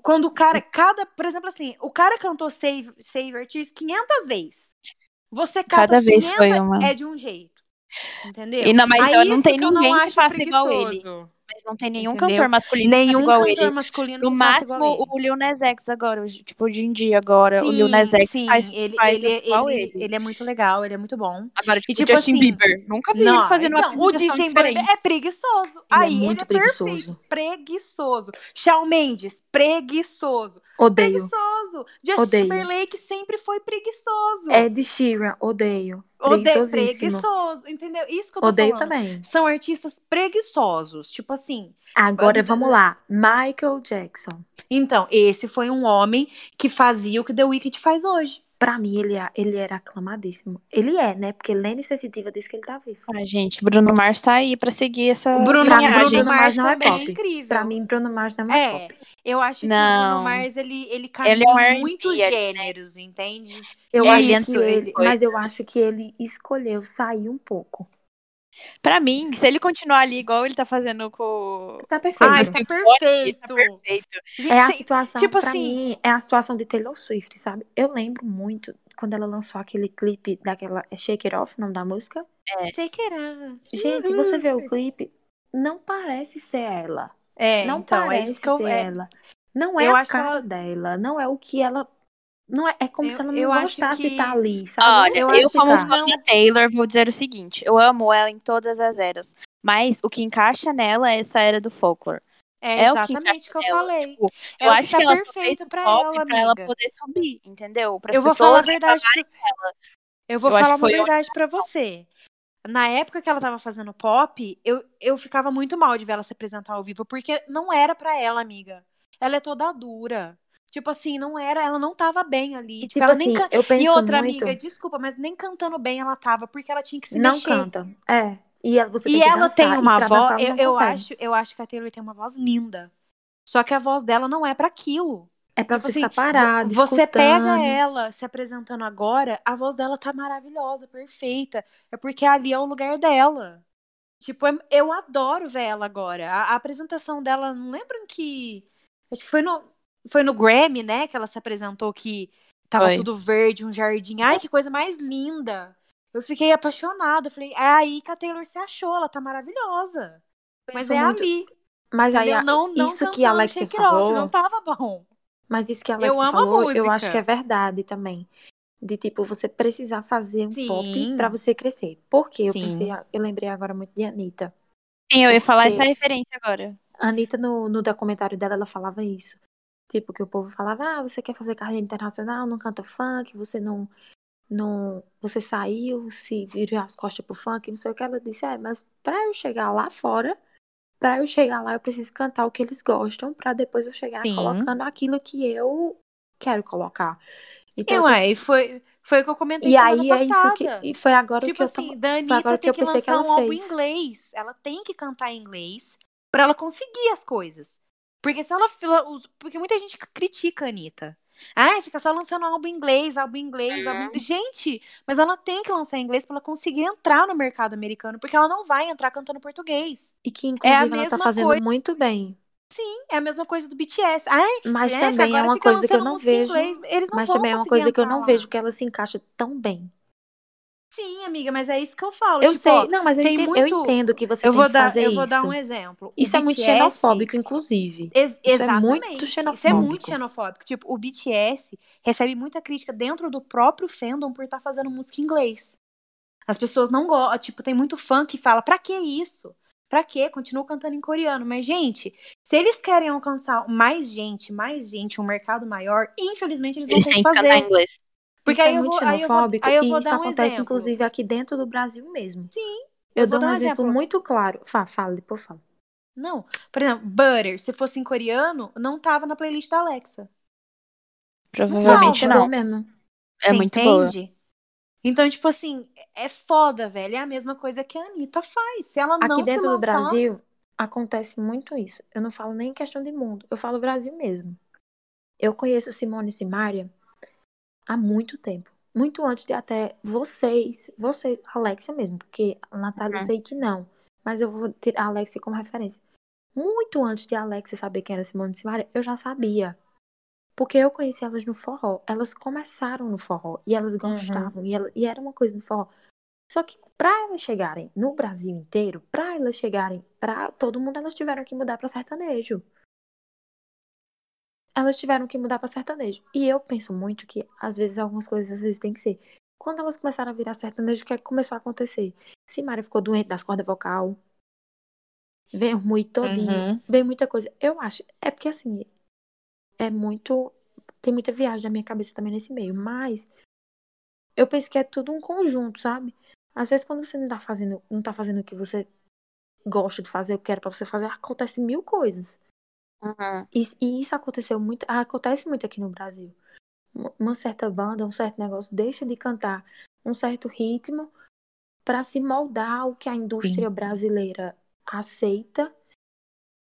D: quando o cara, cada, por exemplo assim, o cara cantou Save, Save Your Tears 500 vezes. Você canta
A: Cada
D: as
A: vez
D: 500,
A: foi uma.
D: é de um jeito. Entendeu?
A: E na- mas
D: Aí
A: eu não
D: isso
A: tem
D: que eu
A: ninguém que
D: acho
A: faça igual
D: preguiçoso.
A: Mas não tem nenhum
D: Entendeu?
A: cantor masculino que
D: Nenhum
A: faça igual
D: cantor
A: ele.
D: masculino
A: No
D: que faça igual
A: máximo,
D: ele.
A: o Lil Nas X agora, o- tipo, hoje em dia agora, o Lil
D: Sim,
A: Nas X
D: sim,
A: faz,
D: ele,
A: faz
D: ele,
A: igual
D: ele-
A: ele.
D: ele é muito legal, ele é muito bom.
A: Agora, tipo,
D: tipo
A: Justin
D: assim,
A: Bieber. Nunca vi ele fazendo
D: então,
A: uma
D: o Justin Bieber é preguiçoso.
E: é
D: Aí
E: muito
D: ele é
E: preguiçoso.
D: perfeito, preguiçoso. Shawn Mendes, preguiçoso.
E: Odeio.
D: Preguiçoso. Justin
E: Odeio.
D: Timberlake sempre foi preguiçoso.
A: É
E: Ed É Sheeran, odeio.
D: Odeio
E: Preguiçosíssimo.
D: preguiçoso, entendeu? Isso que eu tô
E: Odeio
D: falando.
E: também.
D: São artistas preguiçosos, tipo assim.
E: Agora
D: Mas-
E: vamos lá. Michael Jackson.
D: Então, esse foi um homem que fazia o que The Wicked faz hoje.
E: Pra mim, ele, é- ele era aclamadíssimo. Ele é, né? Porque Lene Sensitiva disse que ele tá vivo.
D: é
A: Ah, gente, Bruno Mars tá aí pra seguir essa
D: O Bruno,
E: pra mim,
A: linhagem.
D: Bruno
E: Bruno
D: Mars
E: Mars não é
D: também
E: pop.
D: incrível.
E: Pra mim, Bruno Mars não é,
D: É,
E: pop.
D: eu acho que o Bruno
A: Não.
D: Mars, ele, ele
A: Ele é
D: caminhou
A: um R&B,
D: muitos
A: ele-
D: gêneros, entende?
E: Eu
A: Isso,
E: acho que
A: ele
E: ele,
A: foi.
E: mas eu acho que ele escolheu sair um pouco.
A: Pra mim, se ele continuar ali igual ele tá fazendo com.
E: Tá perfeito.
D: Ai,
A: mas
D: tá
A: tem
D: perfeito.
A: Perfeito.
D: Gente,
E: é a
D: se-
E: situação,
D: tipo
E: pra
D: assim-
E: mim, é a situação de Taylor Swift, sabe? Eu lembro muito quando ela lançou aquele clipe daquela é Shake It Off, o nome da música.
D: Take it out.
E: Gente, você vê o clipe, não parece ser ela.
D: É,
E: não
D: então,
E: parece
D: é isso que eu...
E: ser
D: é-
E: ela. Não é
D: eu
E: a
D: acho que
E: cara
D: ela-
E: dela, não é o que ela. Não é, é como
D: Eu-
E: se ela não
D: eu acho
E: gostasse de
D: que-
E: estar ali, sabe?
A: Olha,
E: Eu
A: eu,
E: não sei
D: tá.
A: como
E: explicar.
A: fã da Taylor, vou dizer o seguinte: eu amo ela em todas as eras. Mas o que encaixa nela é essa era do folklore.
D: É,
A: É o que
D: exatamente o que eu
A: Ela,
D: falei.
A: tipo,
D: É
A: eu
D: o que
A: acho
D: tá
A: que ela só fez
D: perfeito
A: o
D: pra
A: pop
D: ela,
A: pra ela
D: amiga.
A: poder subir, entendeu? Para
D: Eu vou falar a
A: pessoas
D: verdade. Pra... Eu vou
A: Eu acho
D: falar
A: que
D: uma
A: foi a
D: verdade pra você. Na época que ela tava fazendo pop, eu, eu ficava muito mal de ver ela se apresentar ao vivo, porque não era pra ela, amiga. Ela é toda dura. Tipo assim, não era, ela não tava bem ali.
E: E,
D: Tipo,
E: tipo
D: ela
E: assim,
D: nem can...
E: eu penso
D: E outra
E: muito.
D: amiga, desculpa, mas nem cantando bem ela tava, porque ela tinha que se
E: não
D: mexer.
E: canta. É. E ela, você
D: E
E: tem que
D: ela
E: dançar,
D: tem
E: e
D: uma
E: pra
D: voz,
E: dançar ela
D: eu,
E: não
D: eu
E: consegue.
D: acho, eu acho que a Taylor tem uma voz linda. Só que a voz dela não é pra aquilo.
E: É pra
D: Tipo
E: você
D: assim,
E: ficar parado,
D: Vo- Você pega
E: escutando.
D: ela se apresentando agora, a voz dela tá maravilhosa, perfeita. É porque ali é o lugar dela. Tipo, é- eu adoro ver ela agora. A, a apresentação dela, não lembram que. Acho que foi no, foi no Grammy, né? Que ela se apresentou que tava
A: Foi.
D: tudo verde, um jardim. Ai, que coisa mais linda! Eu fiquei apaixonada. Eu falei, é aí que a Taylor se achou, ela tá maravilhosa. Mas
E: Penso
D: é
E: muito-
D: ali.
E: Mas aí,
D: entendeu?
E: a-
D: não, não
E: isso que
D: cantando
E: a Alexia
D: Shake It Off,
E: falou-
D: não tava bom.
E: mas isso que a Alex
D: Eu amo a
E: falou, eu
D: música.
E: acho que é verdade também. De tipo, você precisar fazer um
D: Sim.
E: pop pra você crescer. Porque eu
D: Sim.
E: pensei, eu lembrei agora muito de Anitta.
A: Sim, eu ia falar
E: Porque-
A: essa referência agora.
E: A Anitta, no, no documentário dela, ela falava isso. Tipo, que o povo falava, ah, você quer fazer carreira internacional, não canta funk, você não. não você saiu, se virou as costas pro funk, não sei o que. Ela disse, é, mas pra eu chegar lá fora, pra eu chegar lá, eu preciso cantar o que eles gostam, pra depois eu chegar
D: Sim.
E: colocando aquilo que eu quero colocar. Então,
D: Eu,
E: eu tô-
D: aí foi, foi o que eu comentei
E: e
D: semana
E: aí é isso que.
D: passada.
E: E foi agora
D: Tipo
E: que eu tô-
D: assim, da
E: foi agora
D: Anitta
E: que
D: tem
E: eu
D: que,
E: pensei que
D: lançar
E: ela
D: um álbum em
E: fez.
D: inglês. Ela tem que cantar em inglês pra ela conseguir as coisas. Porque se ela. fila- os- Porque muita gente critica a Anitta. Ah, fica só lançando álbum em inglês, álbum em inglês, álbum em inglês. Gente, mas ela tem que lançar em inglês pra ela conseguir entrar no mercado americano, porque ela não vai entrar cantando português.
E: E que, inclusive, ela tá
D: é mesma
E: fazendo
D: coisa.
E: muito bem.
D: É a mesma coisa do BTS. Ah,
E: Mas
D: né?
E: também é
D: Agora
E: uma
D: fica
E: coisa que eu
D: lançando
E: não
D: música em
E: vejo.
D: inglês. Eles não
E: Mas
D: vão
E: também é uma
D: conseguir
E: coisa que eu
D: entrar
E: não
D: lá.
E: vejo que ela se encaixa tão bem.
D: Sim, amiga, mas é isso que eu falo.
E: Eu
D: tipo,
E: sei,
D: ó,
E: não, mas eu
D: tem
E: entendo, eu
D: muito-
E: entendo que você
D: eu
E: tem
D: vou
E: que
D: dar,
E: fazer
D: eu
E: isso.
D: vou dar um exemplo. O
E: Isso é muito
D: BTS
E: xenofóbico, inclusive.
D: Ex
E: Isso é muito
D: exatamente. Isso é
E: xenofóbico.
D: muito xenofóbico. Tipo, o BTS recebe muita crítica dentro do próprio fandom por estar fazendo música em inglês. As pessoas não gostam. Tipo, tem muito fã que fala: pra que isso? Pra quê? Continua cantando em coreano. Mas, gente, se eles querem alcançar mais gente, mais gente, um mercado maior, infelizmente eles vão
A: Eles
D: ter
A: têm
D: que
A: que
D: fazer.
A: cantar em inglês.
D: Porque
E: isso
D: aí
E: é
D: eu
E: muito
D: vou- aí eu vou-
E: xenofóbico
D: aí eu vou
E: e isso
D: dar um
E: acontece,
D: exemplo.
E: inclusive, aqui dentro do Brasil mesmo.
D: Sim,
E: Eu,
D: eu vou
E: dou um,
D: dar um
E: exemplo,
D: exemplo.
E: muito claro. Fá, fala, depois fala.
D: Não. Por exemplo, Butter, se fosse em coreano, não tava na playlist da Alexa.
A: Provavelmente
E: Não,
A: não.
E: é
D: um
E: bom mesmo.
A: É
D: Você
A: muito boa.
D: entende? Então, tipo assim, é foda, velho. É a mesma coisa que a Anitta faz. Se ela não
E: Aqui
D: se
E: dentro do
D: lançar-
E: Brasil acontece muito isso. Eu não falo nem em questão de mundo, eu falo Brasil mesmo. Eu conheço Simone e Simaria há muito tempo. Muito antes de até vocês, você, Alexia mesmo, porque a Natália eu
A: Uhum.
E: sei que não, mas eu vou tirar a Alexia como referência. Muito antes de a Alexia saber quem era Simone e Simaria, eu já sabia. Porque eu conheci elas no forró. Elas começaram no forró e elas gostavam e, ela- e era uma coisa no forró. Só que pra elas chegarem no Brasil inteiro, pra elas chegarem pra todo mundo, elas tiveram que mudar pra sertanejo. Elas tiveram que mudar pra sertanejo. E eu penso muito que às vezes algumas coisas às vezes tem que ser. Quando elas começaram a virar sertanejo, o que é que começou a acontecer? Simaria ficou doente das cordas vocal. Vem ruim todinho. Vem muita coisa. Eu acho. É porque assim, é muito. Tem muita viagem na minha cabeça também nesse meio, mas eu penso que é tudo um conjunto, sabe? Às vezes quando você não tá fazendo, não tá fazendo o que você gosta de fazer, o que era pra você fazer, acontece mil coisas.
A: Uhum.
E: E, e isso aconteceu muito, acontece muito aqui no Brasil. Uma- Uma certa banda, um certo negócio deixa de cantar um certo ritmo pra se moldar o que a indústria brasileira aceita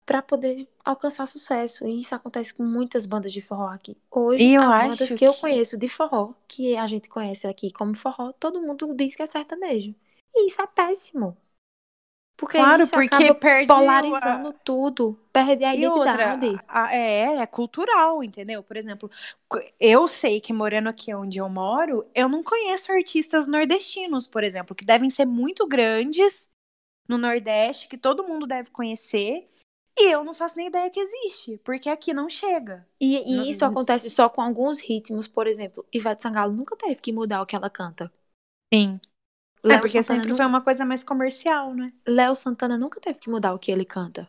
E: pra poder alcançar sucesso. E isso acontece com muitas bandas de forró aqui. Hoje,
J: E eu
E: as
J: acho
E: bandas que, eu
J: que-
E: conheço de forró, que a gente conhece aqui como forró, todo mundo diz que é sertanejo. E isso é péssimo. Porque
D: Claro,
E: isso
D: porque
E: acaba
D: perde
E: polarizando tudo, perde a
D: ah, E outra,
E: identidade.
D: a- é, é cultural, entendeu? Por exemplo, co- eu sei que morando aqui onde eu moro, eu não conheço artistas nordestinos, por exemplo, que devem ser muito grandes no Nordeste, que todo mundo deve conhecer, e eu não faço nem ideia que existe, porque aqui não chega.
E: E, e
D: Não-
E: isso acontece só com alguns ritmos, por exemplo, Ivete Sangalo nunca teve que mudar o que ela canta.
D: Sim. É,
E: Léo
D: porque
E: Santana,
D: sempre
E: nu-
D: foi uma coisa mais comercial, né?
E: Léo Santana nunca teve que mudar o que ele canta.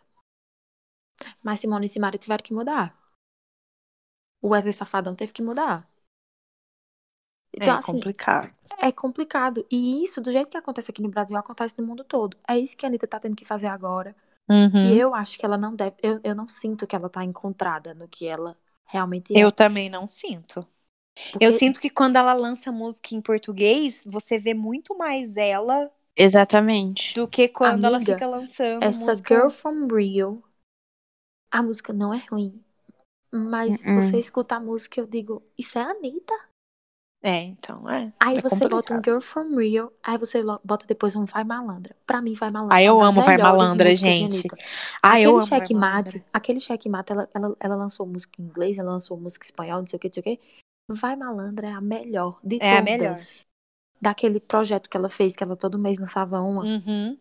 E: Mas Simone e Simaria tiveram que mudar. O Wesley Safadão teve que mudar.
D: É
E: Então, assim,
J: complicado.
E: é complicado. E isso, do jeito que acontece aqui no Brasil, acontece no mundo todo. É isso que a Anitta tá tendo que fazer agora.
D: Uhum.
E: Que eu acho que ela não deve. Eu, eu não sinto que ela tá encontrada no que ela realmente é.
D: Eu também não sinto.
E: Porque-
D: Eu sinto que quando ela lança música em português, você vê muito mais ela
A: Exatamente.
D: do que quando ela
E: Amiga,
D: fica lançando
E: Essa
D: música.
E: Girl from Rio, a música não é ruim. Mas
A: Uh-uh.
D: Hum.
E: você escuta a música e eu digo, isso é a Anitta.
D: É, então, é.
E: Aí
D: É
E: você bota um
D: complicado.
E: Girl from Rio, aí você lo- bota depois um Vai Malandra. Pra mim, Vai Malandra.
D: Ah,
E: é
D: eu
E: uma das
D: amo Vai
E: melhores
D: Malandra,
E: músicas de
D: gente.
E: Anitta.
D: Ah,
E: aquele
D: eu amo.
E: checkmate,
D: Mate.
E: aquele checkmate, ela, ela, ela lançou música em inglês, ela lançou música em espanhol, não sei o que, não sei o que. Vai Malandra é a melhor de
D: É a
E: todas.
D: melhor.
E: Daquele projeto que ela fez, que ela todo mês lançava uma.
D: Uhum.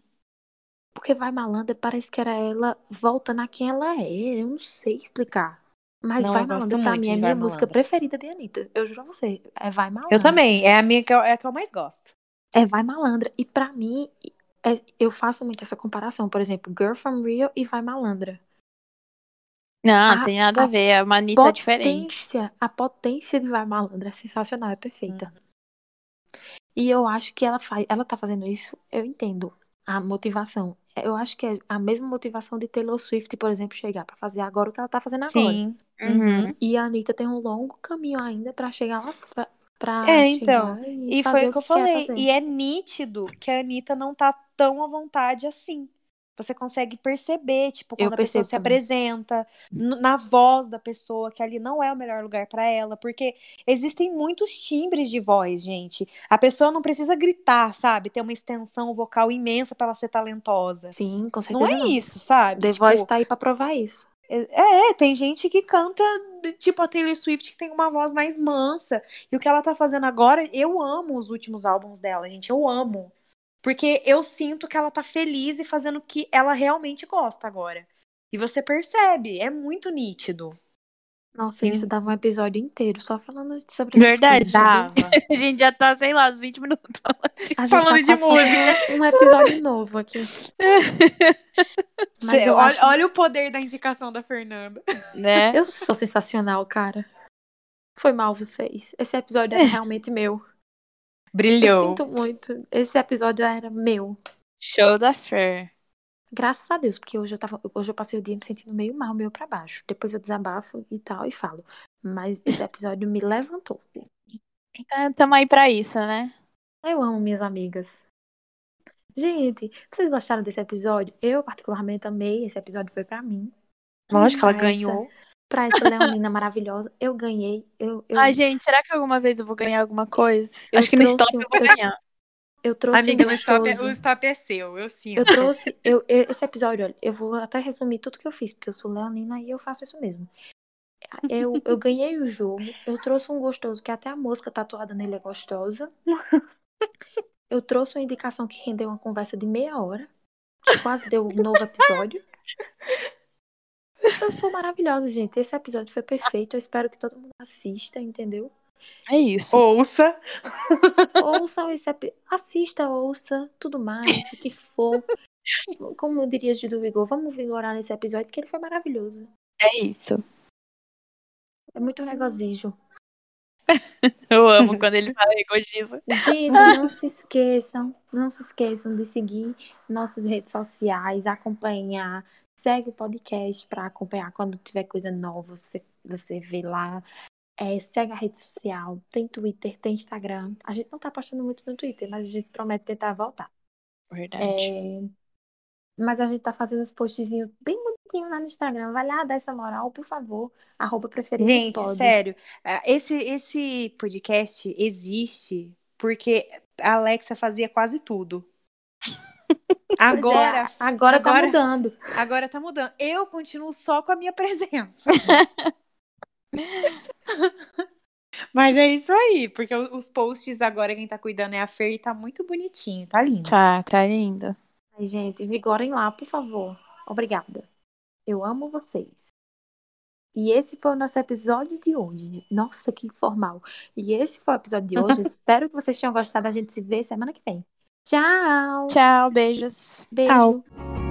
E: Porque Vai Malandra parece que era ela voltando a quem ela é. Eu não sei explicar. Mas
D: Não,
E: Vai
D: eu gosto
E: Malandra pra
D: muito
E: mim
D: de
E: é
D: Vai
E: a minha música
D: Malandra.
E: preferida de Anitta. Eu juro a você. É Vai Malandra.
D: Eu também. É a minha que eu, é a que eu mais gosto.
E: É Vai Malandra. E pra mim, é- eu faço muito essa comparação. Por exemplo, Girl from Rio e Vai Malandra.
A: Não,
E: A-
A: tem nada a,
E: a
A: ver. É uma Anitta diferente.
E: potência, a potência de Vai Malandra é sensacional, é perfeita.
D: Uhum.
E: E eu acho que ela faz, ela tá fazendo isso, eu entendo a motivação. Eu acho que é a mesma motivação de Taylor Swift, por exemplo, chegar pra fazer agora o que ela tá fazendo agora.
A: Uhum.
E: E a Anitta tem um longo caminho ainda pra chegar lá pra, pra
D: É, então.
E: chegar e,
D: E
E: fazer
D: foi o que eu é
E: quer tá
D: falei.
E: fazer.
D: E é nítido que a Anitta não tá tão à vontade assim. Você consegue perceber, tipo, quando
E: Eu
D: a pessoa
E: percebo
D: se
E: também.
D: apresenta, n- na voz da pessoa, que ali não é o melhor lugar pra ela, porque existem muitos timbres de voz, gente. A pessoa não precisa gritar, sabe? Ter uma extensão vocal imensa pra ela ser talentosa.
E: Sim, com
D: Não
E: certeza.
D: é isso, sabe?
E: The
D: Tipo,
E: Voice tá aí pra provar isso.
D: é, tem gente que canta, tipo a Taylor Swift, que tem uma voz mais mansa. E o que ela tá fazendo agora, eu amo os últimos álbuns dela, gente, eu amo. Porque eu sinto que ela tá feliz e fazendo o que ela realmente gosta agora. E você percebe, é muito nítido.
E: Nossa,
D: Sim.
E: isso dava um episódio inteiro só falando sobre essas
A: Verdade,
E: coisas, sabe?
A: dava. [LAUGHS]
E: [LAUGHS]
A: A gente já tá, sei lá, uns 20 minutos.
E: A gente
D: Falando de
E: quase fazendo Um episódio novo aqui.
D: [LAUGHS]
E: Mas
D: Cê-
E: eu
D: olha,
E: acho-
D: olha o poder da indicação da Fernanda.
A: Né?
E: Eu sou sensacional, cara. Foi mal vocês. Esse episódio
D: É.
E: era realmente meu. Eu
D: Brilhou.
E: sinto muito. Esse episódio era meu.
A: Show da Fer.
E: Graças a Deus, porque hoje eu, tava, hoje eu passei o dia me sentindo meio mal, meio pra baixo. Depois eu desabafo e tal e falo. Mas esse episódio me levantou.
A: É, tamo aí pra isso, né?
E: Eu amo minhas amigas. Gente, vocês gostaram desse episódio? Eu, particularmente, amei. Esse episódio foi pra mim.
D: Lógico,
A: Hum,
D: ela
E: Pra essa-
D: ganhou.
E: Pra
A: [LAUGHS]
E: essa Leonina maravilhosa. Eu ganhei. Eu, eu,
A: Ai, gente, será que alguma vez eu vou ganhar alguma coisa?
E: Eu
A: Acho que no
E: trouxe
A: stop
E: um-
A: eu vou ganhar.
E: eu trouxe um
D: Amiga, o stop, é,
E: gostoso.
D: o stop é seu, eu sinto.
E: Eu trouxe. eu- eu- esse episódio, olha, eu vou até resumir tudo que eu fiz, porque eu sou leonina e eu faço isso mesmo. Eu, eu ganhei o jogo, eu trouxe um gostoso, que até a mosca tatuada nele é gostosa. Eu trouxe uma indicação que rendeu uma conversa de meia hora, que quase deu um novo episódio. Eu sou maravilhosa, gente. Esse episódio foi perfeito. Eu espero que todo mundo assista, entendeu?
A: É isso.
D: Ouça.
E: Ouça esse epi- assista, ouça, tudo mais, o que for. Como eu diria Gil do Vigor, vamos vigorar nesse episódio, que ele foi maravilhoso.
A: É isso.
E: É muito regozijo.
A: Eu [LAUGHS] amo quando ele fala regozijo.
E: Gente, não se esqueçam, não se esqueçam de seguir nossas redes sociais, acompanhar. Segue o podcast para acompanhar quando tiver coisa nova, você, você vê lá. É, segue a rede social, tem Twitter, tem Instagram. A gente não tá postando muito no Twitter, mas a gente promete tentar voltar.
A: Verdade.
E: É, Mas a gente tá fazendo uns postzinhos bem bonitinhos lá no Instagram. Vai lá, dá essa moral, por favor. Arroba preferidos
D: Gente,
E: pode.
D: sério, ah, esse, esse podcast existe porque a Alexa fazia quase [LAUGHS] tudo.
E: Pois é,
D: Agora,
E: agora tá
D: agora-
E: mudando.
D: agora tá mudando. Eu continuo só com a minha presença. [LAUGHS] Mas é isso aí, porque o- os posts agora quem tá cuidando é a Fer e tá muito bonitinho, tá lindo.
A: Tá, tá lindo.
E: Ai, gente, vigorem lá, por favor. Obrigada. Eu amo vocês. E esse foi o nosso episódio de hoje. Nossa, que informal. E esse foi o episódio de
D: [LAUGHS]
E: hoje. Espero que vocês tenham gostado. A gente se vê semana que vem. Tchau.
A: Tchau, beijos.
E: Beijo.
A: Tchau.